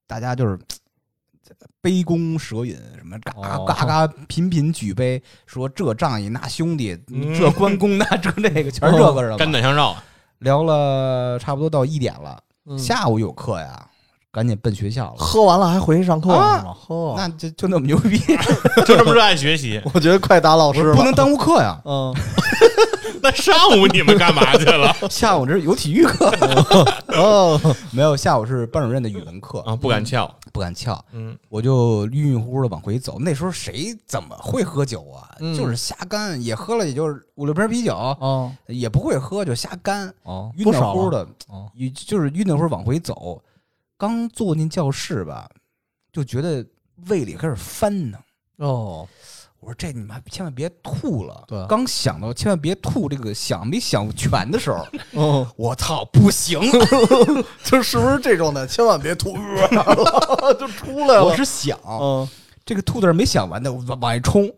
[SPEAKER 2] 大家就是这杯弓蛇引，什么嘎
[SPEAKER 6] 哦
[SPEAKER 2] 嘎嘎频频举杯，说这仗义那兄弟，这关公 那这那个，全是这个人
[SPEAKER 3] 肝
[SPEAKER 2] 嘛。
[SPEAKER 3] 胆相照，啊
[SPEAKER 2] 聊了差不多到一点了，
[SPEAKER 6] 嗯
[SPEAKER 2] 下午有课呀，赶紧奔学校了。
[SPEAKER 1] 喝完了还回去上课
[SPEAKER 2] 啊
[SPEAKER 1] 呢吗？呵，
[SPEAKER 2] 那就就那么牛 逼，
[SPEAKER 3] 就这么热爱学 习。
[SPEAKER 1] 我觉得快打老
[SPEAKER 2] 我
[SPEAKER 1] 师
[SPEAKER 2] 说
[SPEAKER 1] 了，
[SPEAKER 2] 不能耽误课呀。
[SPEAKER 6] 嗯，
[SPEAKER 3] 那上午你们干嘛去了
[SPEAKER 2] 下午这是有体育课，
[SPEAKER 6] 哦，
[SPEAKER 2] 没有，下午是班主任的语文课，
[SPEAKER 3] 啊？不敢翘，
[SPEAKER 2] 不敢翘，
[SPEAKER 6] 嗯，
[SPEAKER 2] 我就晕晕乎乎的往回走。那时候谁怎么会喝酒啊？
[SPEAKER 6] 嗯
[SPEAKER 2] 就是瞎干，也喝了也就是五六瓶啤酒，
[SPEAKER 6] 哦，
[SPEAKER 2] 也不会喝，就瞎干，
[SPEAKER 6] 哦，
[SPEAKER 2] 晕
[SPEAKER 1] 不
[SPEAKER 2] 得
[SPEAKER 1] 少
[SPEAKER 2] 乎的，
[SPEAKER 6] 哦，
[SPEAKER 2] 也就是晕得乎往回走。刚坐进教室吧，就觉得胃里开始翻呢。
[SPEAKER 6] 哦，
[SPEAKER 2] 我说这你妈千万别吐了！
[SPEAKER 6] 对
[SPEAKER 2] 刚想到千万别吐，这个想没想全的时候，
[SPEAKER 6] 哦，
[SPEAKER 2] 我操，不行！
[SPEAKER 1] 就是不是这种的，千万别吐，就出来
[SPEAKER 2] 我
[SPEAKER 1] 了。嗯
[SPEAKER 2] 是想，
[SPEAKER 6] 哦，
[SPEAKER 2] 这个吐字儿没想完的，往往外冲。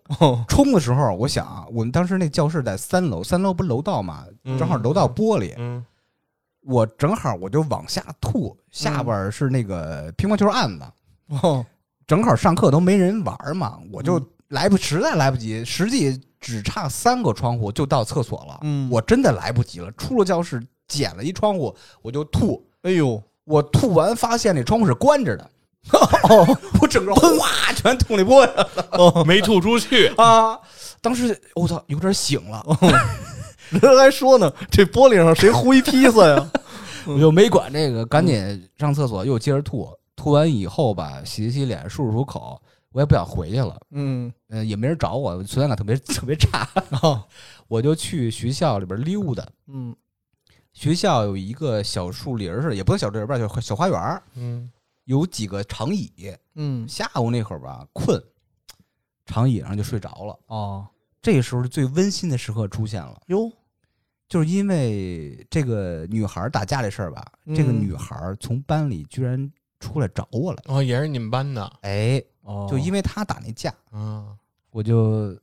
[SPEAKER 2] 冲的时候，我想啊，我们当时那教室在三楼，三楼不是楼道嘛，
[SPEAKER 6] 嗯
[SPEAKER 2] 正好楼道玻璃，
[SPEAKER 6] 嗯，
[SPEAKER 2] 我正好我就往下吐，下
[SPEAKER 6] 嗯
[SPEAKER 2] 边儿是那个乒乓球案子，
[SPEAKER 6] 哦，
[SPEAKER 2] 正好上课都没人玩儿嘛，我就
[SPEAKER 6] 嗯
[SPEAKER 2] 来不，实在来不及，实际只差三个窗户就到厕所了，
[SPEAKER 6] 嗯
[SPEAKER 2] 我真的来不及了，出了教室捡了一窗户我就吐，
[SPEAKER 6] 哎呦，
[SPEAKER 2] 我吐完发现那窗户是关着的。 哦我整个哗全吐那玻璃了
[SPEAKER 3] 哦没吐出去，
[SPEAKER 2] 啊！当时我操、有点醒了，
[SPEAKER 6] 哦
[SPEAKER 1] 人还说呢，这玻璃上谁糊一披萨呀？
[SPEAKER 2] 我就没管这个，
[SPEAKER 6] 嗯
[SPEAKER 2] 赶紧上厕所又接着吐。吐完以后吧，洗洗脸，漱漱口，我也不想回去了。
[SPEAKER 6] 嗯，
[SPEAKER 2] 呃，也没人找我，存在感特别 特别差。 我就去学校里边溜达。
[SPEAKER 6] 哦嗯，
[SPEAKER 2] 学校有一个小树林儿似的，也不是小树林儿吧，小小花园儿，
[SPEAKER 6] 嗯，
[SPEAKER 2] 有几个长椅。
[SPEAKER 6] 嗯，
[SPEAKER 2] 下午那会儿吧，困，长椅上就睡着了。
[SPEAKER 6] 哦，
[SPEAKER 2] 这时候最温馨的时刻出现了，
[SPEAKER 1] 哟，
[SPEAKER 2] 就是因为这个女孩儿打架这事儿吧，这个
[SPEAKER 6] 嗯
[SPEAKER 2] 女孩儿从班里居然出来找我来了。
[SPEAKER 3] 哦，也是你们班的，
[SPEAKER 2] 哎，
[SPEAKER 6] 哦，
[SPEAKER 2] 就因为他打那架，
[SPEAKER 3] 嗯，
[SPEAKER 2] 我就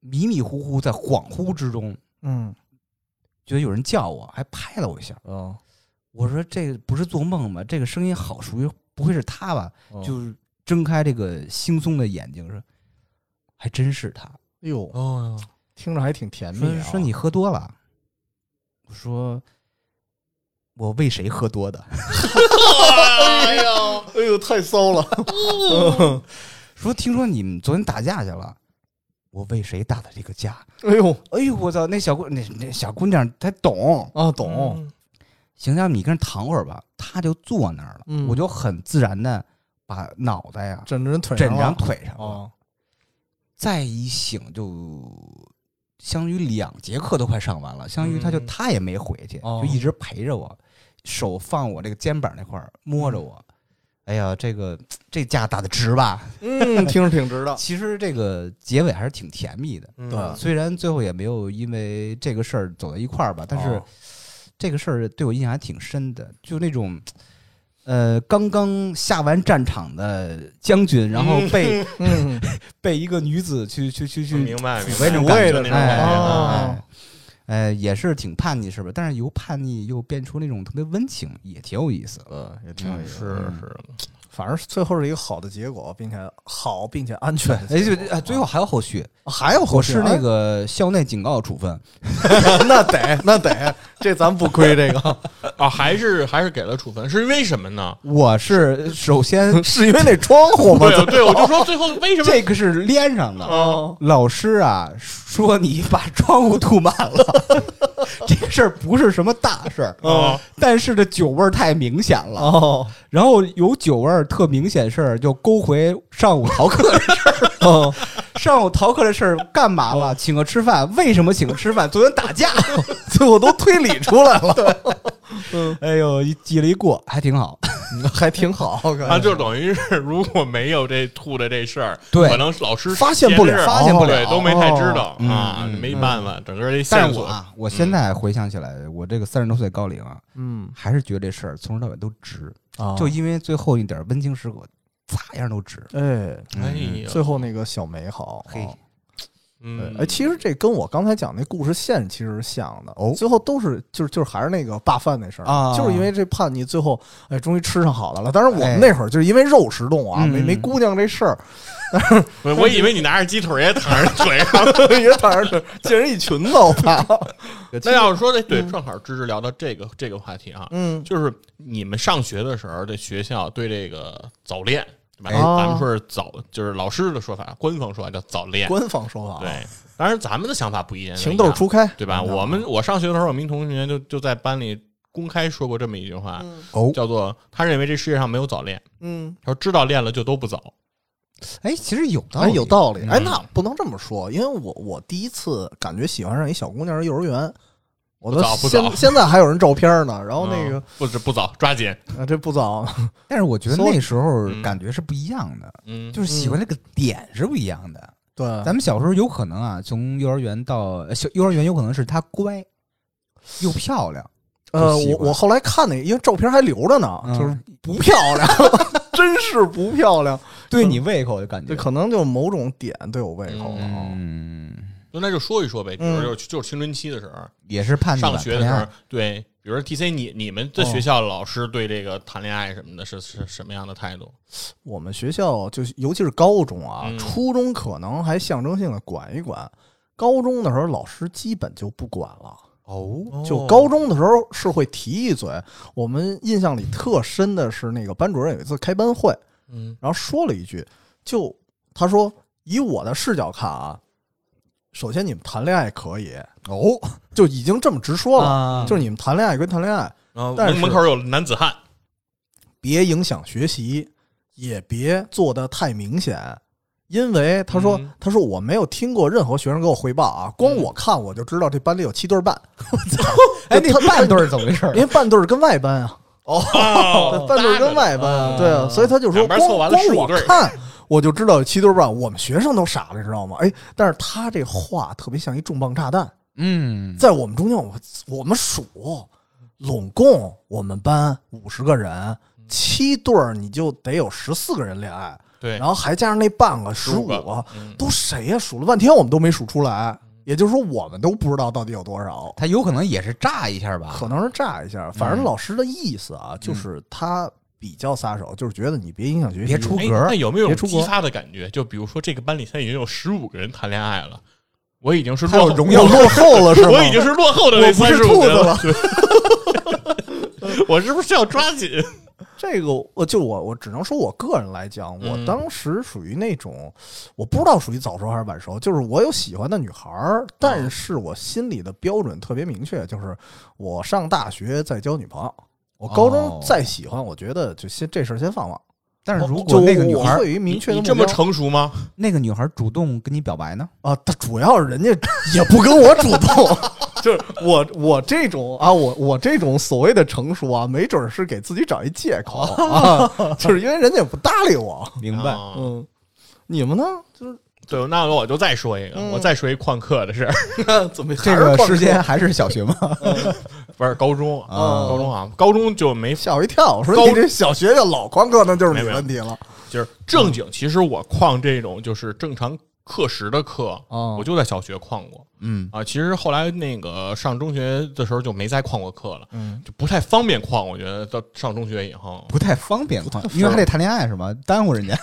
[SPEAKER 2] 迷迷糊糊在恍惚之中，
[SPEAKER 6] 嗯，
[SPEAKER 2] 觉得有人叫我，还拍了我一下。
[SPEAKER 3] 嗯
[SPEAKER 6] 哦，
[SPEAKER 2] 我说这个不是做梦吧？这个声音好熟悉，不会是他吧？
[SPEAKER 6] 哦
[SPEAKER 2] 就是睁开这个惺忪的眼睛说，还真是他。
[SPEAKER 1] 哎呦，
[SPEAKER 3] 哦，
[SPEAKER 1] 听着还挺甜蜜
[SPEAKER 2] 说
[SPEAKER 1] 啊。
[SPEAKER 2] 说你喝多了，我说我为谁喝多的？
[SPEAKER 3] 哎呦，
[SPEAKER 1] 哎呦，太骚了！
[SPEAKER 2] 说听说你们昨天打架去了，我为谁打的这个架？
[SPEAKER 1] 哎呦，
[SPEAKER 2] 哎呦我操！那小姑那那小姑娘她懂，
[SPEAKER 6] 啊，懂，
[SPEAKER 2] 行，要不你跟着躺会儿吧。他就坐那儿了，
[SPEAKER 6] 嗯
[SPEAKER 2] 我就很自然的把脑袋呀、
[SPEAKER 6] 枕着人腿
[SPEAKER 2] 枕
[SPEAKER 6] 上
[SPEAKER 2] 上
[SPEAKER 6] 了，
[SPEAKER 2] 腿上了。
[SPEAKER 1] 啊
[SPEAKER 6] 哦，
[SPEAKER 2] 再一醒就相当于两节课都快上完了，相当于他就
[SPEAKER 6] 嗯
[SPEAKER 2] 他也没回去，
[SPEAKER 6] 哦
[SPEAKER 2] 就一直陪着我，手放我这个肩膀那块儿摸着我。
[SPEAKER 6] 嗯
[SPEAKER 2] 哎呀，这个这架打的值吧？
[SPEAKER 1] 嗯，听着挺值
[SPEAKER 6] 啊
[SPEAKER 1] 的。
[SPEAKER 2] 其实这个结尾还是挺甜蜜的，
[SPEAKER 3] 啊
[SPEAKER 1] 对
[SPEAKER 2] 虽然最后也没有因为这个事儿走到一块儿吧，但是。
[SPEAKER 1] 哦
[SPEAKER 2] 这个事儿对我印象还挺深的，就那种，呃，刚刚下完战场的将军，然后被、
[SPEAKER 6] 嗯，
[SPEAKER 2] 被一个女子去去去去
[SPEAKER 3] 明，白，
[SPEAKER 2] 抚慰那种
[SPEAKER 1] 感觉
[SPEAKER 3] 的那种
[SPEAKER 2] 哎
[SPEAKER 3] 感觉
[SPEAKER 2] 哎，
[SPEAKER 3] 啊，
[SPEAKER 2] 呃，也是挺叛逆是吧？但是由叛逆又变出那种特别温情，也挺有意思。
[SPEAKER 1] 呃，也挺有意思。
[SPEAKER 2] 嗯
[SPEAKER 3] 是
[SPEAKER 1] 反正最后是一个好的结果，并且好并且安全的
[SPEAKER 2] 哎，
[SPEAKER 1] 结
[SPEAKER 2] 就
[SPEAKER 1] 果。
[SPEAKER 2] 哎，最后哦还有后续，啊
[SPEAKER 1] 还有后
[SPEAKER 2] 我
[SPEAKER 1] 续
[SPEAKER 2] 是那
[SPEAKER 1] 哎
[SPEAKER 2] 个校内警告处分，
[SPEAKER 1] 那得那得，这咱不亏这 个，
[SPEAKER 3] 啊，还是还是给了处分，是因为什么呢？
[SPEAKER 2] 我 是首先
[SPEAKER 1] 是因为那窗户吗？
[SPEAKER 3] 对对，我就说最后为什么
[SPEAKER 2] 这个是连上的，
[SPEAKER 3] 哦
[SPEAKER 2] 老师啊说你把窗户吐满了， 这个事儿不是什么大事儿，
[SPEAKER 3] 哦
[SPEAKER 2] 但是这酒味儿太明显了，
[SPEAKER 6] 哦，
[SPEAKER 2] 然后有酒味儿特明显事儿就勾回上午逃课的事 儿，上午逃课的事儿干嘛了？请客吃饭，为什么请客吃饭？昨天打 架，
[SPEAKER 1] 最后都推理出来了，
[SPEAKER 2] 哎呦，一记了一过，还挺好。
[SPEAKER 1] 还挺好。
[SPEAKER 3] 啊，就等于是如果没有这吐的这事儿，
[SPEAKER 2] 对
[SPEAKER 3] 可能老师
[SPEAKER 1] 发现不了
[SPEAKER 3] 闲着
[SPEAKER 1] 发现不
[SPEAKER 3] 对
[SPEAKER 1] 了
[SPEAKER 3] 都没太知道
[SPEAKER 2] 哦
[SPEAKER 3] 啊
[SPEAKER 2] 嗯，嗯
[SPEAKER 3] 没办法，整个这
[SPEAKER 2] 但
[SPEAKER 3] 线
[SPEAKER 2] 是我
[SPEAKER 3] 索
[SPEAKER 2] 啊，我现在回想起来，我这个三十多岁高龄啊，
[SPEAKER 6] 嗯，
[SPEAKER 2] 还是觉得这事儿从头到尾都值，
[SPEAKER 6] 啊
[SPEAKER 2] 就因为最后一点温情时刻，咋样都值。
[SPEAKER 1] 哎，
[SPEAKER 2] 嗯
[SPEAKER 3] 哎呀，
[SPEAKER 1] 最后那个小美好，
[SPEAKER 2] 嘿
[SPEAKER 1] 啊对
[SPEAKER 7] 嗯，
[SPEAKER 1] 哎，其实这跟我刚才讲那故事线其实是像的，
[SPEAKER 2] 哦
[SPEAKER 1] 最后都是就是就是还是那个罢饭那事儿
[SPEAKER 2] 啊
[SPEAKER 1] 就是因为这叛逆，最后哎终于吃上好的了。当然我
[SPEAKER 2] 哎
[SPEAKER 1] 们那会儿就是因为肉食动物啊，
[SPEAKER 3] 嗯
[SPEAKER 1] 没没姑娘这事儿，
[SPEAKER 7] 我我以为你拿着鸡腿也躺 着腿上，
[SPEAKER 1] 也当然是竟然一裙子，我操！
[SPEAKER 3] 那要是说这对，正好芝芝聊到这个这个话题啊，
[SPEAKER 1] 嗯，
[SPEAKER 3] 就是你们上学的时候，这学校对这个早恋，对吧？
[SPEAKER 1] 哎
[SPEAKER 3] 咱们说是早，就是老师的说法，官方说法叫早恋。
[SPEAKER 1] 官方说法啊，
[SPEAKER 3] 对，当然咱们的想法不一样，
[SPEAKER 1] 情窦初开，嗯
[SPEAKER 3] 对吧？我
[SPEAKER 1] 啊
[SPEAKER 3] 们我上学的时候，我们一同学就就在班里公开说过这么一句话，
[SPEAKER 2] 哦，
[SPEAKER 3] 叫做他认为这世界上没有早恋，
[SPEAKER 1] 嗯，
[SPEAKER 3] 他说知道恋了就都不早。
[SPEAKER 2] 哎，其实有道
[SPEAKER 1] 哎，
[SPEAKER 2] 理，
[SPEAKER 1] 有道理。
[SPEAKER 3] 嗯
[SPEAKER 1] 哎，那不能这么说，因为我我第一次感觉喜欢上一小姑娘是幼儿园，我
[SPEAKER 3] 不
[SPEAKER 1] 都
[SPEAKER 3] 早不早
[SPEAKER 1] 现现在还有人照片呢。然后那
[SPEAKER 3] 嗯
[SPEAKER 1] 个
[SPEAKER 3] 不是不早，抓紧。
[SPEAKER 1] 啊，这不早，
[SPEAKER 2] 但是我觉得
[SPEAKER 1] 搜
[SPEAKER 2] 那时候
[SPEAKER 3] 嗯
[SPEAKER 2] 感觉是不一样的，
[SPEAKER 3] 嗯，
[SPEAKER 2] 就是喜欢这个点是不一样的。
[SPEAKER 1] 对，
[SPEAKER 2] 咱们小时候有可能啊，从幼儿园到呃小幼儿园，有可能是她乖又漂亮，
[SPEAKER 1] 呃，
[SPEAKER 2] 喜
[SPEAKER 1] 我
[SPEAKER 2] 欢
[SPEAKER 1] 我后来看那，因为照片还留着呢，
[SPEAKER 2] 嗯
[SPEAKER 1] 就是不漂亮， 真是不漂亮。
[SPEAKER 2] 对你胃口的感觉
[SPEAKER 1] 这。可能就某种点对我胃口了啊。
[SPEAKER 2] 嗯，
[SPEAKER 3] 那就说一说呗，比如
[SPEAKER 1] 嗯
[SPEAKER 3] 就是就是青春期的时候，
[SPEAKER 2] 也是盼着
[SPEAKER 3] 上
[SPEAKER 2] 吧哎
[SPEAKER 3] 学的
[SPEAKER 2] 谈
[SPEAKER 3] 时
[SPEAKER 2] 恋
[SPEAKER 3] 候
[SPEAKER 2] 爱，
[SPEAKER 3] 对，比如说 T C，你你
[SPEAKER 1] 哦
[SPEAKER 3] 们的学校老师对这个谈恋爱什么的，是是什么样的态度？
[SPEAKER 1] 我们学校就是尤其是高中啊，
[SPEAKER 3] 嗯
[SPEAKER 1] 初中可能还象征性的管一管，高中的时候老师基本就不管了。
[SPEAKER 2] 哦，
[SPEAKER 1] 就高中的时候是会提一嘴，我们印象里特深的是那个班主任有一次开班会，
[SPEAKER 3] 嗯，
[SPEAKER 1] 然后说了一句，就他说以我的视角看啊，首先你们谈恋爱可以哦，就已经这么直说了，
[SPEAKER 2] 啊
[SPEAKER 1] 就是你们谈恋爱归谈恋爱，
[SPEAKER 3] 然后
[SPEAKER 1] 但是
[SPEAKER 3] 门门口有男子汉，
[SPEAKER 1] 别影响学习，也别做的太明显。因为他说，
[SPEAKER 3] 嗯
[SPEAKER 1] 他说我没有听过任何学生给我汇报啊，光我看我就知道这班里有七对儿半，
[SPEAKER 2] 哎，
[SPEAKER 1] 就
[SPEAKER 2] 那
[SPEAKER 1] 他
[SPEAKER 2] 半对儿怎么回事儿？啊
[SPEAKER 1] 因为半对儿跟外班啊，
[SPEAKER 3] 哦嗯
[SPEAKER 1] 对，半对儿跟外班啊，对啊，所以他就说
[SPEAKER 3] 两
[SPEAKER 1] 光
[SPEAKER 3] 边凑完了
[SPEAKER 1] 光
[SPEAKER 3] 15
[SPEAKER 1] 我
[SPEAKER 3] 对儿
[SPEAKER 1] 看我就知道有七对儿半，我们学生都傻了，你知道吗？哎，但是他这话特别像一重磅炸弹，
[SPEAKER 2] 嗯，
[SPEAKER 1] 在我们中间，我我们数，拢共我们班五十个人，七对儿你就得有十四个人恋爱，
[SPEAKER 3] 对
[SPEAKER 1] 然后还加上那半个十
[SPEAKER 3] 15
[SPEAKER 1] 五
[SPEAKER 3] 个
[SPEAKER 1] 个
[SPEAKER 3] 嗯，
[SPEAKER 1] 都谁呀、数了半天我们都没数出来，也就是说我们都不知道到底有多少。
[SPEAKER 2] 他有可能也是炸一下吧
[SPEAKER 1] 可，能是炸一下。反
[SPEAKER 3] 嗯
[SPEAKER 1] 正老师的意思啊，就是他比较撒手，就是觉得你别影响学习，
[SPEAKER 2] 别出
[SPEAKER 3] 哎
[SPEAKER 2] 格儿
[SPEAKER 3] 那有没有
[SPEAKER 1] 别出
[SPEAKER 3] 激
[SPEAKER 1] 国
[SPEAKER 3] 发的感觉？就比如说这个班里现在已经有十五个人谈恋爱了，我已经是
[SPEAKER 1] 他有
[SPEAKER 3] 落
[SPEAKER 1] 荣耀落后了是吗？
[SPEAKER 3] 我已经是落后的那
[SPEAKER 1] 我不
[SPEAKER 3] 三
[SPEAKER 1] 是
[SPEAKER 3] 十五
[SPEAKER 1] 兔子
[SPEAKER 3] 人
[SPEAKER 1] 了。
[SPEAKER 3] 对 我是不是要抓紧？
[SPEAKER 1] 这个我就我我只能说我个人来讲，
[SPEAKER 3] 嗯
[SPEAKER 1] 我当时属于那种我不知道属于早熟还是晚熟，就是我有喜欢的女孩儿，
[SPEAKER 2] 啊
[SPEAKER 1] 但是我心里的标准特别明确，就是我上大学再交女朋友。我高中
[SPEAKER 2] 哦
[SPEAKER 1] 再喜欢，我觉得就先这事儿先放放。
[SPEAKER 2] 但是如
[SPEAKER 1] 就
[SPEAKER 2] 果那个女
[SPEAKER 1] 我
[SPEAKER 2] 孩儿
[SPEAKER 1] 会有一明确的
[SPEAKER 3] 你
[SPEAKER 1] 目
[SPEAKER 3] 这么
[SPEAKER 1] 标
[SPEAKER 3] 成熟吗？
[SPEAKER 2] 那个女孩儿主动跟你表白呢，
[SPEAKER 1] 啊，他主要是人家也不跟我主动， 就是我我这种啊，我我这种所谓的成熟啊，没准儿是给自己找一借口啊， 就是因为人家也不搭理我。
[SPEAKER 2] 明
[SPEAKER 3] 啊
[SPEAKER 1] 嗯，你 们呢？就是
[SPEAKER 3] 对，那我就再说一个，
[SPEAKER 1] 嗯
[SPEAKER 3] 我再说一旷课的事儿，
[SPEAKER 1] 怎么
[SPEAKER 2] 这
[SPEAKER 3] 啊
[SPEAKER 2] 个时间还是小学吗？
[SPEAKER 3] 不是高中，
[SPEAKER 1] 嗯
[SPEAKER 2] 啊
[SPEAKER 3] 高中啊，高中就没
[SPEAKER 1] 吓我一跳，我说
[SPEAKER 3] 高
[SPEAKER 1] 你这小学要老旷课，那就是你
[SPEAKER 3] 没有
[SPEAKER 1] 问题了。
[SPEAKER 3] 就是正经。其实我旷这种就是正常课时的课，
[SPEAKER 1] 哦
[SPEAKER 3] 我就在小学旷过
[SPEAKER 2] 嗯，
[SPEAKER 3] 啊。其实后来那个上中学的时候就没再旷过课了，
[SPEAKER 1] 嗯，
[SPEAKER 3] 就不太方便旷。我觉得到上中学以后，
[SPEAKER 2] 不太方便逛，因为还得谈恋爱是吧？耽误人家。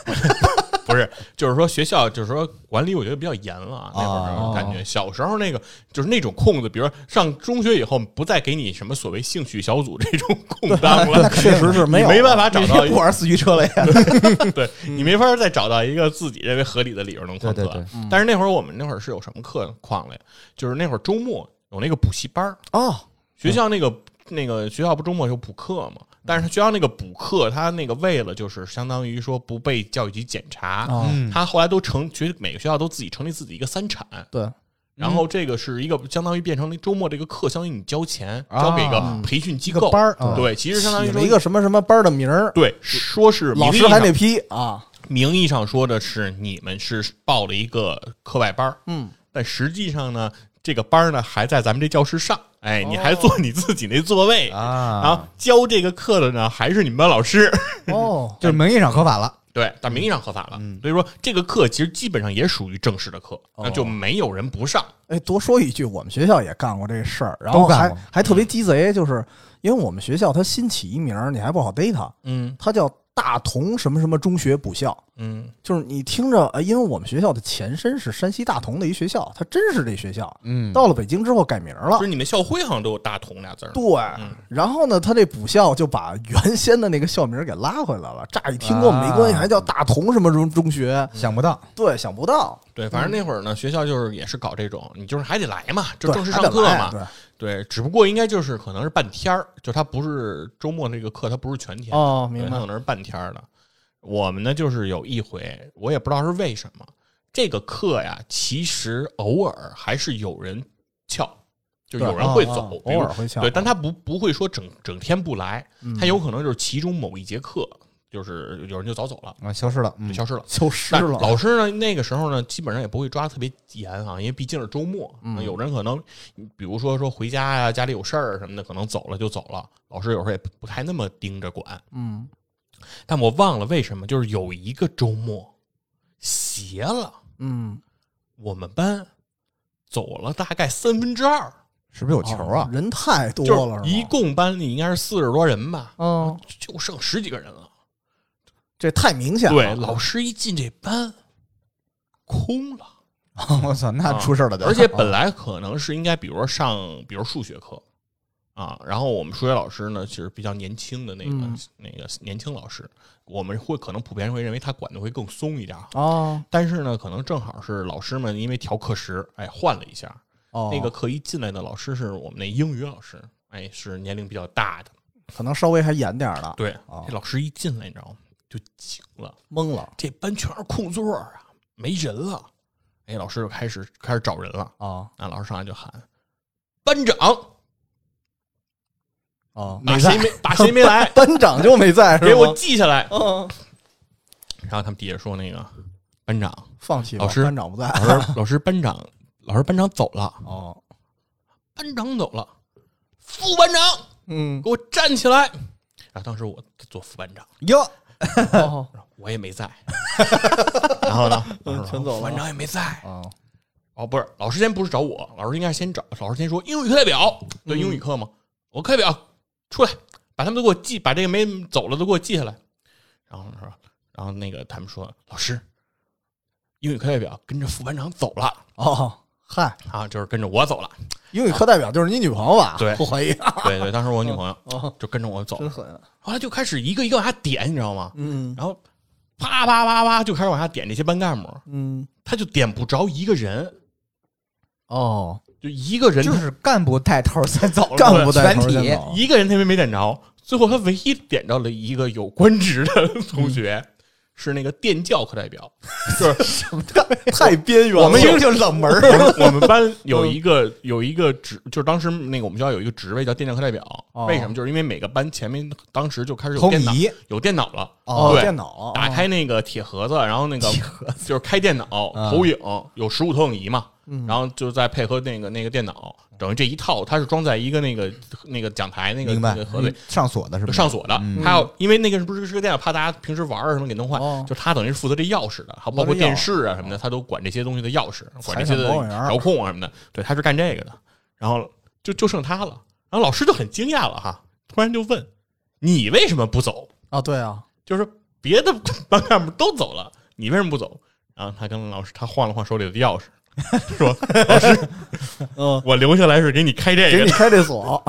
[SPEAKER 3] 不是，就是说学校就是说管理，我觉得比较严了啊。那会儿
[SPEAKER 2] 哦
[SPEAKER 3] 感觉小时候那个就是那种空子，比如说上中学以后不再给你什么所谓兴趣小组这种空档了，
[SPEAKER 1] 确实是没有
[SPEAKER 3] 你没办法找到一
[SPEAKER 2] 不玩四驱车了呀？
[SPEAKER 3] 对你没法再找到一个自己认为合理的理由能旷课。
[SPEAKER 2] 对对对
[SPEAKER 3] 但是那会儿我们那会儿是有什么课旷了呀？就是那会儿周末有那个补习班儿，
[SPEAKER 1] 哦，
[SPEAKER 3] 学校那个、那个学校不周末有补课嘛？
[SPEAKER 1] 嗯
[SPEAKER 3] 但是学校那个补课，他那个为了就是相当于说不被教育局检查，
[SPEAKER 1] 哦
[SPEAKER 2] 嗯
[SPEAKER 3] 他后来都成学每个学校都自己成立自己一个三产。
[SPEAKER 1] 对，
[SPEAKER 3] 然后这个是一个相当于变成了周末这个课，相当于你交钱交给一个
[SPEAKER 2] 啊
[SPEAKER 3] 培训机
[SPEAKER 2] 一个
[SPEAKER 3] 构
[SPEAKER 2] 班儿啊
[SPEAKER 3] 对，其实相当于
[SPEAKER 1] 起
[SPEAKER 3] 说
[SPEAKER 1] 了一个什么什么班的名儿，
[SPEAKER 3] 对，说是
[SPEAKER 1] 老师
[SPEAKER 3] 名义
[SPEAKER 1] 还
[SPEAKER 3] 上
[SPEAKER 1] 得批啊。
[SPEAKER 3] 名义上说的是你们是报了一个课外班儿，
[SPEAKER 1] 嗯，
[SPEAKER 3] 但实际上呢，这个班儿呢还在咱们这教室上，哎，你
[SPEAKER 1] 哦
[SPEAKER 3] 还坐你自己那座位，
[SPEAKER 2] 啊，
[SPEAKER 3] 然后教这个课的呢还是你们班老师，
[SPEAKER 1] 哦，
[SPEAKER 2] 就是名义上合法了，
[SPEAKER 3] 对，但名义上合法了
[SPEAKER 2] 嗯，
[SPEAKER 3] 所以说这个课其实基本上也属于正式的课，那就没有人不上。
[SPEAKER 1] 哎，多说一句，我们学校也干过这嗯事儿，然后
[SPEAKER 2] 都干
[SPEAKER 1] 还
[SPEAKER 2] 过
[SPEAKER 1] 还特别鸡贼，就是因为我们学校它新起一名儿，你还不好逮它，
[SPEAKER 3] 嗯
[SPEAKER 1] 它叫大同什么什么中学补校，
[SPEAKER 3] 嗯
[SPEAKER 1] 就是你听着，呃，因为我们学校的前身是山西大同的一学校，它真是这学校，
[SPEAKER 2] 嗯
[SPEAKER 1] 到了北京之后改名儿了
[SPEAKER 3] 就是。你们校徽好像都有“大同”俩字儿。
[SPEAKER 1] 对，
[SPEAKER 3] 嗯
[SPEAKER 1] 然后呢，他这补校就把原先的那个校名儿给拉回来了。乍一听跟我们没关系，
[SPEAKER 2] 啊
[SPEAKER 1] 还叫大同什么什么中学，
[SPEAKER 2] 想不到，
[SPEAKER 1] 对，想不到，
[SPEAKER 3] 对，嗯反正那会儿呢，学校就是也是搞这种，你就是还得来嘛，就
[SPEAKER 1] 对
[SPEAKER 3] 正式
[SPEAKER 1] 还
[SPEAKER 3] 上
[SPEAKER 1] 得
[SPEAKER 3] 课
[SPEAKER 1] 来
[SPEAKER 3] 嘛。
[SPEAKER 1] 对，
[SPEAKER 3] 对，只不过应该就是可能是半天儿，就他不是周末那个课，他不是全天，
[SPEAKER 1] 哦，
[SPEAKER 3] 对
[SPEAKER 1] 明
[SPEAKER 3] 他
[SPEAKER 1] 白
[SPEAKER 3] 可。能是半天儿的。我们呢，就是有一回，我也不知道是为什么，这个课呀，其实偶尔还是有人翘，就有人会走，比
[SPEAKER 1] 啊偶
[SPEAKER 3] 如
[SPEAKER 1] 尔会翘。啊嗯
[SPEAKER 3] 对，但他不不会说整整天不来，他有可能就是其中某一节课，就是有人就早走了，
[SPEAKER 2] 啊，消失了，嗯
[SPEAKER 3] 就消失了。
[SPEAKER 1] 就湿
[SPEAKER 3] 那
[SPEAKER 1] 了，
[SPEAKER 3] 老师呢？那个时候呢，基本上也不会抓得特别严啊，因为毕竟是周末，
[SPEAKER 1] 嗯
[SPEAKER 3] 有人可能，比如说说回家呀、家里有事儿什么的，可能走了就走了。老师有时候也不不太那么盯着管。
[SPEAKER 1] 嗯，
[SPEAKER 3] 但我忘了为什么，就是有一个周末邪了，
[SPEAKER 1] 嗯，
[SPEAKER 3] 我们班走了大概三分之二，
[SPEAKER 2] 是不是有球啊
[SPEAKER 1] 哦？人太多
[SPEAKER 3] 就
[SPEAKER 1] 了，
[SPEAKER 3] 是一
[SPEAKER 1] 是吗，
[SPEAKER 3] 共班里应该是四十多人吧，
[SPEAKER 1] 嗯，
[SPEAKER 3] 就剩十几个人了。
[SPEAKER 1] 这太明显了。哦
[SPEAKER 3] 对，老师一进这班，空了。
[SPEAKER 1] 哦
[SPEAKER 2] 我操，
[SPEAKER 3] 啊
[SPEAKER 2] 那出事儿了得，
[SPEAKER 3] 而且本来可能是应该，比如说上，比如数学课啊，然后我们数学老师呢，其实比较年轻的那个、
[SPEAKER 1] 嗯
[SPEAKER 3] 那个年轻老师，我们会可能普遍会认为他管的会更松一点儿，
[SPEAKER 1] 哦
[SPEAKER 3] 但是呢，可能正好是老师们因为调课时，哎，换了一下，
[SPEAKER 1] 哦，
[SPEAKER 3] 那个课一进来的老师是我们那英语老师，哎，是年龄比较大的，
[SPEAKER 1] 可能稍微还严点儿的，
[SPEAKER 3] 对，
[SPEAKER 1] 哦
[SPEAKER 3] 这老师一进来，你知道吗？就惊了。
[SPEAKER 1] 懵了
[SPEAKER 3] 这班全是空座儿啊，没人了。哎，老师就开始开始找人了。
[SPEAKER 1] 啊
[SPEAKER 3] 那老师上来就喊：“班长，
[SPEAKER 1] 啊，没
[SPEAKER 3] 把谁
[SPEAKER 1] 在，
[SPEAKER 3] 没把谁没来，
[SPEAKER 1] 班长就没在，是吗
[SPEAKER 3] 给我记下来。
[SPEAKER 1] 嗯，”
[SPEAKER 3] 然后他们底下说：“那个 班长，
[SPEAKER 1] 放弃吧，
[SPEAKER 3] 老师
[SPEAKER 1] 班长不在，
[SPEAKER 3] 老师，老师，班长，老师，班长走了，
[SPEAKER 1] 哦，
[SPEAKER 3] 班长走了，副班长
[SPEAKER 1] 嗯，
[SPEAKER 3] 给我站起来。”然后当时我做副班长，
[SPEAKER 2] 哟，
[SPEAKER 1] 哦
[SPEAKER 3] 我也没在。 然后呢，
[SPEAKER 1] 嗯全走了
[SPEAKER 3] 副班长也没在。
[SPEAKER 1] 哦
[SPEAKER 3] 哦，不是，老师先不是找我，老师应该是先找老师先说英语课代表，对英语课嘛，我课代表出来，把他们都给我记，把这个没走了都给我记下来。然后说，然后那个他们说，老师，英语课代表跟着副班长走了
[SPEAKER 1] 哦，嗨，
[SPEAKER 3] 啊，就是跟着我走了。
[SPEAKER 1] 英语课代表就是你女朋友吧？
[SPEAKER 3] 对
[SPEAKER 1] 不怀疑，啊
[SPEAKER 3] 对对，当时我女朋友
[SPEAKER 1] 哦，
[SPEAKER 3] 就跟着我走
[SPEAKER 1] 真
[SPEAKER 3] 了，
[SPEAKER 1] 狠，啊
[SPEAKER 3] 后来就开始一个一个往下点，你知道吗？
[SPEAKER 1] 嗯
[SPEAKER 3] 然后啪啪啪啪就开始往下点这些班干部，
[SPEAKER 1] 嗯，
[SPEAKER 3] 他就点不着一个人，
[SPEAKER 1] 哦，
[SPEAKER 3] 就一个人他
[SPEAKER 2] 就是干部带头先走了，
[SPEAKER 1] 干部带头
[SPEAKER 2] 全
[SPEAKER 1] 先
[SPEAKER 2] 体
[SPEAKER 1] 走
[SPEAKER 3] 一个人他没没点着，最后他唯一点着了一个有官职的同学，
[SPEAKER 2] 嗯
[SPEAKER 3] 是那个电教课 代表，就是
[SPEAKER 1] 太边缘了，
[SPEAKER 2] 我们就冷门儿，
[SPEAKER 3] 我们我们班有一个有一个职，就是当时那个我们学校有一个职位叫电教课代表，
[SPEAKER 1] 哦
[SPEAKER 3] 为什么？就是因为每个班前面当时就开始有
[SPEAKER 2] 红
[SPEAKER 3] 电脑，
[SPEAKER 2] 米
[SPEAKER 3] 有电脑了，
[SPEAKER 1] 哦，
[SPEAKER 3] 对
[SPEAKER 1] 电脑
[SPEAKER 3] 打开那个铁盒子，然后那个就是开电脑
[SPEAKER 2] 啊
[SPEAKER 3] 投影，有十五投影仪嘛，然后就再配合那个那个电脑，等于这一套它是装在一个那个那个讲台那个
[SPEAKER 2] 明
[SPEAKER 3] 那
[SPEAKER 2] 白嗯
[SPEAKER 3] 个盒子里，？
[SPEAKER 2] 上锁的是吧？
[SPEAKER 3] 上锁的，还有因为那个是不是是个电脑，怕大家平时玩儿什么给弄坏，
[SPEAKER 1] 哦
[SPEAKER 3] 就他等于是负责这钥匙的，还有包括电视啊什么的，他都管这些东西的钥匙，管这些的
[SPEAKER 1] 财产保管员儿
[SPEAKER 3] 遥控啊什么的，对，他是干这个的。然后就就剩他了，然后老师就很惊讶了哈，突然就问你为什么不走？
[SPEAKER 1] 啊，对啊，
[SPEAKER 3] 就是别的班干部都走了，你为什么不走？然后他跟老师，他晃了晃手里的钥匙， 说：“老师，
[SPEAKER 1] 嗯，
[SPEAKER 3] 我留下来是给你开这
[SPEAKER 1] 给
[SPEAKER 3] 个嗯
[SPEAKER 1] 你
[SPEAKER 3] 的。
[SPEAKER 1] 开这锁。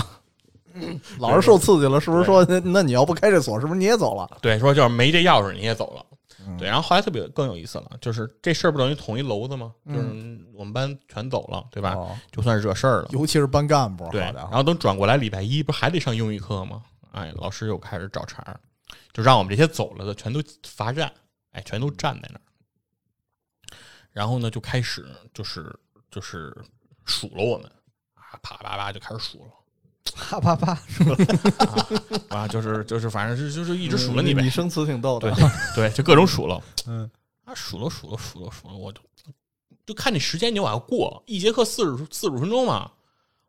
[SPEAKER 1] 老是受刺激了，是不是说那那你要不开这锁，是不是你也走了？”
[SPEAKER 3] 对，说就是没这钥匙你也走了。
[SPEAKER 1] 嗯
[SPEAKER 3] 对，然后后来特别更有意思了，就是这事儿不等于捅一娄子吗？就是我们班全走了，对吧？
[SPEAKER 1] 嗯哦
[SPEAKER 3] 就算是惹事儿了。
[SPEAKER 1] 尤其是班干部，
[SPEAKER 3] 对，
[SPEAKER 1] 好家
[SPEAKER 3] 然
[SPEAKER 1] 伙，
[SPEAKER 3] 后等转过来礼拜一不还得上英语课吗？哎，老师又开始找茬儿，就让我们这些走了的全都罚站，哎，全都站在那儿。然后呢，就开始就是就是数落我们啊，啪啪啪就开始数了。
[SPEAKER 2] 啪啪啪，
[SPEAKER 1] 哦
[SPEAKER 3] 啊，就是就是，反正是就是一直数了你呗
[SPEAKER 1] 你，生词挺逗的
[SPEAKER 3] 对，对，就各种数落，
[SPEAKER 2] 嗯
[SPEAKER 3] 啊，数落数落数落数落，我就就看那时间你就往下过，一节课四十四十五分钟嘛，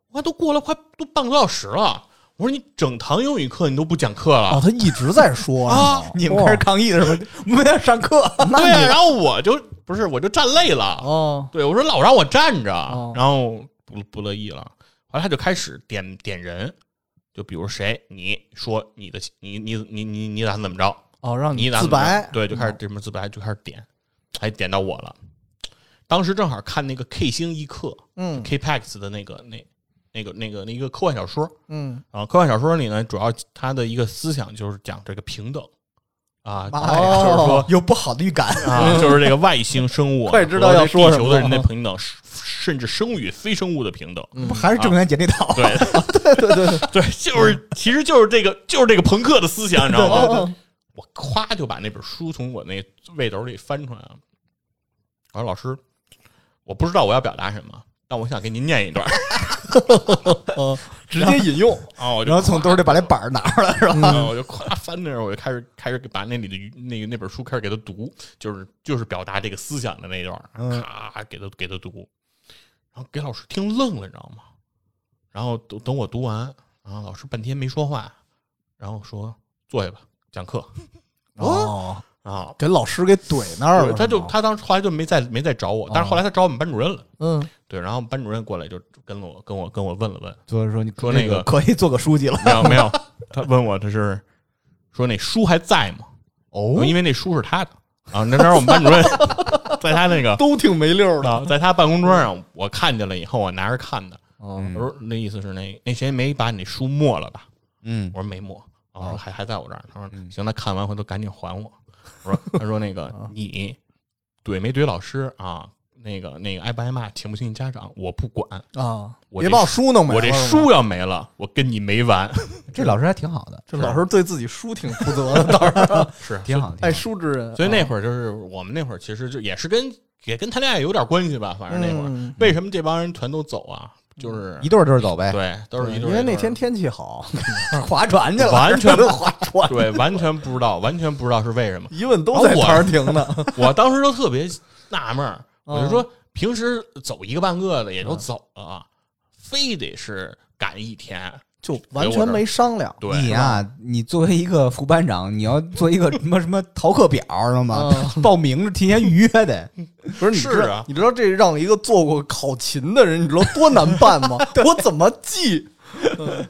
[SPEAKER 3] 我看都过了快都半个多小时了。我说你整堂英语课你都不讲课了，
[SPEAKER 1] 哦，他一直在说
[SPEAKER 3] 啊
[SPEAKER 1] 是吗
[SPEAKER 2] 你们开始抗议的时候， 我们要上 课。
[SPEAKER 3] 对啊，然后我就不是我就站累了，
[SPEAKER 6] 哦
[SPEAKER 3] 对我说老让我站着，
[SPEAKER 6] 哦
[SPEAKER 3] 然后不不乐意了，后来他就开始点点人，就比如谁你说你的你你你你你打算怎么着，
[SPEAKER 6] 哦，让
[SPEAKER 3] 你打
[SPEAKER 6] 自
[SPEAKER 3] 算怎
[SPEAKER 6] 白
[SPEAKER 3] 么着，对，就开始这什么自白就开始点，还点到我了。当时正好看那个 K 星一课
[SPEAKER 6] 嗯
[SPEAKER 3] K Pax 的那个那那个那个那一个科幻小说，
[SPEAKER 6] 嗯，
[SPEAKER 3] 啊，科幻小说里呢，主要他的一个思想就是讲这个平等啊，
[SPEAKER 6] 妈
[SPEAKER 3] 它
[SPEAKER 6] 呀
[SPEAKER 1] 哦
[SPEAKER 3] 就是说
[SPEAKER 2] 有不好的预 感。
[SPEAKER 3] 啊，就是这个外星生物啊
[SPEAKER 6] 快知道要说
[SPEAKER 3] 和
[SPEAKER 6] 什
[SPEAKER 3] 地
[SPEAKER 6] 么
[SPEAKER 3] 球
[SPEAKER 6] 了
[SPEAKER 3] 的人的平等，甚至生物与非生物的平等。
[SPEAKER 2] 不还是郑渊洁那套？
[SPEAKER 3] 对对对 对对，就是其实就是这个就是这个朋克的思想，你知道吗？
[SPEAKER 6] 哦
[SPEAKER 3] 我咵就把那本书从我那背兜里翻出来了。我说老师，我不知道我要表达什么，但我想给您念一段。
[SPEAKER 2] 直接引用，
[SPEAKER 3] 啊，我就
[SPEAKER 2] 然后从兜里把那板儿拿出来，是吧？
[SPEAKER 3] 然后 我就咵翻那儿，我就开始开始把那里的语那个那本书开始给他读，就是就是表达这个思想的那一段儿，
[SPEAKER 2] 嗯
[SPEAKER 3] 咔给他给他读，然后给老师听愣了，你知道吗？然后等等我读完，然后老师半天没说话，然后说坐下吧，讲课
[SPEAKER 1] 哦，
[SPEAKER 3] 啊。
[SPEAKER 1] 给老师给怼那
[SPEAKER 2] 哦
[SPEAKER 1] 儿了，
[SPEAKER 3] 他就是
[SPEAKER 1] 吗
[SPEAKER 3] 他当时后来就没再没再找我，但是后来他找我们班主任了，
[SPEAKER 6] 嗯，
[SPEAKER 3] 对，然后班主任过来就跟了我跟我跟我问了问，
[SPEAKER 2] 就是说你
[SPEAKER 3] 说那个
[SPEAKER 2] 可以做个书记了。
[SPEAKER 3] 没有 没有，他问我他是说那书还在吗？
[SPEAKER 2] 哦
[SPEAKER 3] 因为那书是他的啊。那边我们 班主任在他那个
[SPEAKER 1] 都挺没溜儿的，
[SPEAKER 3] 啊，在他办公桌上，我看见了以后，我拿着看的。
[SPEAKER 6] 哦
[SPEAKER 3] 我说那意思是那那谁没把你那书没了吧？
[SPEAKER 2] 嗯，
[SPEAKER 3] 我说没没，啊，
[SPEAKER 1] 哦
[SPEAKER 3] 我说还还在我这儿。他说
[SPEAKER 1] 嗯
[SPEAKER 3] 行，那看完回头赶紧 还我。我说他说那个
[SPEAKER 1] 哦
[SPEAKER 3] 你怼没怼老师啊？那个那个挨不挨骂，请不请你家长，我不管。
[SPEAKER 6] 啊，
[SPEAKER 3] 我
[SPEAKER 1] 别
[SPEAKER 3] 这
[SPEAKER 1] 把我书弄没了。
[SPEAKER 3] 我这书要没了，我跟你没完。
[SPEAKER 2] 这老师还挺好的，
[SPEAKER 1] 这老师对自己书挺负责的， 倒是
[SPEAKER 3] 是
[SPEAKER 2] 挺好的。
[SPEAKER 6] 爱
[SPEAKER 1] 哎
[SPEAKER 2] 挺好的
[SPEAKER 6] 书之人，
[SPEAKER 3] 所以
[SPEAKER 1] 嗯
[SPEAKER 3] 那
[SPEAKER 1] 啊
[SPEAKER 3] 会儿就是我们那会儿其实就也是跟也跟谈恋爱有点关系吧，反正那会儿、
[SPEAKER 6] 嗯
[SPEAKER 3] 为什么这帮人全都走啊？
[SPEAKER 1] 嗯
[SPEAKER 3] 就是
[SPEAKER 2] 一对儿对儿走呗，
[SPEAKER 3] 对，都是一对儿
[SPEAKER 1] 因为
[SPEAKER 3] 一对
[SPEAKER 1] 那
[SPEAKER 3] 儿
[SPEAKER 1] 天天气好，
[SPEAKER 2] 划船去了，
[SPEAKER 3] 完全
[SPEAKER 2] 都划船。
[SPEAKER 3] 对完全不知道，完全不知道是为什么。
[SPEAKER 1] 一问
[SPEAKER 3] 啊
[SPEAKER 1] 都在台上停 呢。
[SPEAKER 3] 我当时都特别纳闷儿，我
[SPEAKER 1] 嗯
[SPEAKER 3] 就说平时走一个半个的也就走了，啊非得是赶一天，
[SPEAKER 1] 就完全没商量。
[SPEAKER 3] 对，
[SPEAKER 2] 你啊，你作为一个副班长，你要做一个什么什么逃课表，知道吗？ 报名是提前预约的，
[SPEAKER 1] 不是你
[SPEAKER 3] 是
[SPEAKER 1] 知道
[SPEAKER 3] 啊
[SPEAKER 1] 你知道这让一个做过考勤的人，你知道多难办 吗？我怎么记？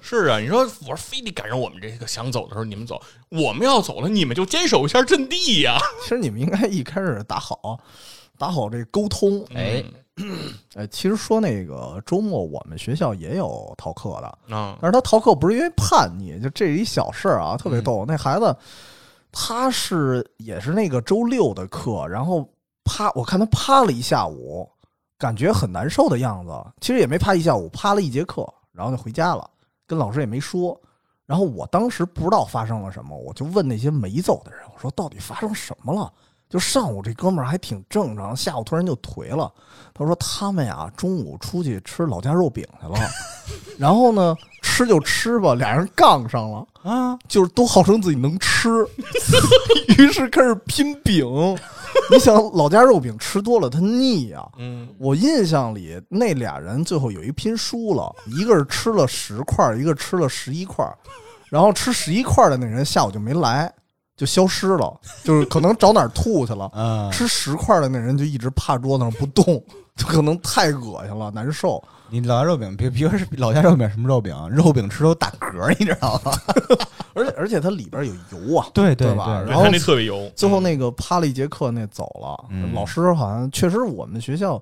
[SPEAKER 3] 是啊，你说我说非得赶上我们这个想走的时候你们走，我们要走了你们就坚守一下阵地呀、
[SPEAKER 1] 其实你们应该一开始打好，打好这沟通。
[SPEAKER 3] 哎，
[SPEAKER 1] 哎，其实说那个周末我们学校也有逃课的，
[SPEAKER 3] 啊，
[SPEAKER 1] 但是他逃课不是因为叛逆，就这一小事儿啊，特别逗。那孩子他是也是那个周六的课，然后趴，我看他趴了一下午，感觉很难受的样子。其实也没趴一下午，趴了一节课，然后就回家了，跟老师也没说。然后我当时不知道发生了什么，我就问那些没走的人，我说到底发生什么了？就上午这哥们儿还挺正常，下午突然就颓了。他说他们呀中午出去吃老家肉饼去了，然后呢吃就吃吧，俩人杠上了
[SPEAKER 2] 嗯
[SPEAKER 1] 啊，就是都号称自己能吃， 于是开始拼饼。你想老家肉饼吃多了它腻呀、
[SPEAKER 3] 嗯，
[SPEAKER 1] 我印象里那俩人最后有一拼输了，一个是吃了十块儿，一个吃了十一块儿，然后吃十一块儿的那人下午就没来，就消失了，就是可能找哪儿吐去了。
[SPEAKER 2] 嗯，
[SPEAKER 1] 吃十块儿的那人就一直趴桌子上不动，就可能太恶心了，难受。
[SPEAKER 2] 你老家肉饼，别别说是老家肉饼什么肉饼，肉饼吃都打嗝，你知道吗？
[SPEAKER 1] 而且而且它里边有油啊。
[SPEAKER 2] 对
[SPEAKER 1] 对
[SPEAKER 2] 吧？
[SPEAKER 1] 对
[SPEAKER 2] 然
[SPEAKER 3] 对
[SPEAKER 2] 后
[SPEAKER 1] 后
[SPEAKER 3] 他那特别油，
[SPEAKER 1] 最后那个趴了一节课，那走了。
[SPEAKER 2] 嗯
[SPEAKER 1] 老师好像确实我们学校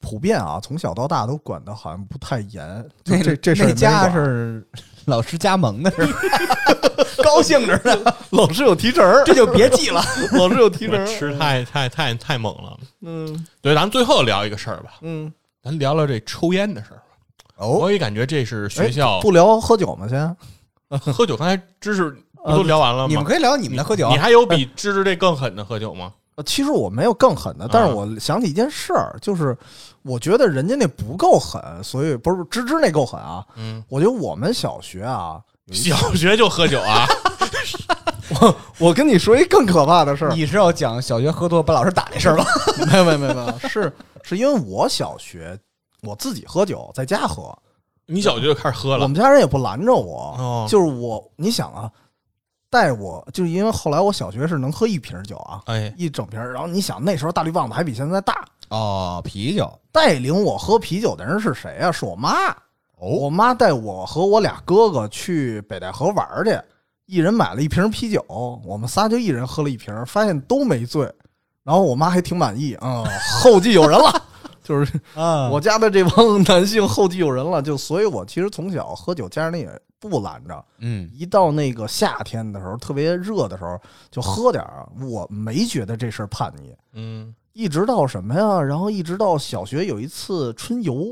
[SPEAKER 1] 普遍啊，从小到大都管的好像不太 严。就
[SPEAKER 2] 那
[SPEAKER 1] 这这事儿
[SPEAKER 2] 那
[SPEAKER 1] 也没
[SPEAKER 2] 家
[SPEAKER 1] 管
[SPEAKER 2] 是老师加盟的，是 吧高兴着呢，
[SPEAKER 1] 老师有提成儿，
[SPEAKER 2] 这就别记了。
[SPEAKER 1] 老师有提成儿。
[SPEAKER 3] 吃太太太太猛了。
[SPEAKER 1] 嗯
[SPEAKER 3] 对，咱们最后聊一个事儿吧，
[SPEAKER 1] 嗯，
[SPEAKER 3] 咱聊聊这抽烟的事儿吧。
[SPEAKER 2] 哦，
[SPEAKER 3] 我也感觉这是
[SPEAKER 1] 哎
[SPEAKER 3] 学校
[SPEAKER 1] 不聊喝酒吗？
[SPEAKER 3] 啊
[SPEAKER 1] 先
[SPEAKER 3] 喝酒，刚才知识
[SPEAKER 1] 呃
[SPEAKER 3] 不都聊完了吗？
[SPEAKER 2] 你们可以聊你们的喝
[SPEAKER 1] 啊
[SPEAKER 2] 酒啊
[SPEAKER 3] 你，还有
[SPEAKER 1] 哎
[SPEAKER 3] 比芝芝这更狠的喝酒吗？
[SPEAKER 1] 呃其实我没有更狠
[SPEAKER 3] 啊
[SPEAKER 1] 的，但是我想起一件事儿，就是我觉得人家那不够狠，所以不是芝芝那够狠啊。
[SPEAKER 3] 嗯，
[SPEAKER 1] 我觉得我们小学啊，有一
[SPEAKER 3] 小学就喝酒啊？
[SPEAKER 1] 我跟你说一更可怕的事儿，
[SPEAKER 2] 你是要讲小学喝多把老师打那事儿吗？
[SPEAKER 1] 没有没有没有没有，是是因为我小学我自己喝酒，在家喝，
[SPEAKER 3] 你小学就开始喝
[SPEAKER 1] 我
[SPEAKER 3] 了
[SPEAKER 1] 们家人也不拦着我，
[SPEAKER 3] 哦
[SPEAKER 1] 就是我，你想啊，带我就是因为后来我小学是能喝一瓶酒啊，
[SPEAKER 3] 哎
[SPEAKER 1] 一整瓶儿。然后你想那时候大绿棒子还比现在大，
[SPEAKER 2] 哦，啤酒
[SPEAKER 1] 带领我喝啤酒的人是谁啊？是我妈。
[SPEAKER 2] 哦
[SPEAKER 1] 我妈带我和我俩哥哥去北戴河玩儿去，一人买了一瓶啤酒，我们仨就一人喝了一瓶，发现都没醉。然后我妈还挺满意，嗯，后继有人了， 就是
[SPEAKER 2] 啊
[SPEAKER 1] 我家的这帮 男性后继有人了，就所以，我其实从小喝酒，家人也不拦着。
[SPEAKER 2] 嗯
[SPEAKER 1] 一到那个夏天的时候，特别热的时候，就喝点儿。我没觉得这事儿叛逆，
[SPEAKER 3] 嗯
[SPEAKER 1] 一直到什么呀？然后一直到小学有一次春游，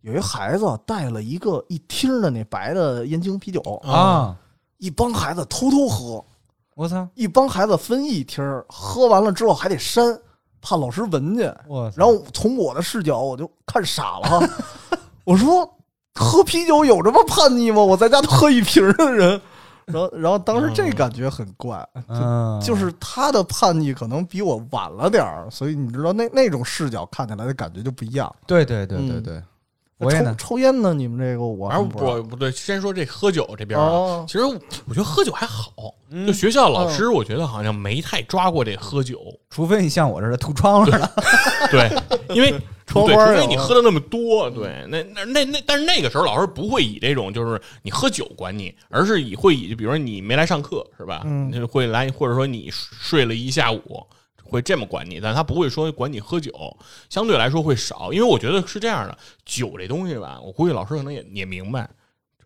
[SPEAKER 1] 有一孩子带了一个一听儿的那白的燕京啤酒，
[SPEAKER 2] 啊，
[SPEAKER 1] 一帮孩子偷偷喝，
[SPEAKER 2] 我操，
[SPEAKER 1] 一帮孩子分一听儿，喝完了之后还得扇，怕老师闻见。
[SPEAKER 2] 我操
[SPEAKER 1] 然后从我的视角，我就看傻了哈，我说喝啤酒有这么叛逆吗？我在家都喝一瓶儿的人，然后然后当时这感觉很怪，
[SPEAKER 2] 嗯
[SPEAKER 1] 就就是他的叛逆可能比我晚了点儿，所以你知道那那种视角看起来的感觉就不一样。
[SPEAKER 2] 对对对
[SPEAKER 1] 嗯
[SPEAKER 2] 对对，
[SPEAKER 1] 那
[SPEAKER 2] 我也
[SPEAKER 1] 抽
[SPEAKER 2] 呢，
[SPEAKER 1] 抽烟呢？你们这个我
[SPEAKER 3] 反正
[SPEAKER 1] 还不知道
[SPEAKER 3] 我不对，先说这喝酒这边啊，
[SPEAKER 1] 哦
[SPEAKER 3] 其实我我觉得喝酒还好，
[SPEAKER 1] 嗯
[SPEAKER 3] 就学校老师，我觉得好像没太抓过这喝酒，
[SPEAKER 2] 除非你像我这儿吐窗户 了，
[SPEAKER 3] 对，因为
[SPEAKER 1] 窗
[SPEAKER 3] 对
[SPEAKER 1] 花儿
[SPEAKER 3] 除非
[SPEAKER 1] 有啊
[SPEAKER 3] 你
[SPEAKER 1] 了
[SPEAKER 3] 喝的那么多，对，那那那那，但是那个时候老师不会以这种就是你喝酒管你，而是以会以就比如说你没来上课是吧？
[SPEAKER 1] 嗯
[SPEAKER 3] 就会来或者说你睡了一下午。会这么管你，但他不会说管你喝酒，相对来说会少，因为我觉得是这样的，酒这东西吧，我估计老师可能也也明白，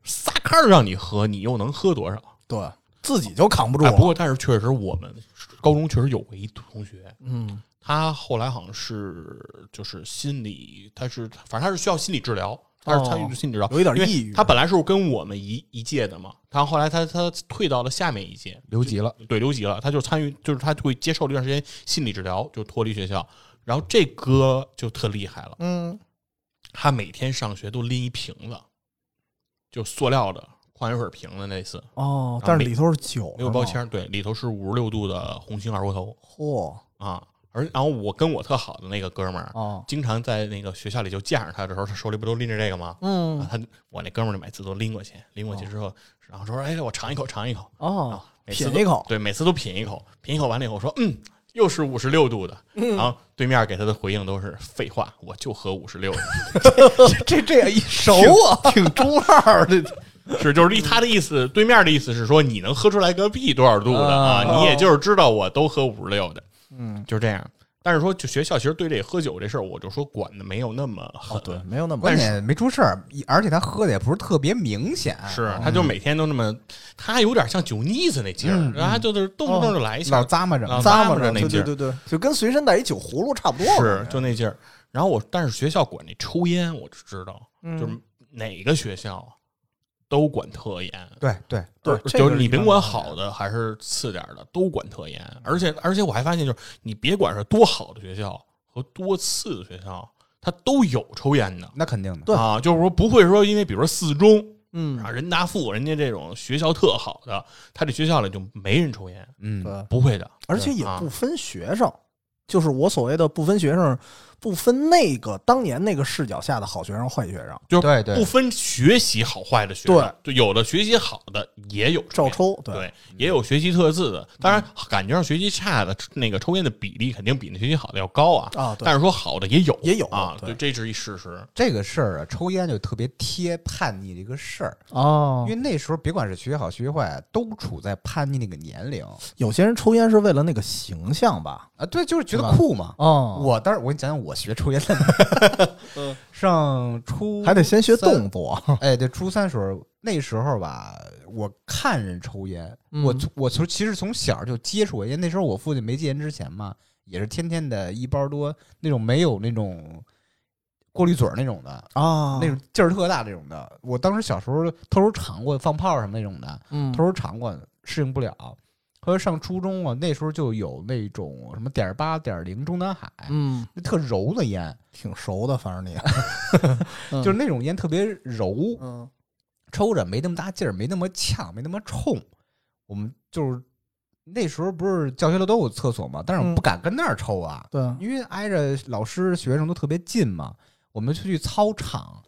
[SPEAKER 3] 撒开儿让你喝，你又能喝多少？
[SPEAKER 1] 对自己就扛不住
[SPEAKER 3] 哎，
[SPEAKER 1] 了。
[SPEAKER 3] 不过但是确实我们高中确实有过一同学，
[SPEAKER 1] 嗯
[SPEAKER 3] 他后来好像是就是心理，他是反正他是需要心理治疗，他是参与心理治疗，
[SPEAKER 1] 哦有一点
[SPEAKER 3] 因为
[SPEAKER 1] 抑郁
[SPEAKER 3] 他本来是跟我们一一届的嘛，他后来他他退到了下面一届，
[SPEAKER 2] 留级了，
[SPEAKER 3] 对，留级了，他就参与，就是他会接受了一段时间心理治疗，就脱离学校。然后这哥就特厉害了，
[SPEAKER 1] 嗯，
[SPEAKER 3] 他每天上学都拎一瓶子，就塑料的矿泉水瓶子类似，
[SPEAKER 1] 哦，但是里头是酒，
[SPEAKER 3] 没有标签儿，对，里头是五十六度的红星二锅头
[SPEAKER 1] 是吗。
[SPEAKER 3] 啊。而然后我跟我特好的那个哥们儿
[SPEAKER 1] 嚯，啊，
[SPEAKER 3] 经常在那个学校里就见着他的时候，他手里不都拎着这个吗？
[SPEAKER 1] 嗯
[SPEAKER 3] 啊，他我那哥们儿就每次都拎过去，拎过去之后，然后说：“哎，我尝一口，尝一口。
[SPEAKER 1] 哦
[SPEAKER 3] 啊，每次
[SPEAKER 1] 品
[SPEAKER 3] 都
[SPEAKER 1] 一口，
[SPEAKER 3] 对，每次都品一口，品一口完了以后说：“嗯，又是五十六度的。
[SPEAKER 1] 嗯
[SPEAKER 3] 然后对面给他的回应都是：“废话，我就喝五十六的。
[SPEAKER 2] 这这也一熟 啊，
[SPEAKER 1] 挺中二的，”
[SPEAKER 3] 是，就是一他的意思，对面的意思是说你能喝出来个屁多少度的啊？
[SPEAKER 2] 啊
[SPEAKER 3] 你也就是知道我都喝五十六的，
[SPEAKER 1] 嗯，
[SPEAKER 3] 就是这样。但是说，就学校其实对这喝酒这事儿，我就说管的没有那么狠。
[SPEAKER 1] 哦，对，没有那么
[SPEAKER 2] 关键没出事儿，一而且他喝的也不是特别明显，
[SPEAKER 3] 是，他就每天都那么，他有点像酒腻子那劲儿，然后他就是动不动就来一下
[SPEAKER 2] 哦老，咂摸着，
[SPEAKER 3] 老
[SPEAKER 1] 咂
[SPEAKER 3] 咂
[SPEAKER 1] 摸
[SPEAKER 3] 摸着
[SPEAKER 1] 啊
[SPEAKER 3] 那
[SPEAKER 1] 对对
[SPEAKER 3] 劲儿
[SPEAKER 1] 对对，就跟随身带一酒葫芦差不多。
[SPEAKER 3] 是就那劲儿。然后我，但是学校管这抽烟，我就知道，就是哪个学校都管特严。
[SPEAKER 2] 对对，
[SPEAKER 1] 对
[SPEAKER 3] 而
[SPEAKER 1] 这
[SPEAKER 3] 就
[SPEAKER 1] 个
[SPEAKER 3] 是
[SPEAKER 1] 是
[SPEAKER 3] 你
[SPEAKER 1] 一
[SPEAKER 3] 甭
[SPEAKER 1] 般
[SPEAKER 3] 管
[SPEAKER 1] 的
[SPEAKER 3] 好的还是次点儿的，都管特严。而且而且我还发现，就是你别管是多好的学校和多次的学校，它都有抽烟的。
[SPEAKER 2] 那肯定的，
[SPEAKER 1] 对
[SPEAKER 3] 啊，就是说不会说因为比如说四中，
[SPEAKER 1] 嗯
[SPEAKER 3] 啊，人大附人家这种学校特好的，他这学校里就没人抽烟，
[SPEAKER 2] 嗯，
[SPEAKER 1] 对，
[SPEAKER 3] 不会的。
[SPEAKER 1] 而且也
[SPEAKER 3] 啊
[SPEAKER 1] 不分学生，就是我所谓的不分学生，不分那个当年那个视角下的好学生、坏学生，
[SPEAKER 3] 就是
[SPEAKER 2] 对对
[SPEAKER 3] 不分学习好坏的学生，对，有的学习好的也有
[SPEAKER 1] 照
[SPEAKER 3] 烟，
[SPEAKER 1] 抽，
[SPEAKER 3] 对，也有学习特质的。当然，感觉上学习差的那个抽烟的比例肯定比那学习好的要高啊。
[SPEAKER 1] 啊，对
[SPEAKER 3] 但是说好的也有，
[SPEAKER 1] 也有
[SPEAKER 3] 啊，
[SPEAKER 1] 对
[SPEAKER 3] 这是一事实。
[SPEAKER 2] 这个事儿啊，抽烟就特别贴叛逆这个事儿，
[SPEAKER 1] 哦
[SPEAKER 2] 因为那时候别管是学习好学习坏，都处在叛逆那个年龄
[SPEAKER 1] 有些人抽烟是为了那个形象吧？
[SPEAKER 2] 啊，对，就是
[SPEAKER 1] 是
[SPEAKER 2] 觉得
[SPEAKER 1] 吧
[SPEAKER 2] 酷嘛。
[SPEAKER 1] 哦嗯
[SPEAKER 2] 我当时我给你讲讲我学抽烟的， 上初
[SPEAKER 1] 我还得先学动作，
[SPEAKER 2] 哎，对，初三时候那时候吧，我看人抽烟，
[SPEAKER 1] 嗯
[SPEAKER 2] 我从我从其实从小就接触过烟。那时候我父亲没戒烟之前嘛，也是天天的一包多那种没有那种过滤嘴儿那种的，
[SPEAKER 1] 啊
[SPEAKER 2] 那种劲儿特大那种的。我当时小时候偷偷尝过放炮什么那种的，
[SPEAKER 1] 嗯
[SPEAKER 2] 偷偷尝过，适应不了。后来上初中啊，那时候就有那种什么点八、点零中南海，
[SPEAKER 1] 嗯，
[SPEAKER 2] 那特柔的烟，
[SPEAKER 1] 挺熟的，反正你，嗯
[SPEAKER 2] 就是那种烟特别柔，
[SPEAKER 1] 嗯
[SPEAKER 2] 抽着没那么大劲儿，没那么呛，没那么冲。我们就是那时候不是教学楼都有厕所嘛，但是我
[SPEAKER 1] 嗯
[SPEAKER 2] 们不敢跟那儿抽啊，
[SPEAKER 1] 对啊，
[SPEAKER 2] 因为挨着老师学生都特别近嘛，我们就去操场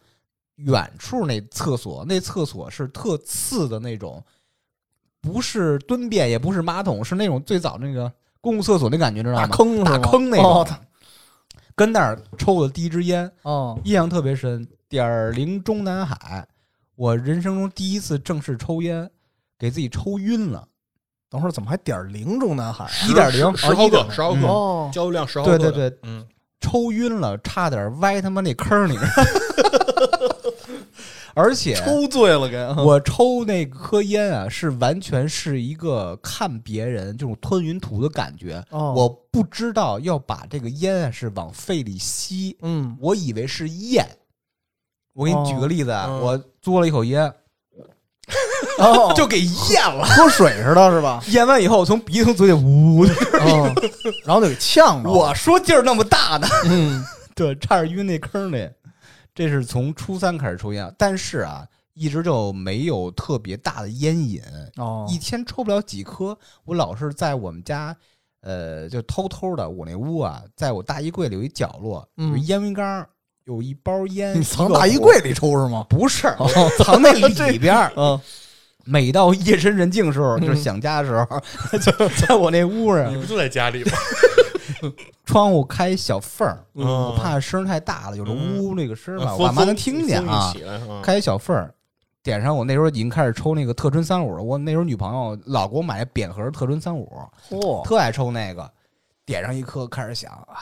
[SPEAKER 2] 远处那厕所，那厕所是特次的那种，不是蹲便，也不是马桶，是那种最早那个公共厕所那感觉，知道
[SPEAKER 1] 大
[SPEAKER 2] 吗？
[SPEAKER 1] 坑是
[SPEAKER 2] 大
[SPEAKER 1] 吗
[SPEAKER 2] 坑那
[SPEAKER 1] 哦
[SPEAKER 2] 种
[SPEAKER 1] 它，
[SPEAKER 2] 跟那儿抽的第一支烟，
[SPEAKER 1] 哦，
[SPEAKER 2] 印象特别深。点儿零中南海，我人生中第一次正式抽烟，给自己抽晕了。
[SPEAKER 1] 等会儿怎么还点儿零中南海啊？
[SPEAKER 2] 一点零
[SPEAKER 8] 十毫克，
[SPEAKER 2] 1.0
[SPEAKER 8] 十毫克，
[SPEAKER 1] 哦，
[SPEAKER 8] 焦油量十毫克
[SPEAKER 2] 对
[SPEAKER 8] 的。
[SPEAKER 2] 对对，
[SPEAKER 8] 嗯，
[SPEAKER 2] 抽晕了，差点歪他妈那坑里面。 而且
[SPEAKER 1] 抽醉了给。
[SPEAKER 2] 我抽那颗烟啊，是完全是一个看别人这种吞云吐的感觉。
[SPEAKER 1] 哦
[SPEAKER 2] 我不知道要把这个烟啊是往肺里吸，
[SPEAKER 1] 嗯
[SPEAKER 2] 我以为是咽。我给你举个例子啊，
[SPEAKER 1] 哦嗯
[SPEAKER 2] 我嘬了一口烟，
[SPEAKER 1] 哦，
[SPEAKER 2] 就给咽了。
[SPEAKER 1] 喝水似的，是吧？
[SPEAKER 2] 咽完以后，我从鼻子从嘴里呜，
[SPEAKER 1] 嗯， 然后就给呛着了。
[SPEAKER 2] 我说劲儿那么大呢，
[SPEAKER 1] 嗯，
[SPEAKER 2] 对，差点晕那坑里。这是从初三开始抽烟，但是啊，一直就没有特别大的烟瘾，
[SPEAKER 1] 哦，
[SPEAKER 2] 一天抽不了几颗。我老是在我们家，呃，就偷偷的，我那屋啊，在我大衣柜里有一角落，有
[SPEAKER 1] 嗯
[SPEAKER 2] 一烟灰缸，有一包烟。
[SPEAKER 1] 你
[SPEAKER 2] 一
[SPEAKER 1] 藏
[SPEAKER 2] 个
[SPEAKER 1] 大衣
[SPEAKER 2] 火
[SPEAKER 1] 柜里抽是吗？
[SPEAKER 2] 不是，藏那里边儿。
[SPEAKER 1] 嗯
[SPEAKER 2] 每到夜深人静的时候，就是想家的时候， 就在我那屋
[SPEAKER 1] 嗯
[SPEAKER 8] 你
[SPEAKER 2] 上，
[SPEAKER 8] 不就在家里吗？
[SPEAKER 2] 窗户开小缝儿，
[SPEAKER 8] 嗯啊
[SPEAKER 2] 我怕声儿太大了，有时候呜那个声儿 吧，我
[SPEAKER 8] 风
[SPEAKER 2] 爸妈能听见
[SPEAKER 8] 风
[SPEAKER 2] 啊
[SPEAKER 8] 一。起来嗯
[SPEAKER 2] 开小缝儿，点上我那时候已经开始抽那个特醇三五了。我那时候女朋友老给我买扁盒特醇三五，
[SPEAKER 8] 哦
[SPEAKER 1] 嚯，
[SPEAKER 2] 特爱抽那个，点上一颗开始想啊，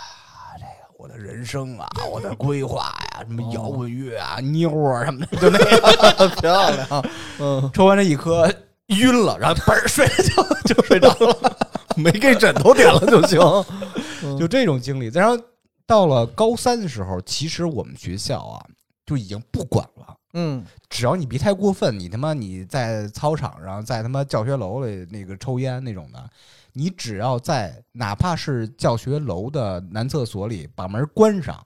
[SPEAKER 2] 这个我的人 生啊，我的规划呀、什么
[SPEAKER 8] 哦
[SPEAKER 2] 摇滚乐啊、妞啊什么的，就那 个漂亮。
[SPEAKER 1] 嗯，
[SPEAKER 2] 抽完这一颗晕了，然后嘣儿睡就就睡着了，
[SPEAKER 1] 没给枕头点了就行。
[SPEAKER 2] 就这种经历。再然后到了高三的时候，其实我们学校啊就已经不管了。
[SPEAKER 1] 嗯，
[SPEAKER 2] 只要你别太过分，你他妈你在操场上，在他妈教学楼里那个抽烟那种的，你只要在哪怕是教学楼的男厕所里把门关上，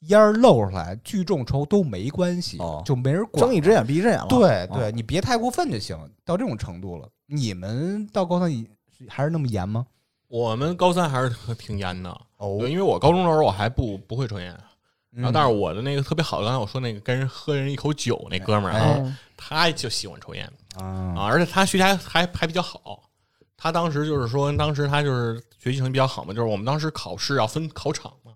[SPEAKER 2] 烟儿漏出来，聚众抽都没关系，
[SPEAKER 1] 哦
[SPEAKER 2] 就没人管
[SPEAKER 1] 睁。一只眼闭一只眼了。
[SPEAKER 2] 对
[SPEAKER 1] 哦
[SPEAKER 2] 对，你别太过分就行，到这种程度了。你们到高三以还是那么严吗？
[SPEAKER 3] 我们高三还是挺挺严的，
[SPEAKER 2] 哦嗯
[SPEAKER 3] 对，因为我高中的时候我还不不会抽烟，然后但
[SPEAKER 2] 是
[SPEAKER 3] 是我的那个特别好的，刚才我说那个跟人喝人一口酒那哥们儿啊，
[SPEAKER 1] 哎，
[SPEAKER 3] 他就喜欢抽烟
[SPEAKER 2] 啊，
[SPEAKER 3] 啊，而且他学习还还还比较好。他当时就是说，当时他就是学习成绩比较好嘛，就是我们当时考试要分考场嘛，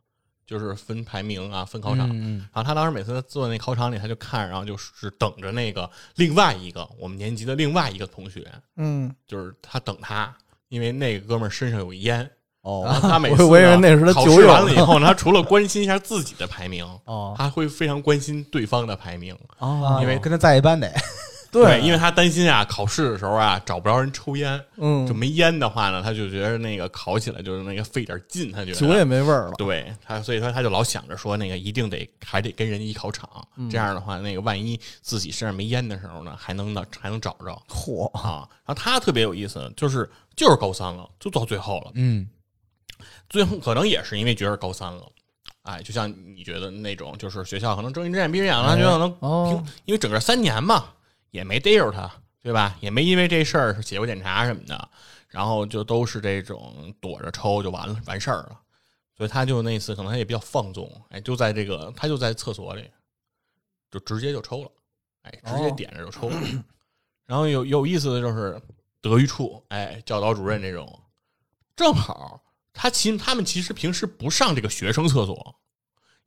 [SPEAKER 3] 就是分排名啊，分考场。
[SPEAKER 2] 嗯
[SPEAKER 3] 然后他当时每次坐在那考场里，他就看，然后就是等着那个另外一个我们年级的另外一个同学，
[SPEAKER 1] 嗯，
[SPEAKER 3] 就是他等他，因为那个哥们儿身上有烟。然
[SPEAKER 2] 哦
[SPEAKER 3] 后他每次
[SPEAKER 1] 我
[SPEAKER 3] 呢
[SPEAKER 1] 我以为那是他
[SPEAKER 3] 考
[SPEAKER 1] 酒
[SPEAKER 3] 试
[SPEAKER 1] 友
[SPEAKER 3] 完了
[SPEAKER 1] 呢
[SPEAKER 3] 以后呢，他除了关心一下自己的排名，
[SPEAKER 1] 哦
[SPEAKER 3] 他会非常关心对方的排名。
[SPEAKER 1] 哦
[SPEAKER 2] 因为啊跟他在一班 得，
[SPEAKER 1] 对，
[SPEAKER 3] 因为他担心啊，考试的时候啊找不着人抽烟，
[SPEAKER 1] 嗯
[SPEAKER 3] 就，没烟的话呢，他就觉得那个考起来就是那个费点劲，他觉
[SPEAKER 1] 酒也
[SPEAKER 3] 得。
[SPEAKER 1] 没味儿了。
[SPEAKER 3] 对他，所以说他就老想着说那个一定得还得跟人一考场，这样的话，那个万一自己身上没烟的时候呢，还能呢还能找着
[SPEAKER 1] 嚯，
[SPEAKER 2] 哦
[SPEAKER 3] 啊。然后他特别有意思，就是就是高三了，就到最后了，
[SPEAKER 2] 嗯
[SPEAKER 3] 最后可能也是因为觉得高三了，哎，就像你觉得那种，就是学校可能睁一只眼闭一只眼了，觉得可能
[SPEAKER 1] 哦
[SPEAKER 3] 平，因为整个三年嘛，也没逮着他，对吧？也没因为这事儿写过检查什么的，然后就都是这种躲着抽就完了，完事儿了。所以他就那次可能他也比较放纵，哎，就在这个他就在厕所里，就直接就抽了，哎，直接
[SPEAKER 1] 哦
[SPEAKER 3] 点着就抽了。然后有有意思的就是德育处，哎，教导主任这种，正好他其他们其实平时不上这个学生厕所，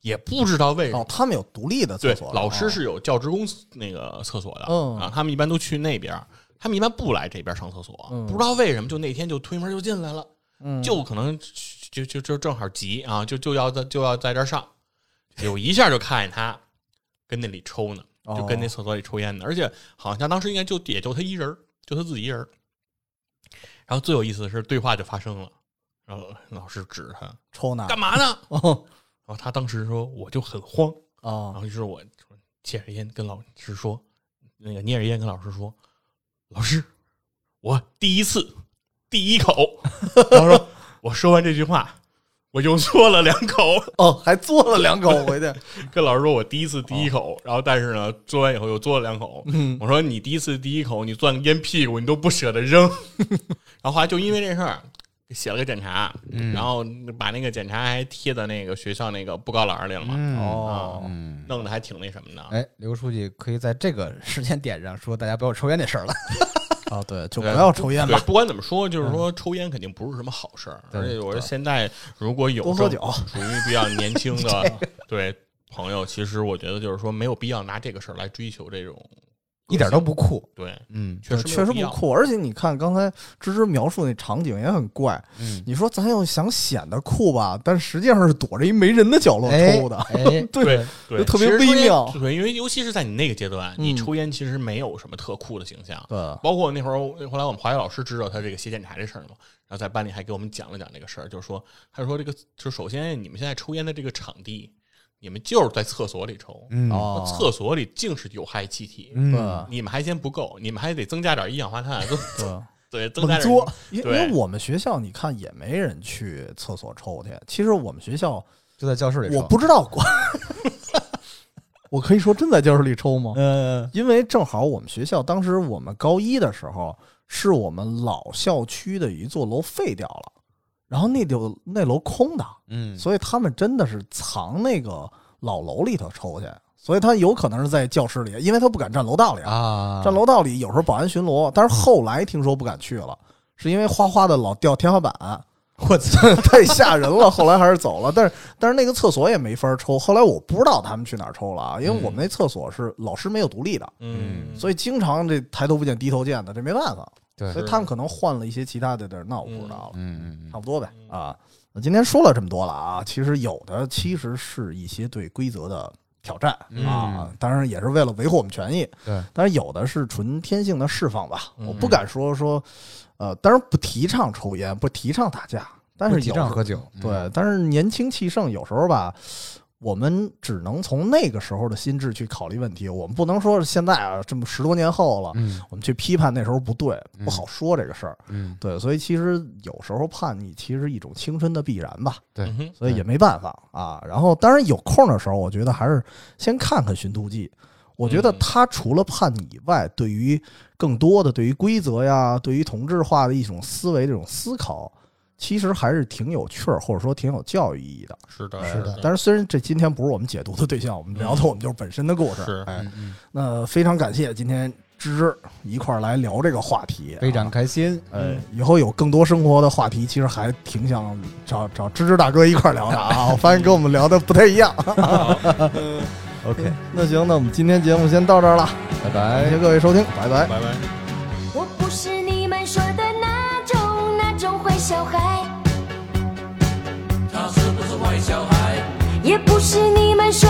[SPEAKER 3] 也不知道为什么。
[SPEAKER 1] 哦，他们有独立的
[SPEAKER 3] 对
[SPEAKER 1] 厕所，了，
[SPEAKER 3] 老师
[SPEAKER 1] 哦
[SPEAKER 3] 是有教职工那个厕所的、
[SPEAKER 1] 嗯
[SPEAKER 3] 啊，他们一般都去那边儿，他们一般不来这边上厕所，
[SPEAKER 1] 嗯
[SPEAKER 3] 不知道为什么就那天就推门就进来了，
[SPEAKER 1] 嗯
[SPEAKER 3] 就可能就就就正好急啊，就就要在就要在这儿上，有一下就看见他跟那里抽呢，
[SPEAKER 1] 哦
[SPEAKER 3] 就跟那厕所里抽烟呢，而且好像当时应该就也就他一人儿，就他自己一人儿。然后最有意思的是对话就发生了，然后老师指他
[SPEAKER 1] 抽呢。
[SPEAKER 3] 干嘛呢？
[SPEAKER 1] 哦
[SPEAKER 3] 然后他当时说我就很慌，然
[SPEAKER 1] 哦
[SPEAKER 3] 后就是我借着烟跟老师说，那个捏着烟跟老师说，老师， 我第一次第一口。然后说我说完这句话，我又嘬了两口，
[SPEAKER 1] 哦，还嘬了两 口回去。
[SPEAKER 3] 跟老师说我第一次第一口，然后但是呢，嘬完以后又嘬了两口。我说你第一次第一口，你攥个烟屁股，你都不舍得扔。 然后后来就因为这事儿写了个检查，然后把那个检查还贴在那个学校那个布告栏儿里了嘛，
[SPEAKER 1] 哦，
[SPEAKER 2] 嗯，
[SPEAKER 3] 弄得还挺那什么的。
[SPEAKER 2] 哎，刘书记可以在这个时间点上说大家不要抽烟这事儿了。
[SPEAKER 1] 啊，对，就不要抽烟
[SPEAKER 3] 对
[SPEAKER 1] 吧，，嗯
[SPEAKER 3] 不管怎么说，就是说抽烟肯定不是什么好事儿。
[SPEAKER 2] 对
[SPEAKER 3] 而且我说现在如果有
[SPEAKER 1] 多喝
[SPEAKER 3] 这种
[SPEAKER 1] 酒
[SPEAKER 3] 属于比较年轻 的对朋友，其实我觉得就是说没有必要拿这个事儿来追求这种
[SPEAKER 2] 一点都不酷。
[SPEAKER 3] 对，
[SPEAKER 2] 嗯
[SPEAKER 3] 确实没有
[SPEAKER 1] 确实不
[SPEAKER 3] 必要。
[SPEAKER 1] 酷。而且你看刚才芝芝描述那场景也很怪，
[SPEAKER 2] 嗯，
[SPEAKER 1] 你说咱要想显得酷吧，但实际上是躲着一没人的角落嗯抽的，
[SPEAKER 2] 哎，哎
[SPEAKER 1] 对，
[SPEAKER 3] 对，
[SPEAKER 1] 就特别
[SPEAKER 3] 其实抽烟
[SPEAKER 1] 微妙
[SPEAKER 3] 对，因为尤其是在你那个阶段，你
[SPEAKER 1] 嗯
[SPEAKER 3] 抽烟其实没有什么特酷的形象。
[SPEAKER 2] 嗯
[SPEAKER 1] 对，
[SPEAKER 3] 包括那会儿，后来我们化学老师知道他这个写检查这事儿嘛，然后在班里还给我们讲了讲这个事儿，就是说，他说这个，就首先你们现在抽烟的这个场地，你们就是在厕所里抽，
[SPEAKER 2] 嗯
[SPEAKER 1] 哦，
[SPEAKER 3] 厕所里净是有害气体，
[SPEAKER 2] 嗯
[SPEAKER 1] 对
[SPEAKER 3] 你们还嫌不够，你们还得增加点一氧化碳，增啊
[SPEAKER 1] 对。
[SPEAKER 3] 对，增
[SPEAKER 1] 猛
[SPEAKER 3] 加点
[SPEAKER 1] 嘬，因因
[SPEAKER 3] 对
[SPEAKER 1] 为我们学校你看也没人去厕所抽去。其实我们学校
[SPEAKER 2] 就在教室里抽。
[SPEAKER 1] 我不知道管， 我可以说真在教室里抽吗？
[SPEAKER 2] 嗯，嗯
[SPEAKER 1] 因为正好我们学校当时我们高一的时候，是我们老校区的一座楼废掉了，然后那就那楼空的，
[SPEAKER 2] 嗯，
[SPEAKER 1] 所以他们真的是藏那个老楼里头抽去，所以他有可能是在教室里，因为他不敢站楼道里，
[SPEAKER 2] 啊，
[SPEAKER 1] 站楼道里有时候保安巡逻，但是后来听说不敢去了，是因为花花的老掉天花板，
[SPEAKER 2] 我操，
[SPEAKER 1] 太吓人了，后来还是走了。但是但是那个厕所也没法抽，后来我不知道他们去哪儿抽了啊，因为我们那厕所是老师没有独立的，
[SPEAKER 3] 嗯，
[SPEAKER 1] 所以经常这抬头不见低头见的，这没办法。
[SPEAKER 2] 对
[SPEAKER 1] 所以他们可能换了一些其他的地儿，那我不知道了，
[SPEAKER 2] 嗯嗯
[SPEAKER 1] 差不多呗啊。那今天说了这么多了啊，其实有的其实是一些对规则的挑战
[SPEAKER 2] 嗯
[SPEAKER 1] 啊，当然也是为了维护我们权益。
[SPEAKER 2] 对，
[SPEAKER 1] 但是有的是纯天性的释放吧，
[SPEAKER 2] 嗯
[SPEAKER 1] 我不敢说说，呃，当然不提倡抽烟，不提倡打架，但是
[SPEAKER 2] 不提
[SPEAKER 1] 有
[SPEAKER 2] 倡
[SPEAKER 1] 时
[SPEAKER 2] 喝酒，
[SPEAKER 1] 对，但是年轻气盛，有时候吧，我们只能从那个时候的心智去考虑问题，我们不能说是现在啊，这么十多年后了，
[SPEAKER 2] 嗯
[SPEAKER 1] 我们去批判那时候不对，不好说这个事儿。
[SPEAKER 2] 嗯，
[SPEAKER 1] 对，所以其实有时候叛逆其实一种青春的必然吧，
[SPEAKER 2] 对
[SPEAKER 3] 嗯哼
[SPEAKER 1] 所以也没办法啊。然后，当然有空的时候，我觉得还是先看看《寻途记》。我觉得他除了叛逆以外，对于更多的对于规则呀，对于同质化的一种思维、这种思考，其实还是挺有趣儿，或者说挺有教育意义的。
[SPEAKER 3] 是的，
[SPEAKER 1] 哎
[SPEAKER 3] 是的，
[SPEAKER 1] 但是虽然这今天不是我们解读的对象，我们聊的我们就是本身的故事。
[SPEAKER 3] 是
[SPEAKER 1] 哎，
[SPEAKER 2] 嗯
[SPEAKER 1] 那非常感谢今天芝芝一块儿来聊这个话题，啊
[SPEAKER 2] 非常开心，
[SPEAKER 1] 呃，以后有更多生活的话题，其实还挺想找找芝芝大哥一块儿聊的 啊。我发现跟我们聊的不太一样。
[SPEAKER 2] ，OK，
[SPEAKER 1] 嗯那行，那我们今天节目先到这儿了，
[SPEAKER 2] 拜
[SPEAKER 1] 感
[SPEAKER 2] 拜
[SPEAKER 1] 谢。各位收听，拜拜。
[SPEAKER 3] 拜拜。
[SPEAKER 4] 我不是你们说的那种那种坏小孩。他是不是坏小孩？也不是你们说